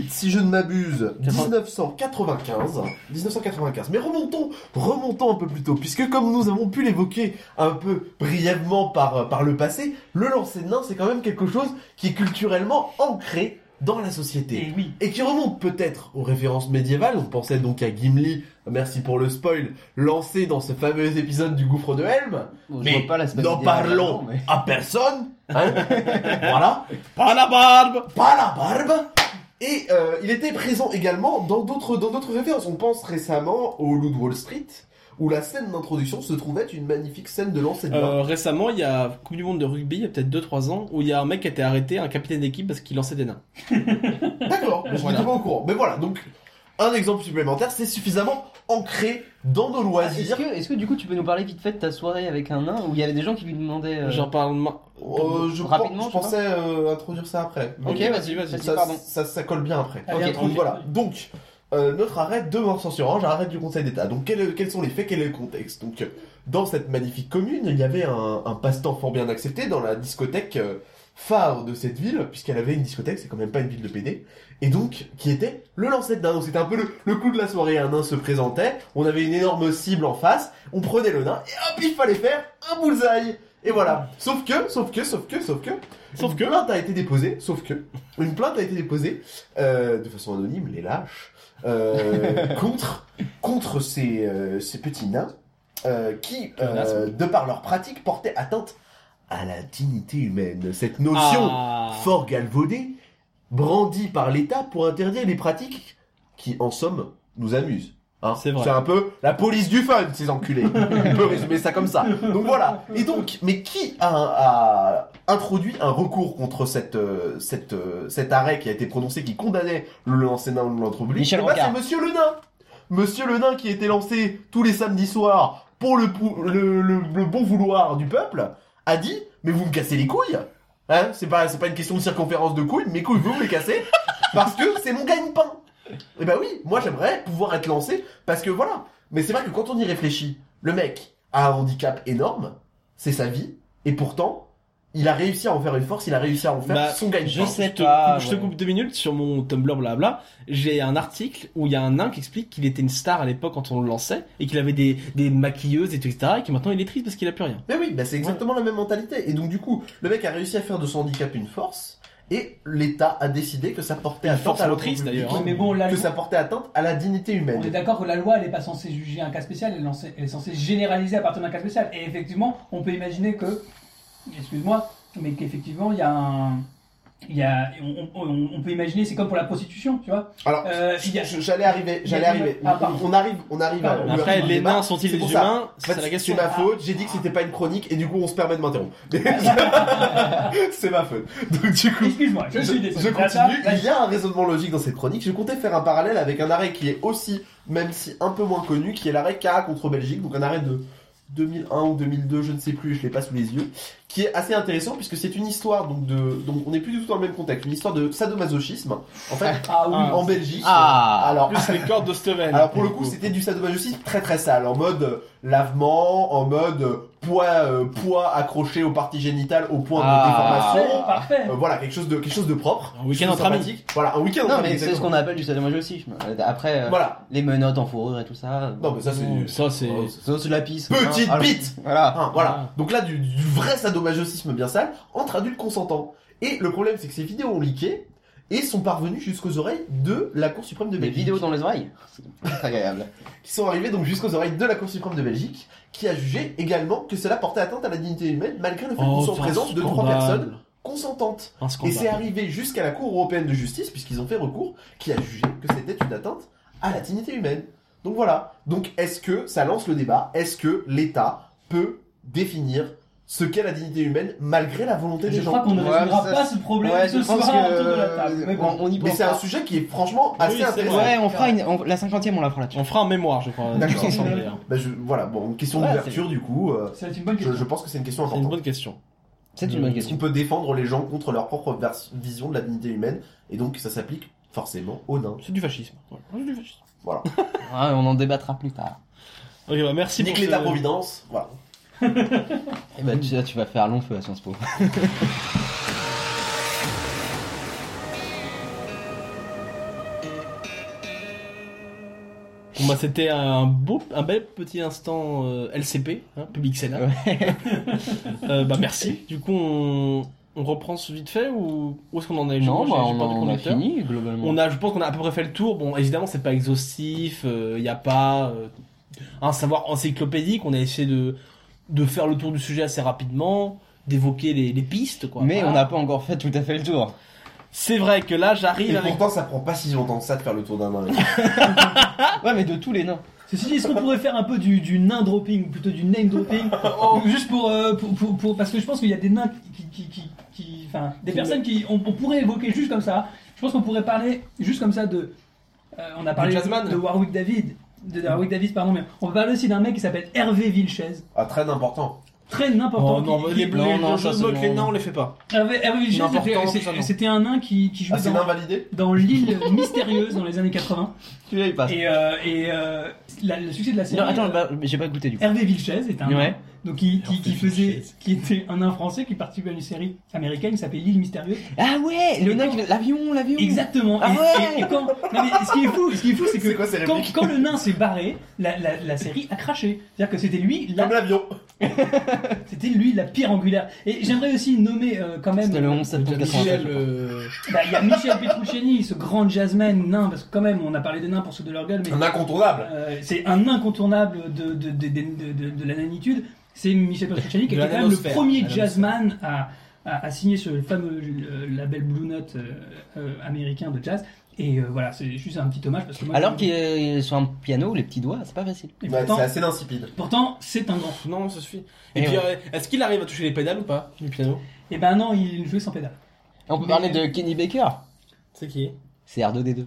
D: si je ne m'abuse, 1995. 1995. Mais remontons, remontons un peu plus tôt, puisque comme nous avons pu l'évoquer un peu brièvement par, par le passé, le lancer de nain, c'est quand même quelque chose qui est culturellement ancré dans la société
E: Et oui.
D: et qui remonte peut-être aux références médiévales. On pensait donc à Gimli, merci pour le spoil, lancé dans ce fameux épisode du gouffre de Helm.
C: Bon, je
D: mais
C: vois pas l'aspect
D: n'en
C: idéal,
D: parlons
C: mais-
D: à personne. hein. voilà. Pas la barbe. Pas la barbe. Et euh, il était présent également dans d'autres dans d'autres références. On pense récemment au Loup de Wall Street, où la scène d'introduction se trouvait une magnifique scène de lancer de main.
B: Euh, récemment, il y a Coupe du Monde de rugby, il y a peut-être 2-3 ans, où il y a un mec qui a été arrêté, un capitaine d'équipe, parce qu'il lançait des nains.
C: Euh,
D: D'accord, je n'étais
B: Voilà.
D: pas au courant. Mais voilà, donc un exemple supplémentaire, c'est suffisamment ancré dans nos
C: Ah, Est-ce
D: loisirs.
C: que, est-ce que du coup tu peux nous parler vite fait de ta soirée avec un nain où il y avait des gens qui lui demandaient. euh,
B: J'en parle. ma-
D: Euh, je,
C: Rapidement,
D: pense-
C: je
D: je pensais euh, introduire ça après.
C: Ok,
D: Mais
C: vas-y, vas-y,
D: ça,
C: pardon.
D: ça, ça colle bien après.
E: Allez,
D: Ok,
E: introduis.
D: voilà. Donc, euh, notre arrêt de Mort-sur-Orange, arrêt du Conseil d'État. Donc, quel- quels sont les faits, quel est le contexte Donc, euh, dans cette magnifique commune, il y avait un, un passe-temps fort bien accepté dans la discothèque euh, phare de cette ville, puisqu'elle avait une discothèque, c'est quand même pas une ville de PD, et donc, qui était le lancer de nain. Donc, c'était un peu le, le clou de la soirée. Un nain se présentait, on avait une énorme cible en face, on prenait le nain, et hop, il fallait faire un bullseye et voilà. Sauf que, sauf que, sauf que, sauf que, sauf que, une plainte a été déposée, sauf que, une plainte a été déposée, euh, de façon anonyme, les lâches, euh, contre, contre ces, euh, ces petits nains, euh, qui, euh, de par leur pratique, portaient atteinte à la dignité humaine. Cette notion
B: Ah.
D: fort galvaudée, brandie par l'État pour interdire les pratiques qui, en somme, nous amusent. Hein
B: C'est vrai.
D: un peu la police du fun, ces enculés. On peut résumer ça comme ça. Donc voilà. Et donc, mais qui a, a introduit un recours contre cette, euh, cette, euh, cet arrêt qui a été prononcé, qui condamnait le lancer nain ou l'entreprise
C: Michel
D: Eh ben,
C: Rocard.
D: C'est Monsieur le nain. Monsieur le nain qui était lancé tous les samedis soirs pour le, pou- le, le, le bon vouloir du peuple a dit mais vous me cassez les couilles hein c'est pas c'est pas une question de circonférence de couilles mes couilles vous me les cassez parce que c'est mon gagne-pain et bah oui moi j'aimerais pouvoir être lancé parce que voilà mais c'est vrai que quand on y réfléchit le mec a un handicap énorme c'est sa vie et pourtant il a réussi à en faire une force il a réussi à en faire
B: Bah,
D: son gagne-pain
C: je sais
B: Je te,
C: pas.
B: je te
C: ouais.
B: coupe deux minutes sur mon Tumblr, blabla. J'ai un article où il y a un nain qui explique qu'il était une star à l'époque quand on le lançait et qu'il avait des, des maquilleuses et tout, etc. Et que maintenant il est triste parce qu'il a plus rien.
D: Mais oui, bah c'est exactement la même mentalité. Et donc du coup, le mec a réussi à faire de son handicap une force, et l'État a décidé que ça portait atteinte
B: force
D: à
B: motrice,
D: l'ordre
B: d'ailleurs,
D: public,
E: hein. Mais bon, la
D: que
E: loi-
D: ça portait atteinte à la dignité humaine.
E: On est d'accord que la loi, elle n'est pas censée juger un cas spécial, elle est lancée- elle est censée généraliser à partir d'un cas spécial. Et effectivement, on peut imaginer que, excuse-moi, mais qu'effectivement, il y a un. Il y a, on, on- on peut imaginer, c'est comme pour la prostitution, tu vois.
D: Alors,
E: Euh, il y a-
D: je- j'allais arriver,
E: il
D: j'allais
E: y a-
D: arriver.
E: Ah, pardon.
D: on, on arrive, on arrive. à-
E: Pardon.
D: on
B: Après,
D: arrive au
B: les
D: débat.
B: nains sont-ils
D: C'est
B: des
D: pour ça.
B: humains
D: En fait,
B: C'est la question.
D: ma faute, j'ai dit que c'était pas une chronique et du coup on se permet de m'interrompre. c'est ma faute. Donc du coup,
E: Excuse-moi, je,
D: je,
E: suis désolé.
D: je continue. Il y a un raisonnement logique dans cette chronique. Je comptais faire un parallèle avec un arrêt qui est aussi, même si un peu moins connu, qui est l'arrêt Cara contre Belgique, donc un arrêt de 2001 ou 2002, je ne sais plus, je l'ai pas sous les yeux, qui est assez intéressant puisque c'est une histoire donc de, donc on n'est plus du tout dans le même contexte, une histoire de sadomasochisme. En fait,
E: Ah oui,
D: en Belgique.
C: Ah.
D: alors
B: Plus les cordes de Steven.
D: alors pour le coup, c'était du sadomasochisme très très sale, en mode euh, lavement, en mode euh, poids euh, poids accroché aux parties génitales au point de
C: Ah.
E: parfait,
D: déformation.
E: bah, parfait.
D: Euh, voilà quelque chose de quelque chose de propre.
B: Un week-end
D: quelque chose de
B: entre amis.
D: sympathique. Voilà un week-end.
C: Non,
D: entre
C: mais
D: amis,
C: c'est ce qu'on appelle du sadomasochisme. Après, euh,
D: Voilà.
C: les menottes en fourrure et tout ça. euh,
D: Non mais ça c'est.
B: Mmh, ça c'est.
D: Oh,
C: Ça, c'est de la pisse.
D: Petite
C: hein. Ah,
D: bite
C: Voilà.
D: Ah, voilà. Donc là, du, du vrai sadomasochisme bien sale entre adultes consentants. Et le problème, c'est que ces vidéos ont leaké et sont parvenues jusqu'aux oreilles de la Cour suprême de
C: Des
D: Belgique.
C: vidéos dans les oreilles. C'est très agréable.
D: qui sont arrivés donc jusqu'aux oreilles de la Cour suprême de Belgique, qui a jugé également que cela portait atteinte à la dignité humaine malgré le fait qu'on soit
B: Oh,
D: en
B: c'est un
D: présence de trois
B: scandale.
D: personnes consentantes.
B: Un
D: Et c'est
B: scandale.
D: arrivé jusqu'à la Cour européenne de justice, puisqu'ils ont fait recours, qui a jugé que c'était une atteinte à la dignité humaine. Donc voilà. Donc est-ce que ça lance le débat Est-ce que l'État peut définir ce qu'est la dignité humaine malgré la volonté
E: Je
D: des gens
E: crois qu'on ne
C: Ouais,
E: résoudra
C: ça,
E: pas ce problème
C: Ouais,
E: ce
C: je pense
E: soir autour de la table. Mais
C: que.
E: bon.
C: On on y
D: Mais
C: pense.
D: c'est un
C: pas.
D: sujet qui est franchement assez
B: Oui, c'est
D: intéressant.
B: vrai.
C: Ouais, on fera une. on- La cinquantième, on la fera là-dessus.
B: On fera un mémoire, je crois.
D: D'accord.
B: tous ensemble, d'ailleurs.
D: Bah, je- voilà, bon, une question
C: Ouais,
D: d'ouverture du coup. euh,
E: C'est une bonne
D: je,
E: question.
D: je pense que c'est une question
B: C'est une
D: importante.
B: bonne question.
C: C'est une bonne
D: Est-ce Euh, qu'on
C: question.
D: peut défendre les gens contre leur propre vers- vision de la dignité humaine Et donc ça s'applique forcément aux nains.
B: C'est du fascisme. Voilà. C'est du fascisme.
C: Ouais, on en débattra plus tard.
B: Ok, bah, merci
D: Nique
B: pour ce-
D: l'État-providence, voilà.
C: Et bah, tu, tu vas faire long feu à Sciences Po.
B: Bon, bah, c'était un beau, un bel petit instant euh, LCP, hein, Public Sénat. Euh, bah merci. Du coup, on, on reprend ce vite fait ou où est-ce qu'on en est
C: Non,
B: J'ai-
C: bah,
B: j'ai
C: on,
B: perdu le
C: on a
B: conducteur.
C: fini globalement.
B: On a, je pense qu'on a à peu près fait le tour. Bon, évidemment, c'est pas exhaustif. Il n'y a pas euh, un savoir encyclopédique. On a essayé de de faire le tour du sujet assez rapidement, d'évoquer les, les pistes, quoi.
C: Mais
B: Voilà.
C: on n'a pas encore fait tout à fait le tour.
B: C'est vrai que là,
D: Et
B: j'arrive avec.
D: pourtant ça prend pas si longtemps que ça de faire le tour d'un nain.
C: Ouais, mais de tous les nains.
E: Ceci dit, est-ce qu'on pourrait faire un peu du, du nain dropping ou plutôt du name dropping
C: Oh.
E: Juste pour, euh, pour, pour- pour- Parce que je pense qu'il y a des nains qui. qui, qui, qui- enfin, des personnes qui. On, on pourrait évoquer juste comme ça. Je pense qu'on pourrait parler juste comme ça de Euh, on a parlé
B: jazzman.
E: de Warwick David, de Warwick Davis, pardon, mais on parle aussi d'un mec qui s'appelle Hervé Vilches,
D: Ah, très important.
E: très n'importe
B: Oh non,
E: qui-
B: les
E: qui-
B: bleus,
C: non,
B: les
C: non,
B: jeux
C: ça,
B: de
C: c'est
B: mots avec les
C: non.
B: nains, on les fait pas.
E: Hervé, Hervé Vilches,
B: N'importe
E: ah c'était-
B: quoi,
E: c'est-
B: ça, non.
E: c'était un nain qui, qui jouait
D: Ah, c'est
E: dans,
D: l'invalidé
E: dans l'île mystérieuse dans les années 80.
C: Tu l'as, il passe.
E: Et, euh, et euh, la- le succès de la série. euh,
C: Non, attends, Ah, bah, j'ai pas goûté du coup.
E: Hervé Vilches est un
C: Ouais.
E: donc qui, qui, qui
B: Hervé
E: faisait
B: Vilches.
E: qui était un nain français qui participait à une série américaine qui s'appelait l'île mystérieuse
C: Ah ouais, le
E: Et
C: nain,
E: quand-
C: qui- l'avion, l'avion.
E: Exactement.
C: Ah
E: Et-
C: ouais
E: et, et quand, non mais ce qui est fou, ce qui est fou, c'est que
D: C'est quoi ces
E: quand,
D: répliques
E: quand le nain s'est barré, la, la, la série a craché. C'est-à-dire que c'était lui, la,
D: Comme l'avion.
E: c'était lui la pierre angulaire. Et j'aimerais aussi nommer euh, quand même.
C: C'était le 11 septembre 93.
B: Michel, euh,
E: Bah, Il y a Michel Petrucciani, ce grand jazzman nain, parce que quand même, on a parlé des nains pour ceux de leur gueule, mais
D: Un incontournable.
E: euh, c'est un incontournable de, de, de, de, de- de la nanitude. C'est Michel Petrucciani qui
B: De
E: était quand même le
B: l'anosphère.
E: premier
B: L'anosphère.
E: jazzman à, à, à signer ce fameux euh, label Blue Note euh, euh, américain de jazz. Et euh, voilà, c'est juste un petit hommage parce que moi,
C: Alors
E: je-
C: qu'il est sur un piano, les petits doigts, c'est pas facile.
E: et
D: Ouais,
E: pourtant,
D: Bah, c'est assez insipide.
E: pourtant, c'est un grand.
B: pff, non, ça suffit. Et,
D: Eh
C: Et
B: puis,
C: ouais.
B: euh, est-ce qu'il arrive à toucher les pédales ou pas du piano
E: Et ben non, il jouait sans pédale.
C: On peut
E: Mais-
C: parler de Kenny Baker.
B: C'est qui
C: C'est R2D2.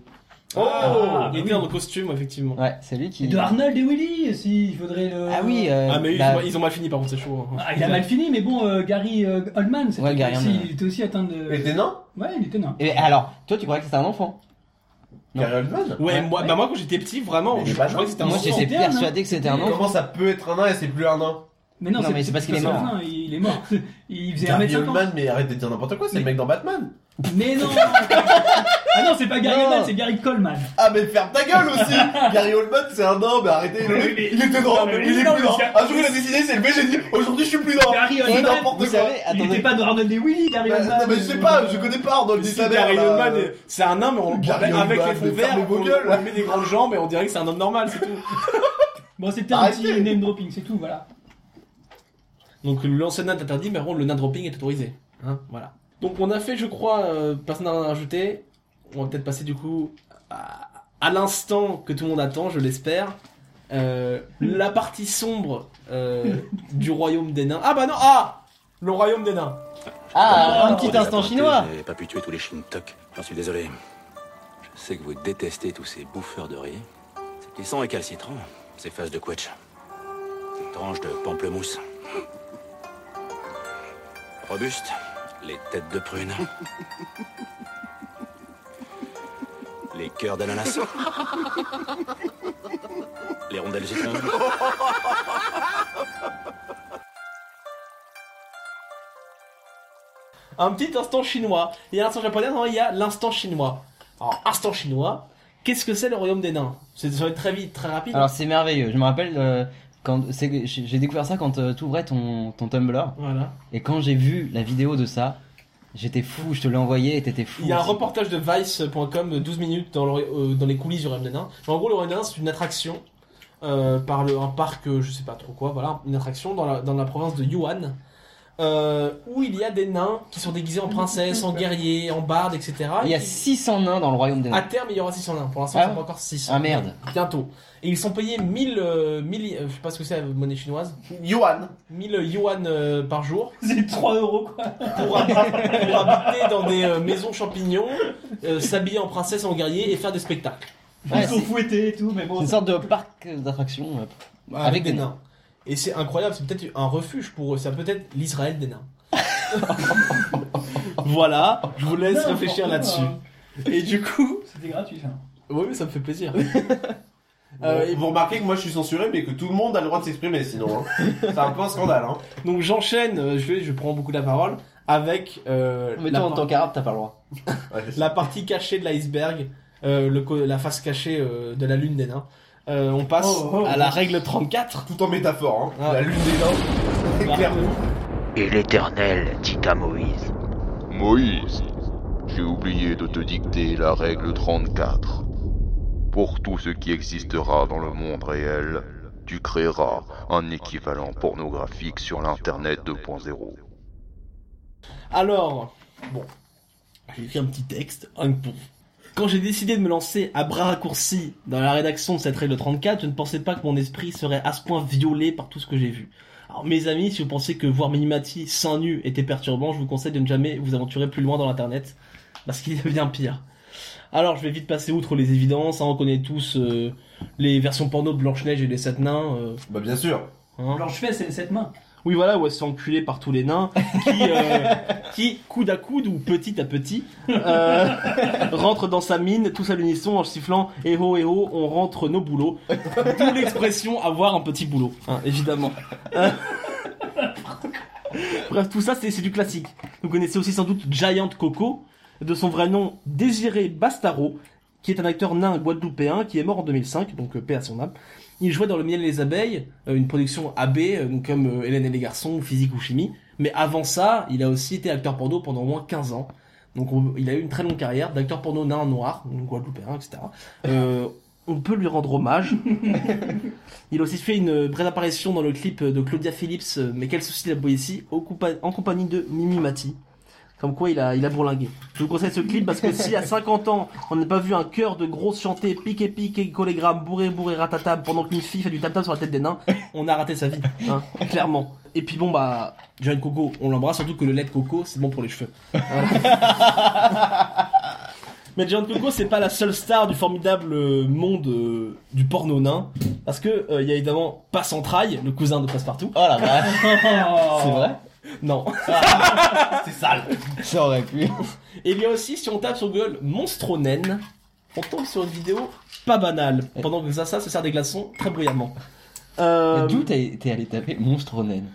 B: Oh
E: Ah,
B: Il
E: bah
B: était
E: oui.
B: en costume, effectivement.
C: Ouais, c'est lui qui.
E: Et de Arnold et Willy aussi, il faudrait le.
C: Ah oui, euh,
B: Ah, mais ils,
C: bah,
B: ont, ils ont mal fini, par contre, c'est chaud. hein.
E: Ah, il a mal fini, mais bon, euh, Gary euh, Oldman, c'était
C: Ouais, Gary
E: aussi,
C: Oldman.
E: il était aussi atteint de.
D: Et des nains
E: Ouais, il était nain.
C: et eh, alors, toi, tu croyais que c'était un enfant Non.
D: Gary Oldman
B: Ouais,
C: Ouais.
B: moi, bah moi quand j'étais petit, vraiment, je,
D: Mais il est pas
B: je croyais que
D: nain.
B: c'était un
C: Moi,
B: enfant.
C: j'étais
E: c'était un
C: persuadé que c'était un enfant.
D: Comment ça peut être un nain et c'est plus un nain
E: Mais non,
C: Non, mais c'est parce qu'il est
E: pas
C: mort.
E: nain, Il est mort. Il faisait
D: Gary
E: 1m50.
D: Oldman, mais arrête de dire n'importe quoi, c'est le mec dans Batman.
E: Mais non Ah non, c'est pas Gary
C: Non.
E: Oldman, c'est Gary Coleman.
D: Ah, mais ferme ta gueule aussi Gary Oldman, c'est un nain, mais arrêtez, il, est- il était
E: Non,
D: grand,
E: mais
D: il est
E: non,
D: plus
E: mais
D: grand.
E: c'est-
D: Un jour, il a décidé, c'est le B, j'ai dit, aujourd'hui, je suis plus grand.
E: Gary
D: C'est
E: Oldman,
D: n'importe
C: Vous
D: quoi.
C: savez,
E: Il
C: Eh, attendez.
E: était pas de Arnold et Willy, Gary
D: Bah,
E: Oldman.
D: non, mais je sais pas, je connais pas Arnold
B: Si,
D: Dissner,
B: Gary
D: là.
B: Oldman, euh, c'est un nain, mais on
D: Gary
B: avec
D: Oldman,
B: les fonds
D: mais
B: verts,
D: fermez vos
B: on,
D: gueules.
B: on lui met des grandes jambes et on dirait que c'est un homme normal, c'est tout.
E: Bon, c'était un petit
D: Arrêtez.
E: name dropping, c'est tout, voilà.
B: Donc l'ancien nain est interdit, mais par contre, le nain dropping est autorisé. Hein, voilà. Donc on a fait, je crois, euh, personne n'a rien à rajouter. On va peut-être passer du coup à, à l'instant que tout le monde attend, je l'espère. Euh, la partie sombre euh, du royaume des nains. Ah bah non, ah Le royaume des nains.
C: Ah, un petit instant chinois.
J: Je n'ai pas pu tuer tous les Shintok, j'en suis désolé. Je sais que vous détestez tous ces bouffeurs de riz, ces petits sangs récalcitrants, ces faces de quetch, ces tranches de pamplemousse. Robustes, les têtes de prune. Les cœurs d'ananas. Les rondelles de citron.
B: un petit instant chinois. Il y a l'instant japonais, non, il y a l'instant chinois. Alors, instant chinois, qu'est-ce que c'est le royaume des nains C'est ça va être très vite, très rapide.
C: Alors, c'est merveilleux. Je me rappelle euh, quand c'est- j'ai j'ai découvert ça quand tu ouvrais ton, ton Tumblr.
B: voilà.
C: Et quand j'ai vu la vidéo de ça, j'étais fou. Je te l'ai envoyé et t'étais fou.
B: Il y a un
C: aussi.
B: reportage de Vice.com de 12 minutes dans, le- euh, dans les coulisses du royaume des nains. En gros, le royaume des nains, c'est une attraction euh, par le, un parc, euh, je sais pas trop quoi, voilà, une attraction dans la, dans la province de Yuan. euh, où il y a des nains qui sont déguisés en princesse, en guerrier, en barde, etc.
C: Ah, Il y a 600 nains dans le royaume des
B: À
C: nains.
B: terme, il y aura 600 nains. Pour l'instant, il
C: Ah
B: y en
C: ouais
B: a encore 600.
C: Ah merde.
B: Bientôt. Et ils sont payés 1000, euh, 1000 euh, je sais pas ce que c'est la monnaie chinoise,
D: Euh, Yohan.
B: 1000 yuan euh, par jour
E: C'est 3 euros, quoi.
B: pour, hab- pour habiter dans des euh, maisons champignons, euh, s'habiller en princesse, en guerrier et faire des spectacles.
C: Ouais,
E: Ils sont
C: c'est-
E: fouettés et tout, mais
C: c'est
E: bon.
C: une sorte de parc d'attractions. euh,
B: Avec, des nains. Et c'est incroyable, c'est peut-être un refuge pour eux, ça peut être l'Israël des nains. voilà, je vous laisse
E: N'importe
B: réfléchir
E: quoi.
B: là-dessus. Et du coup,
E: euh, C'était gratuit, ça.
B: oui, mais ça me fait plaisir.
D: Euh,
B: Euh,
D: et vous remarquez que moi je suis censuré, mais que tout le monde a le droit de s'exprimer sinon. Hein. C'est un peu un scandale. Hein.
B: Donc j'enchaîne, euh, je, vais- je prends beaucoup la parole avec euh,
C: Mais
B: la
C: toi, en
B: par-
C: tant qu'arabe, t'as pas le droit.
B: la partie cachée de l'iceberg, euh, le co- la face cachée euh, de la lune des nains. Euh, on passe
E: Oh, oh,
B: à la règle 34.
D: Tout en métaphore. Hein.
B: Ah.
D: La lune des nains. C'est clair.
I: Et l'Éternel dit à Moïse.
A: Moïse, j'ai oublié de te dicter la règle 34. Pour tout ce qui existera dans le monde réel, tu créeras un équivalent pornographique sur l'Internet 2.0.
B: Alors, bon, j'ai écrit un petit texte, un pour. Quand j'ai décidé de me lancer à bras raccourcis dans la rédaction de cette règle 34, je ne pensais pas que mon esprit serait à ce point violé par tout ce que j'ai vu. Alors mes amis, si vous pensez que voir Minimati seins nus était perturbant, je vous conseille de ne jamais vous aventurer plus loin dans l'internet, parce qu'il y a bien pire. Alors, je vais vite passer outre les évidences. hein, on connaît tous euh, les versions porno de Blanche-Neige et les Sept Nains. euh,
D: Bah bien sûr.
B: hein.
E: Blanche-Fesse, c'est les sept mains.
B: Oui, voilà, où elle se fait enculer par tous les nains, qui, euh, qui coude à coude ou petit à petit, euh, rentre dans sa mine, tous à l'unisson, en sifflant Eh oh, eh oh, on rentre nos boulots. D'où l'expression avoir un petit boulot, hein, évidemment. Euh, Bref, tout ça, c'est c'est du classique. Vous connaissez aussi sans doute Giant Coco, de son vrai nom Désiré Bastaro, qui est un acteur nain guadeloupéen qui est mort en 2005, donc euh, paix à son âme. Il jouait dans Le Miel et les abeilles, euh, une production AB, euh, donc comme euh, Hélène et les garçons, ou physique ou chimie. Mais avant ça, il a aussi été acteur porno pendant au moins 15 ans. Donc on- il a eu une très longue carrière d'acteur porno nain noir, donc guadeloupéen, etc. Euh, on peut lui rendre hommage. il a aussi fait une brève apparition dans le clip de Claudia Phillips, euh, mais quel souci la Boétie, au compa- en compagnie de Mimi Mati. Comme quoi il a, il a bourlingué. Je vous conseille ce clip parce que si à 50 ans on n'a pas vu un cœur de grosse chanter piqué piqué collégramme bourré bourré ratatam pendant que Miffy fait du tap tap sur la tête des nains, on a raté sa vie, hein, clairement. Et puis bon bah, John Coco, on l'embrasse surtout que le lait de coco c'est bon pour les cheveux. Voilà. Mais John Coco c'est pas la seule star du formidable euh, monde euh, du porno nain parce que euh, il y a évidemment Passentraille, le cousin de Passepartout.
C: Oh la vache,
D: Eh,
C: c'est
E: c'est
C: vrai
B: Non.
D: C'est sale.
C: Ça aurait pu.
B: Et il y a Eh aussi, si on tape sur Google Monstronen, on tombe sur une vidéo pas banale, pendant que Zaza se sert des glaçons très bruyamment. Euh,
C: Mais D'où t'es t'es allé taper Monstre naine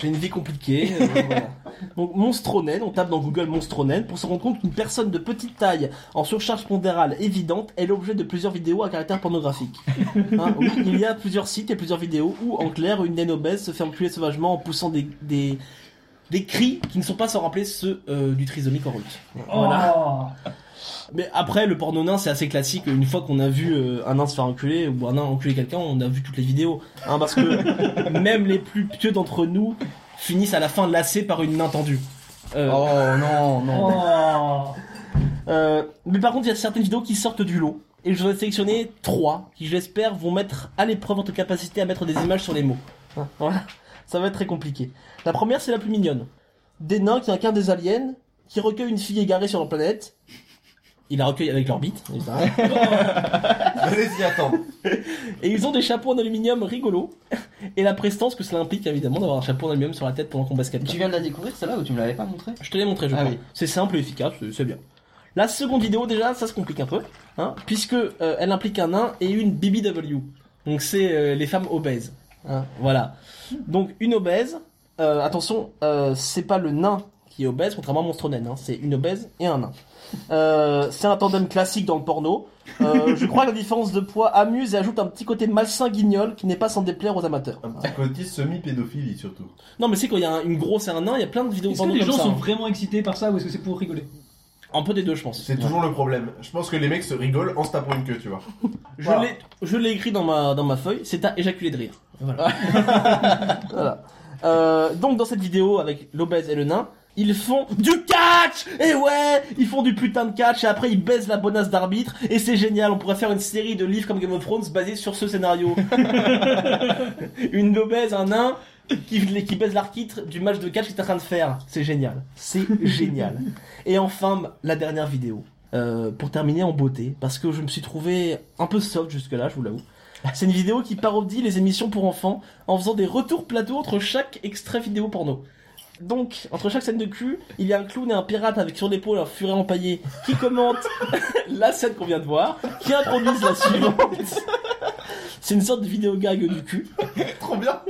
B: J'ai une vie compliquée. euh, voilà. Donc Monstronen, on tape dans Google Monstronen pour se rendre compte qu'une personne de petite taille, en surcharge pondérale évidente, est l'objet de plusieurs vidéos à caractère pornographique. Hein, oui, il y a plusieurs sites et plusieurs vidéos où, en clair, une naine obèse se fait enculer sauvagement en poussant des, des, des cris qui ne sont pas sans rappeler ceux euh, du trisomique en route.
D: oh,
E: Voilà.
B: Mais après, le porno nain, c'est assez classique. Une fois qu'on a vu euh, un nain se faire enculer ou un nain enculer quelqu'un, on a vu toutes les vidéos. Hein, parce que même les plus pieux d'entre nous finissent à la fin lassés par une nain tendue. Euh,
C: Oh non, non.
E: Oh.
B: euh, mais par contre, il y a certaines vidéos qui sortent du lot. Et je vais sélectionner trois qui, j'espère, vont mettre à l'épreuve votre capacité à mettre des images sur les mots. Hein, Voilà. Ça va être très compliqué. La première, c'est la plus mignonne. Des nains qui incarnent des aliens, qui recueillent une fille égarée sur leur planète. Ils la recueillent avec leur bite, évidemment.
D: Allez-y, attends.
B: Et ils ont des chapeaux en aluminium rigolos. Et la prestance que cela implique, évidemment, d'avoir un chapeau en aluminium sur la tête pendant qu'on basket.
C: Tu viens de la découvrir celle-là ou tu me l'avais pas montrée
B: Je te l'ai montré, je
C: Ah
B: crois.
C: oui.
B: C'est simple et efficace, c'est- c'est bien. La seconde vidéo, déjà, ça se complique un peu, hein, puisque euh, elle implique un nain et une BBW. Donc c'est euh, les femmes obèses. hein, voilà. Donc une obèse, euh, attention, euh, c'est pas le nain qui est obèse, contrairement à Monstre Naine, hein, c'est une obèse et un nain. Euh, c'est un tandem classique dans le porno. Euh, je crois que la différence de poids amuse et ajoute un petit côté malsain guignol qui n'est pas sans déplaire aux amateurs.
D: Un petit côté semi-pédophilie surtout.
B: Non mais c'est quand il y a un- une grosse et un nain, il y a plein de vidéos
E: Est-ce que
B: porno
E: les
B: comme
E: gens
B: ça.
E: sont
B: hein.
E: vraiment excités par ça ou est-ce que c'est pour rigoler
B: Un peu des deux, je pense.
D: C'est toujours le problème. Je pense que les mecs se rigolent en se tapant une queue, tu vois.
B: Je
D: Voilà.
B: l'ai- je l'ai écrit dans ma, dans ma feuille, c'est à éjaculer de rire. Voilà. Voilà. Euh, donc dans cette vidéo avec l'obèse et le nain, ils font du catch Et ouais Ils font du putain de catch et après ils baisent la bonasse d'arbitre et c'est génial, on pourrait faire une série de livres comme Game of Thrones basée sur ce scénario. une obèse, un nain qui, qui baise l'arbitre du match de catch qu'il est en train de faire. C'est génial. C'est génial. Et enfin, la dernière vidéo. Euh, pour terminer en beauté, parce que je me suis trouvé un peu soft jusque-là, je vous l'avoue. C'est une vidéo qui parodie les émissions pour enfants en faisant des retours plateaux entre chaque extrait vidéo porno. Donc, entre chaque scène de cul, il y a un clown et un pirate avec sur l'épaule un furet empaillé qui commente la scène qu'on vient de voir, qui introduisent la suivante. C'est une sorte de vidéo gag du cul.
D: Trop bien.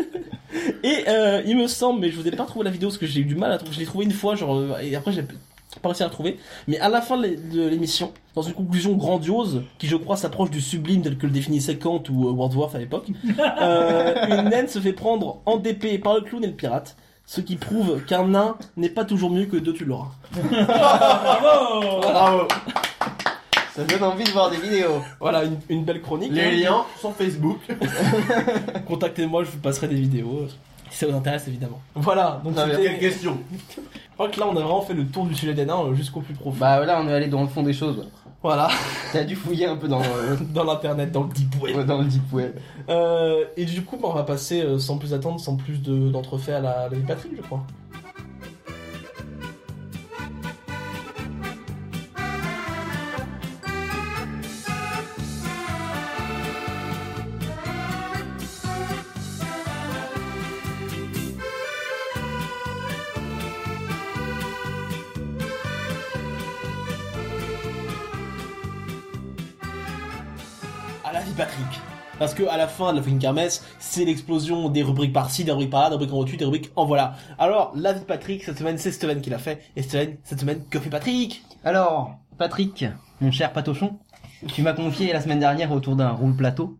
B: Et euh, il me semble, mais je vous ai pas retrouvé la vidéo parce que j'ai eu du mal à trouver. Je l'ai trouvé une fois, genre, euh, et après j'ai pas réussi à la trouver. Mais à la fin de l'é- de l'émission, dans une conclusion grandiose, qui je crois s'approche du sublime tel que le définissait Kant ou euh, Wordsworth à l'époque, euh, une naine se fait prendre en DP par le clown et le pirate. Ce qui prouve qu'un nain n'est pas toujours mieux que deux tu l'auras.
E: Bravo
D: Bravo.
C: Ça donne envie de voir des vidéos.
B: Voilà, une, une belle chronique. hein.
D: Les liens sur Facebook.
B: Contactez-moi, je vous passerai des vidéos. euh, Si ça vous intéresse, évidemment. Voilà, donc
C: Non, mais
B: c'était-
D: Quelle question
B: je crois que là on a vraiment fait le tour du sujet des nains euh, jusqu'au plus profond.
C: Bah là, on est allé dans le fond des choses. ouais.
B: Voilà,
C: T'as dû fouiller un peu dans, euh,
B: dans l'internet, dans le deep web.
C: dans le deep web.
B: Euh, et du coup, bah, on va passer euh, sans plus attendre, sans plus de- d'entrefaits à la, la vie de Patrick, je crois. à la vie Patrick. Parce que à la fin de la fucking kermesse, c'est l'explosion des rubriques par-ci, des rubriques par-là, des rubriques en dessus, des rubriques en voilà. Alors, la vie de Patrick, cette semaine, c'est Steven qui l'a fait. Et Steven, cette semaine, que fait Patrick
C: Alors, Patrick, mon cher Patochon, tu m'as confié la semaine dernière autour d'un roule plateau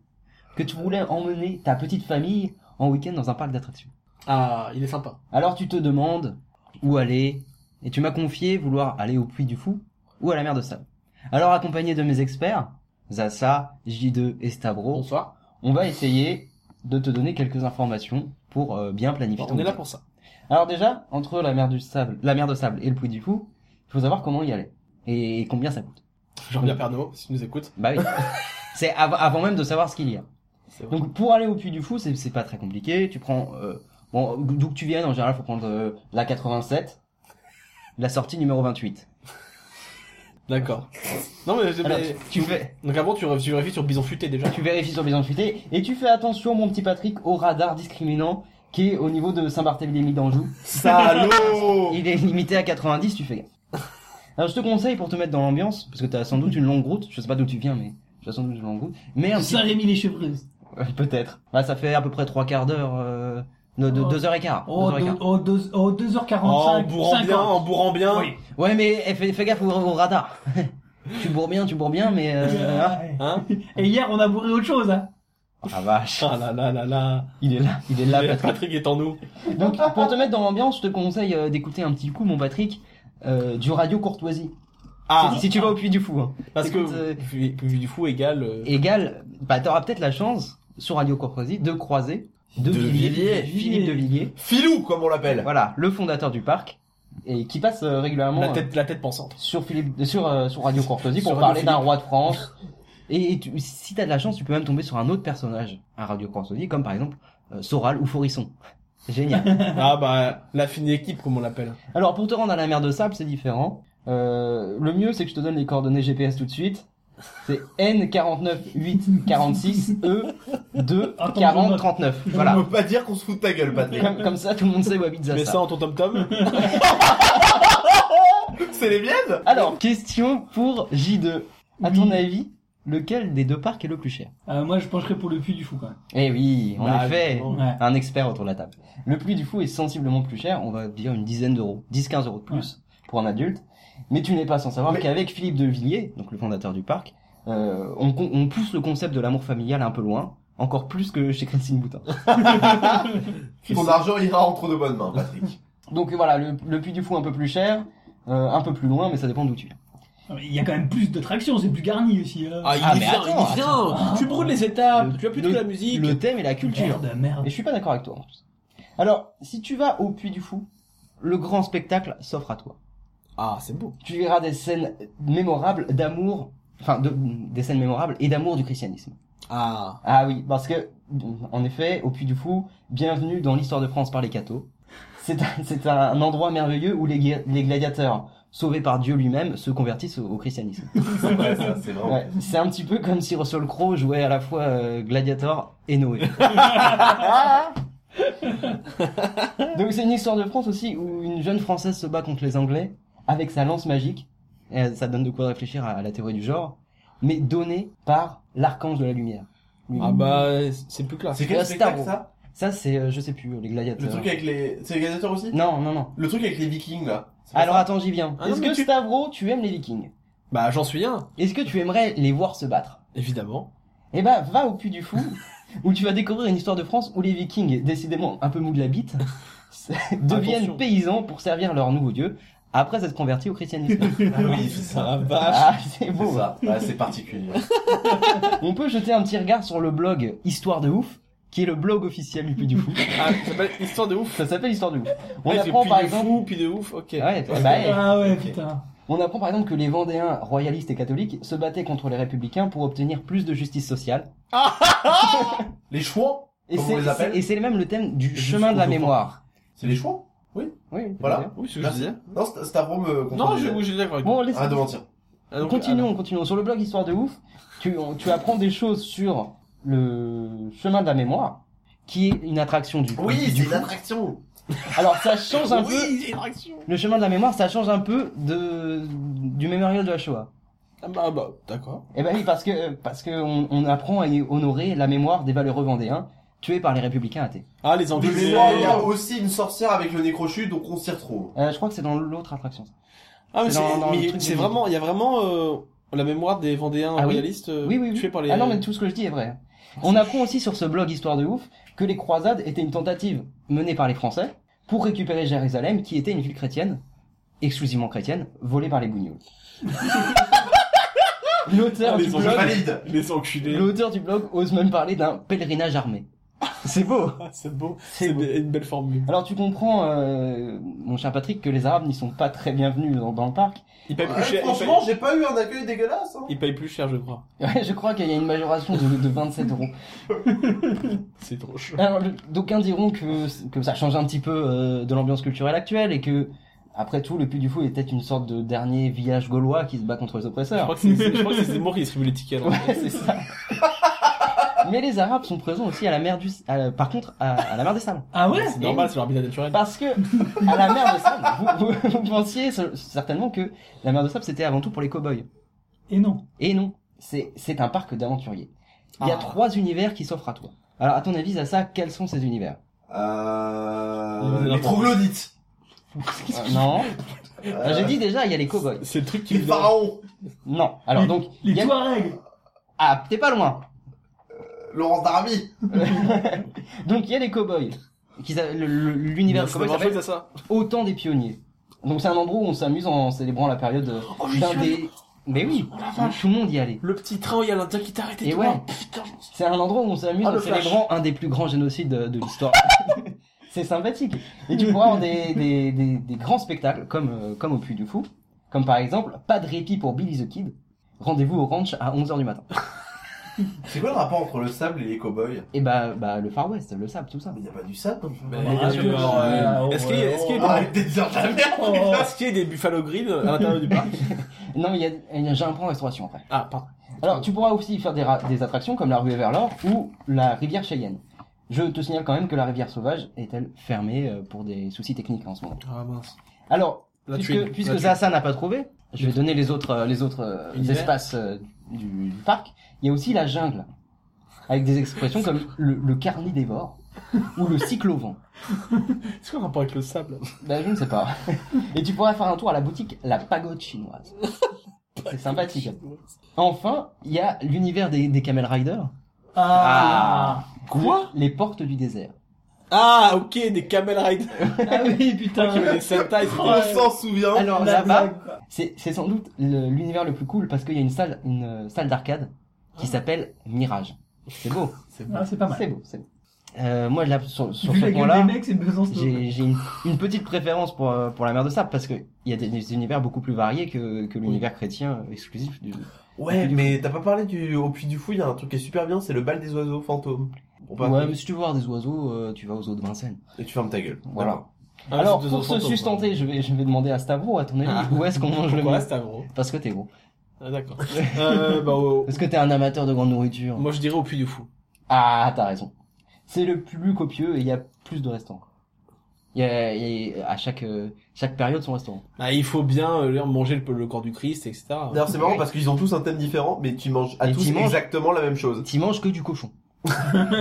C: que tu voulais emmener ta petite famille en week-end dans un parc d'attractions.
B: Ah, il est sympa.
C: Alors tu te demandes où aller et tu m'as confié vouloir aller au Puy du Fou ou à la mer de Sable. Alors accompagné de mes experts, Zassa, J2 et Stavro,
B: Bonsoir.
C: on va essayer de te donner quelques informations pour euh, bien planifier ton
B: on est là
C: week-end.
B: pour ça.
C: Alors déjà, entre la mer du sable, la mer de sable et le Puy du Fou, il faut savoir comment y aller et combien ça coûte.
B: Jean-Pierre Pernaud, si tu nous écoutes.
C: Bah oui. c'est av- avant même de savoir ce qu'il y a.
B: C'est vrai.
C: Donc pour aller au Puy du Fou, c'est c'est pas très compliqué. Tu prends euh, bon d'où que tu viennes en général, faut prendre euh, la 87, la sortie numéro 28.
B: D'accord. Non mais,
C: Alors,
B: mais-
C: tu fais
B: donc avant tu, ré- tu vérifies sur Bison Futé déjà.
C: tu vérifies sur Bison Futé et tu fais attention mon petit Patrick au radar discriminant qui est au niveau de Saint-Barthélemy d'Anjou.
B: Salaud
C: Il est limité à 90, tu fais gaffe. Alors je te conseille pour te mettre dans l'ambiance, parce que t'as sans doute une longue route, je sais pas d'où tu viens, mais tu as sans doute une longue route. Mais un petit...
E: Saint-Rémy les chevreuses.
C: Ouais, Peut-être. Bah ça fait à peu près trois quarts d'heure, euh... non, de,
E: Oh.
C: deux heures et quart.
E: Oh,
C: deux heures et quart.
E: deux- oh, deux- oh, 2h45.
B: Oh, en bourrant bien, en bourrant bien.
E: Oui.
C: Ouais mais eh, fais, fais gaffe au, au radar. tu bourres bien, tu bourres bien, mais... Euh...
E: Ah,
C: hein.
B: Hein
E: Et hier, on a bourré autre chose. Hein.
C: Ah vache.
B: Ah là là là là.
C: Il est là, il est là
B: Mais
C: Ah, Patrick.
B: Patrick est en nous.
C: Donc pour te mettre dans l'ambiance, je te conseille euh, d'écouter un petit coup mon Patrick, euh, du Radio Courtoisie.
B: Ah,
C: si, si tu vas au Puy du Fou. hein.
B: parce que
C: écoute, euh,
B: vu du fou égale. euh,
C: égal, bah t'auras peut-être la chance sur Radio Courtoisie de croiser de,
D: De
C: Villiers,
D: Villiers.
C: Philippe de Villiers,
D: Filou, comme on l'appelle.
C: voilà, le fondateur du parc et qui passe euh, régulièrement
B: La
C: euh,
B: tête, la tête pensante.
C: sur Philippe sur euh, sur Radio Courtoisie
B: Sur
C: pour
B: Radio
C: parler d'un
B: Philippe.
C: roi de France. Et, tu- si t'as de la chance, tu peux même tomber sur un autre personnage à Radio Courtoisie comme par exemple euh, Soral ou Forisson. Génial.
B: Ah bah, la fine équipe, comme on l'appelle.
C: Alors pour te rendre à la mer de sable, c'est différent. Euh, le mieux, c'est que je te donne les coordonnées GPS tout de suite. C'est N 49 8 46 E 2
E: Attends,
C: 40
E: je
C: 39.
D: On
C: Voilà.
D: ne peut pas dire qu'on se fout de ta gueule, Patrick.
C: Comme, comme ça, tout le monde sait où habite
B: Mais
C: Zaza.
B: ça en ton tom tom.
D: C'est les miennes
C: Alors, question pour J2. À
E: Oui.
C: ton avis, lequel des deux parcs est le plus cher
E: Euh, moi, je pencherais pour le puits du fou quand même.
C: Eh oui, en
B: Bah,
C: effet,
B: bon.
E: Ouais.
C: un expert autour de la table. Le prix du fou est sensiblement plus cher, on va dire une dizaine d'euros, 10-15 euros de plus pour un adulte. Mais tu n'es pas sans savoir
D: Mais-
C: qu'avec Philippe de Villiers, donc le fondateur du parc, euh, on, con- on pousse le concept de l'amour familial un peu loin, encore plus que chez Christine Boutin.
D: Ton argent ira entre de bonnes mains, Patrick.
C: Donc voilà, le, le Puy du Fou un peu plus cher, euh, un peu plus loin, mais ça dépend d'où tu viens.
E: Non, mais Il y a quand même plus d'attractions, c'est plus garni aussi. euh. Là.
B: Ah, il
C: Ah,
B: est
C: mais
B: bien,
C: attends,
B: il est bien. Tu brûles les étapes, tu as plus de la musique.
C: Le thème et la culture.
E: Merde, merde.
C: Et je suis pas d'accord avec toi. en plus. Alors, si tu vas au Puy du Fou, le grand spectacle s'offre à toi.
B: Ah, c'est beau.
C: Tu verras des scènes mémorables d'amour, enfin de- des scènes mémorables et d'amour du christianisme.
B: Ah.
C: Ah oui, parce que en effet, au Puy du Fou, bienvenue dans l'histoire de France par les cathos. C'est un, c'est un endroit merveilleux où les, gué- les gladiateurs, sauvés par Dieu lui-même, se convertissent au, au christianisme.
D: C'est vrai, ça, c'est vrai.
C: Ouais, c'est un petit peu comme si Russell Crowe jouait à la fois euh, Gladiator et Noé. Donc c'est une histoire de France aussi où une jeune Française se bat contre les Anglais avec sa lance magique. Et, euh, ça donne de quoi réfléchir à, à la théorie du genre, mais donnée par l'archange de la lumière. Lui-
B: Ah bah, c'est plus classe.
D: C'est quel
C: la
D: spectacle,
C: Star
D: ça
C: Ça c'est, euh, je sais plus, euh, les gladiateurs.
D: Le truc avec les... C'est les gladiateurs aussi
C: Non, non, non.
D: Le truc avec les vikings, là. C'est pas
C: Alors
D: ça
C: attends, j'y viens.
B: Ah non,
C: Est-ce
B: mais
C: que
B: tu-
C: Stavro, tu aimes les Vikings
B: Bah, j'en suis un,
C: Est-ce que tu aimerais les voir se battre
B: évidemment.
C: Eh ben, va au Puy du Fou, où tu vas découvrir une histoire de France où les Vikings, décidément un peu mou de la bite, se- deviennent
B: Attention.
C: paysans pour servir leur nouveau dieu après s'être convertis au christianisme.
D: Ah oui, c'est ça.
B: Ah, vache.
C: ah, c'est
D: C'est
C: beau.
D: ça. Ouais, c'est particulier.
C: On peut jeter un petit regard sur le blog Histoire de ouf, qui est le blog officiel du Puy du Fou.
B: Ah, ça s'appelle Histoire de ouf.
C: Ça s'appelle Histoire de ouf. On
B: Ouais, c'est
C: apprend
B: puis
C: par
B: de
C: exemple.
B: fou, puis de ouf, ok.
C: Ouais, bah, eh,
E: Ah ouais,
D: Ok.
E: putain.
C: On apprend par exemple que les Vendéens, royalistes et catholiques, se battaient contre les républicains pour obtenir plus de justice sociale.
D: Les chouans
C: Et
D: Comment
C: c'est-
D: on les
C: c'est-
D: appelle
C: et c'est même le thème du
D: Juste
C: chemin de la
D: au-
C: mémoire.
D: C'est les chouans
C: Oui, on peut
D: Voilà.
C: dire.
B: Oui, c'est ce que je
D: Merci.
B: disais.
D: Non, St- Stavro me
B: Non,
D: contredisait.
B: je je suis d'accord avec
C: Bon, laisse-
D: Arrête de mentir.
B: Ah, donc,
C: continuons, continuons. Sur le blog Histoire de ouf, tu, on- tu apprends des choses sur le chemin de la mémoire, qui est une attraction du
D: Oui,
C: du
D: c'est une attraction.
C: Alors ça change un
B: Oui,
C: peu. Le chemin de la mémoire, ça change un peu de du mémorial de la Shoah.
B: Ah bah, bah, d'accord.
C: Eh ben oui, parce que parce que on, on apprend à y honorer la mémoire des valeureux vendéens tués par les républicains athées.
B: Ah, les
D: Mais
B: enculés.
D: là, il y a aussi une sorcière avec le nez crochu, donc on s'y retrouve.
C: Euh, je crois que c'est dans l'autre attraction. ça.
B: Ah, mais
C: C'est dans-
B: c'est-
C: dans le
B: mais
C: truc
B: c'est
C: du-
B: vraiment, il y a vraiment euh, la mémoire des Vendéens
C: Ah oui.
B: royalistes euh,
C: Oui, oui, oui.
B: tués par les.
C: Ah non, mais tout ce que je dis est vrai. On apprend aussi sur ce blog Histoire de ouf que les croisades étaient une tentative menée par les Français pour récupérer Jérusalem, qui était une ville chrétienne, exclusivement chrétienne, volée par les Bougnols. L'auteur
B: Ah, les
C: du
D: Je
B: enjeux
C: blog
D: valide.
B: Les enculés.
C: L'auteur du blog ose même parler d'un pèlerinage armé. C'est beau.
B: Ah, c'est beau.
C: C'est
B: C'est
C: beau.
B: be- une belle formule.
C: Alors tu comprends, euh, mon cher Patrick, que les Arabes n'y sont pas très bienvenus dans, dans le parc.
B: Ils payent plus
D: Ouais,
B: cher. ils
D: franchement,
B: payent-
D: j'ai pas eu un accueil dégueulasse. hein.
B: ils payent plus cher, je crois.
C: Ouais, je crois qu'il y a une majoration de, de 27 euros.
B: C'est trop chaud.
C: Alors le- d'aucuns diront que, que ça change un petit peu euh, de l'ambiance culturelle actuelle et que, après tout, le Puy du Fou est peut-être une sorte de dernier village gaulois qui se bat contre les
B: Je
C: oppresseurs.
B: crois que c'est- c'est je crois que c'est Zemmour qui distribue les tickets. alors.
C: Ouais, c'est ça. Mais les Arabes sont présents aussi à la mer du... à la- par contre, à, à la mer des Sables.
E: Ah ouais
B: Bah, C'est Bah, normal, c'est leur habitat naturel.
C: Parce que à la mer de sable, vous, vous- vous pensiez ce- certainement que la mer de sable c'était avant tout pour les cow-boys.
E: Et non.
C: Et non, c'est c'est un parc d'aventuriers. Il y a
B: Ah.
C: trois univers qui s'offrent à toi. Alors à ton avis, à ça, quels sont ces univers
D: Euh,
B: Ils ont
D: les
B: des
D: troglodytes.
C: Euh, Non. Euh, J'ai dit déjà, il y a les cow-boys.
B: C'est le truc qui
D: Les
B: me donne-
D: pharaons.
C: Non. Alors donc, il y
E: Les
C: a...
E: Touaregs.
C: ah, t'es pas loin.
D: euh, Laurence Darby.
C: donc il y a les cow-boys. Qui s'a- le- le- L'univers
B: Ça
C: cow-boy
B: marche
C: s'appelle
B: à ça.
C: Autant des pionniers. Donc c'est un endroit où on s'amuse en célébrant la période
B: Oh,
C: d'un des. Mais oui, tout le monde y allait.
B: Le petit train où il y a l'Indien qui t'arrête et
C: Et
B: tout.
C: ouais.
B: hein. Putain, je m'en
C: C'est un endroit où on s'amuse
B: Ah,
C: en
B: le flash.
C: célébrant un des plus grands génocides de, de l'histoire. c'est sympathique. Et tu pourras avoir des, des, des, des grands spectacles comme, euh, comme au Puy du Fou. Comme par exemple, pas de répit pour Billy the Kid. Rendez-vous au ranch à 11h du matin.
D: C'est quoi le rapport entre le sable et les cowboys
C: Et bah, bah le Far West, le sable, tout ça.
D: Il y a pas du sable. comme ça.
B: Mais bien sûr, euh, Est-ce qu'il y a- est-ce qu'il y a
D: Ah,
B: des-
D: t'es de dire de la merde.
C: Oh.
B: est-ce qu'il y a des Buffalo Grill à l'intérieur du parc
C: Non, mais il y a, il y a- j'ai un plan restauration après.
B: Ah, pardon.
C: Alors, tu pourras aussi faire des, ra- des attractions comme la ruée vers l'or ou la rivière Cheyenne. Je te signale quand même que la rivière sauvage est-elle fermée euh, pour des soucis techniques en ce moment.
B: Ah mince.
C: Alors,
B: La
C: puisque,
B: tuile,
C: puisque
B: la tuile.
C: Zaza n'a pas trouvé, je vais donner les autres, euh, les autres euh,
B: Univers.
C: espaces euh, du, du parc. Il y a aussi la jungle, avec des expressions comme le, le carnivore ou le cyclovent.
B: C'est quoi le rapport avec le sable
C: Ben, je ne sais pas. Et tu pourras faire un tour à la boutique La Pagode Chinoise. C'est sympathique. Enfin, il y a l'univers des, des Camel Riders.
E: Ah.
B: Quoi
C: Les portes du désert.
B: Ah, ok, des Camel Riders.
E: Ah oui,
B: Qui
E: putain.
B: avaient des Sentai, c'était-
D: On s'en souvient.
C: Alors
E: Oh, La
C: là-bas,
E: blague, quoi.
C: c'est c'est sans doute le- l'univers le plus cool parce qu'il y a une salle, une euh, salle d'arcade qui s'appelle Mirage. C'est beau.
E: Ah, c'est pas
C: C'est
E: mal.
C: beau, c'est beau. Euh, moi, là, sur, sur
E: Vu
C: ce
E: la gueule
C: point-là,
E: des mecs, c'est Besançon.
C: j'ai j'ai une, une petite préférence pour, euh, pour la mer de sable parce qu'il y a des, des univers beaucoup plus variés que, que l'univers chrétien euh, exclusif. Du...
D: Ouais, mais t'as pas parlé du au puits du fou. Il y a un truc qui est super bien, c'est le bal des oiseaux fantômes. On peut
C: Ouais,
D: appeler-
C: mais si tu veux voir des oiseaux, euh, tu vas aux eaux de Vincennes.
D: Et tu fermes ta gueule.
C: Voilà.
D: D'accord.
B: Ah, mais
C: Alors,
B: c'est deux
C: pour se
B: enfants,
C: sustenter, je vais, je vais demander à Stavro, à ton avis,
B: Ah.
C: où est-ce qu'on mange le
B: Pourquoi
C: mieux
B: Stavro
C: Parce que t'es gros.
B: Ah, d'accord. euh, bah, au-
C: Parce que t'es un amateur de grande nourriture.
B: moi je dirais au Puy du Fou.
C: Ah, t'as raison. C'est le plus copieux et il y a plus de restaurants. Il y a, il y a- à chaque, euh, chaque période son restaurant.
B: Ah, il faut bien euh, leur manger le, le corps du Christ, etc.
D: D'ailleurs, c'est marrant parce qu'ils ont tous un thème différent, mais tu manges à
C: Et
D: tous
C: tu manges-
D: exactement la même chose.
C: T'y manges que du cochon.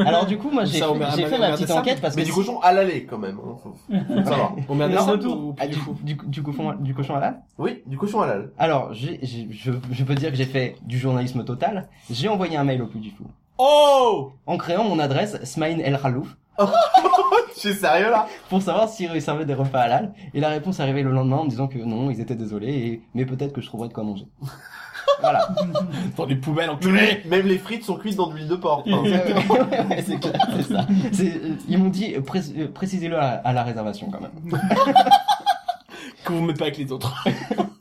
C: Alors du coup, moi j'ai
B: Ça, on met
C: fait,
B: un
C: j'ai
B: mal-
C: fait
B: un
C: ma petite
B: mal de
C: enquête parce
D: Mais
C: que
D: du
C: si-
D: cochon à l'aller quand même. hein. Faut- faut savoir.
B: On met un
C: Non,
B: ersatz
E: retour.
B: au au
C: Ah,
B: Puy
C: du,
B: du Fou.
C: du, du cochon, à- du cochon à l'âne.
D: Oui, du cochon à l'alle.
C: Alors j'ai- j'ai- je, je peux dire que j'ai fait du journalisme total. J'ai envoyé un mail au plus du fou
B: Oh
C: en créant mon adresse Smaïn El Khalouf
D: Je suis sérieux là
C: pour savoir s'ils réservaient des repas à l'âne. Et la réponse est arrivée le lendemain en me disant que non, ils étaient désolés, et, mais peut-être que je trouverais de quoi manger. voilà.
B: Dans les poubelles, enculé
D: Même les frites sont cuites dans de l'huile de porc. hein.
C: Ouais, ouais, c'est clair, c'est ça. C'est- euh, Ils m'ont dit euh, pré- euh, précisez-le à, à la réservation quand même.
B: Que vous mettez pas avec les autres.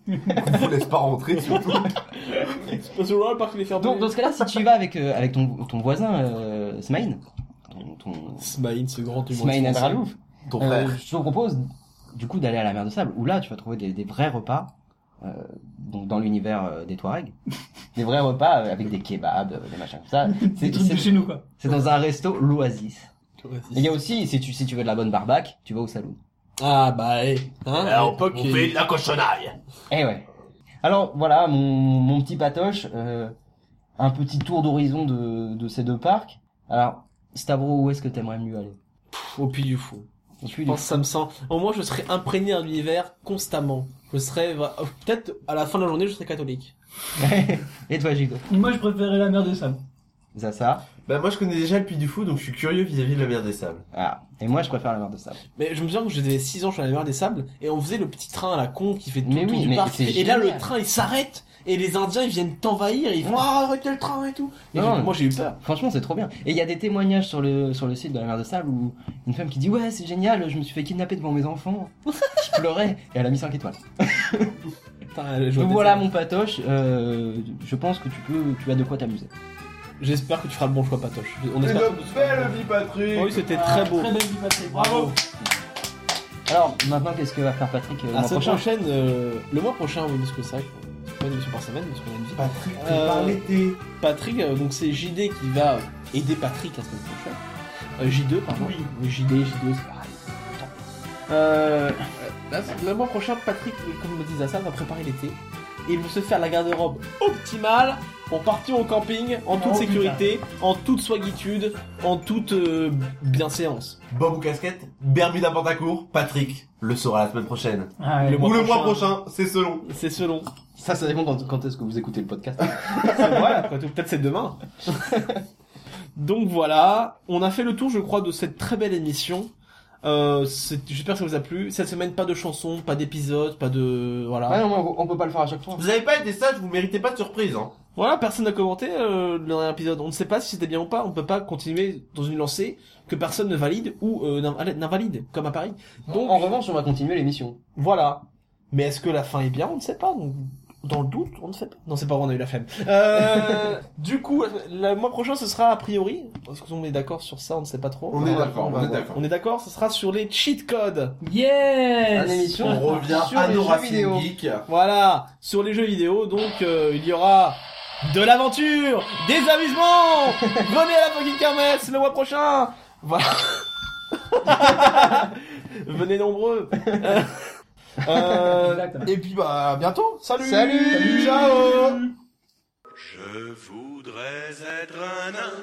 D: On vous laisse pas rentrer surtout.
B: C'est pas sur le parc les fermes.
C: Donc dans ce cas-là, si tu y vas avec euh, avec ton ton voisin euh, Smaïn, ton, ton
B: Smaïn, ce grand humour.
C: Smaïn El Khalouf,
D: Ton
C: Euh,
D: frère.
C: je te propose du coup d'aller à la mer de sable où là tu vas trouver des, des vrais repas euh, donc dans l'univers euh, des Touaregs des vrais repas euh, avec des kebabs euh, des machins comme ça
E: Des
C: c'est
E: trucs de
C: c'est-
E: chez nous, quoi.
C: c'est dans un resto l'Oasis Et il y a aussi si tu si tu veux de la bonne barbaque tu vas au saloon
B: Ah bah, eh. Hein, à l'époque, il-
D: la cochonaille.
C: eh ouais Alors voilà, mon, mon petit patoche, euh, un petit tour d'horizon de, de ces deux parcs. Alors, Stavro, où est-ce que t'aimerais mieux aller
B: Au puits du fou.
C: Je
B: Je pense que ça me sent. Au moins, je serais imprégné d'un l'univers constamment. Je serais va- euh, peut-être à la fin de la journée, je serais catholique.
C: Et toi, Gigo
E: Moi, je préférais la mer de sable.
C: Zaza
D: Bah moi je connais déjà le Puy du Fou donc je suis curieux vis-à-vis de la mer des sables.
C: Ah, et moi je préfère la mer de sable.
B: Mais je me souviens que j'avais 6 ans, je suis allé voir des sables et on faisait le petit train à la con qui fait tout
C: Mais
B: le tour
C: oui,
B: du
C: mais
B: parc.
C: c'est
B: Et là, le
C: génial.
B: train il s'arrête et les Indiens ils viennent t'envahir et ils font Ah, arrêtez le train et tout. Et
C: Non,
B: j'ai-
C: mais-
B: moi, j'ai eu peur.
C: Franchement, c'est trop bien. Et il y a des témoignages sur le, sur le site de la mer de sable où une femme qui dit Ouais, c'est génial, je me suis fait kidnapper devant mes enfants. je pleurais et elle a mis 5 étoiles.
B: Putain, je vois
C: Donc
B: des
C: voilà,
B: sables.
C: mon patoche, euh, je pense que tu peux, tu as de quoi t'amuser.
B: J'espère que tu feras le bon choix, Patoche. Eh On espère tous que tu feras le bon
D: vie Patrick
B: choix. Oh oui, c'était
E: Ah,
B: très beau.
E: Très belle vie passée. Bravo.
C: Alors, maintenant, qu'est-ce que va faire Patrick euh, le
B: La
C: mois
B: semaine
C: prochain
B: prochaine, euh, le mois prochain, oui, parce que c'est vrai que c'est pas une émission par semaine, parce qu'on a une vie.
D: Patrick,
B: t'es Euh, par
D: l'été.
B: Patrick, euh, donc c'est JD qui va aider Patrick la semaine prochaine. Euh, J2, pardon. Oui. JD, J2, c'est pareil. Putain. Euh, là, c'est- le mois prochain, Patrick, comme me disait ça, va préparer l'été. Et il veut se faire la garde-robe optimale pour partir au camping en toute
E: Oh,
B: sécurité, en toute soigitude, en toute euh, bienséance.
D: Bob ou casquette, Bermuda Pantacourt, Patrick le saura la semaine prochaine.
E: Ah,
B: Le
E: ouais.
B: mois
D: ou le mois
B: prochain.
D: prochain, c'est selon.
B: C'est selon.
C: Ça, ça dépend quand, quand est-ce que vous écoutez le podcast.
B: voilà, quoi, tout- peut-être c'est demain. Donc voilà, on a fait le tour, je crois, de cette très belle émission. Euh, c'est- J'espère que ça vous a plu. Cette semaine, pas de chansons, pas d'épisodes, pas de voilà.
C: Ouais, non, mais on, on peut pas le faire à chaque fois.
D: Vous avez pas été sage, vous méritez pas de surprise hein.
B: Voilà, personne n'a commenté euh, le dernier épisode. On ne sait pas si c'était bien ou pas. On peut pas continuer dans une lancée que personne ne valide ou euh, n'in- n'invalide, comme à Paris.
C: Donc, en revanche, on va continuer l'émission.
B: Voilà. Mais est-ce que la fin est bien On ne sait pas. Donc, Dans le doute, on ne sait pas. Non, c'est pas vrai, on a eu la flemme. Euh, du coup, le mois prochain, ce sera a priori. Est-ce qu'on est d'accord sur ça On ne sait pas trop.
D: On est d'accord, on est d'accord.
B: On est d'accord, ce sera sur les cheat codes.
C: Une
E: Yes.
C: émission
D: On revient
C: sur
D: à
C: les
D: nos
C: jeux vidéo.
D: racines geeks.
B: Voilà, sur les jeux vidéo, donc euh, il y aura de l'aventure, des amusements. Venez à la Poké Kermesse le mois prochain. Voilà. Venez nombreux. Euh, euh,
E: Exact.
B: et puis bah à bientôt. Salut.
C: Salut.
B: Ciao.
G: Je voudrais être un nain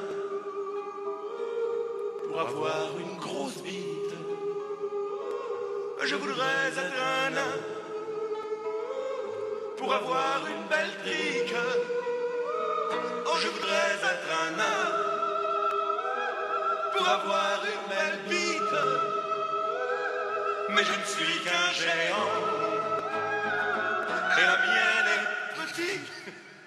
G: pour avoir une grosse bite. Je voudrais être un nain pour avoir une belle trique. Oh, je voudrais être un nain pour avoir une belle bite. Mais je ne suis qu'un géant et la mienne.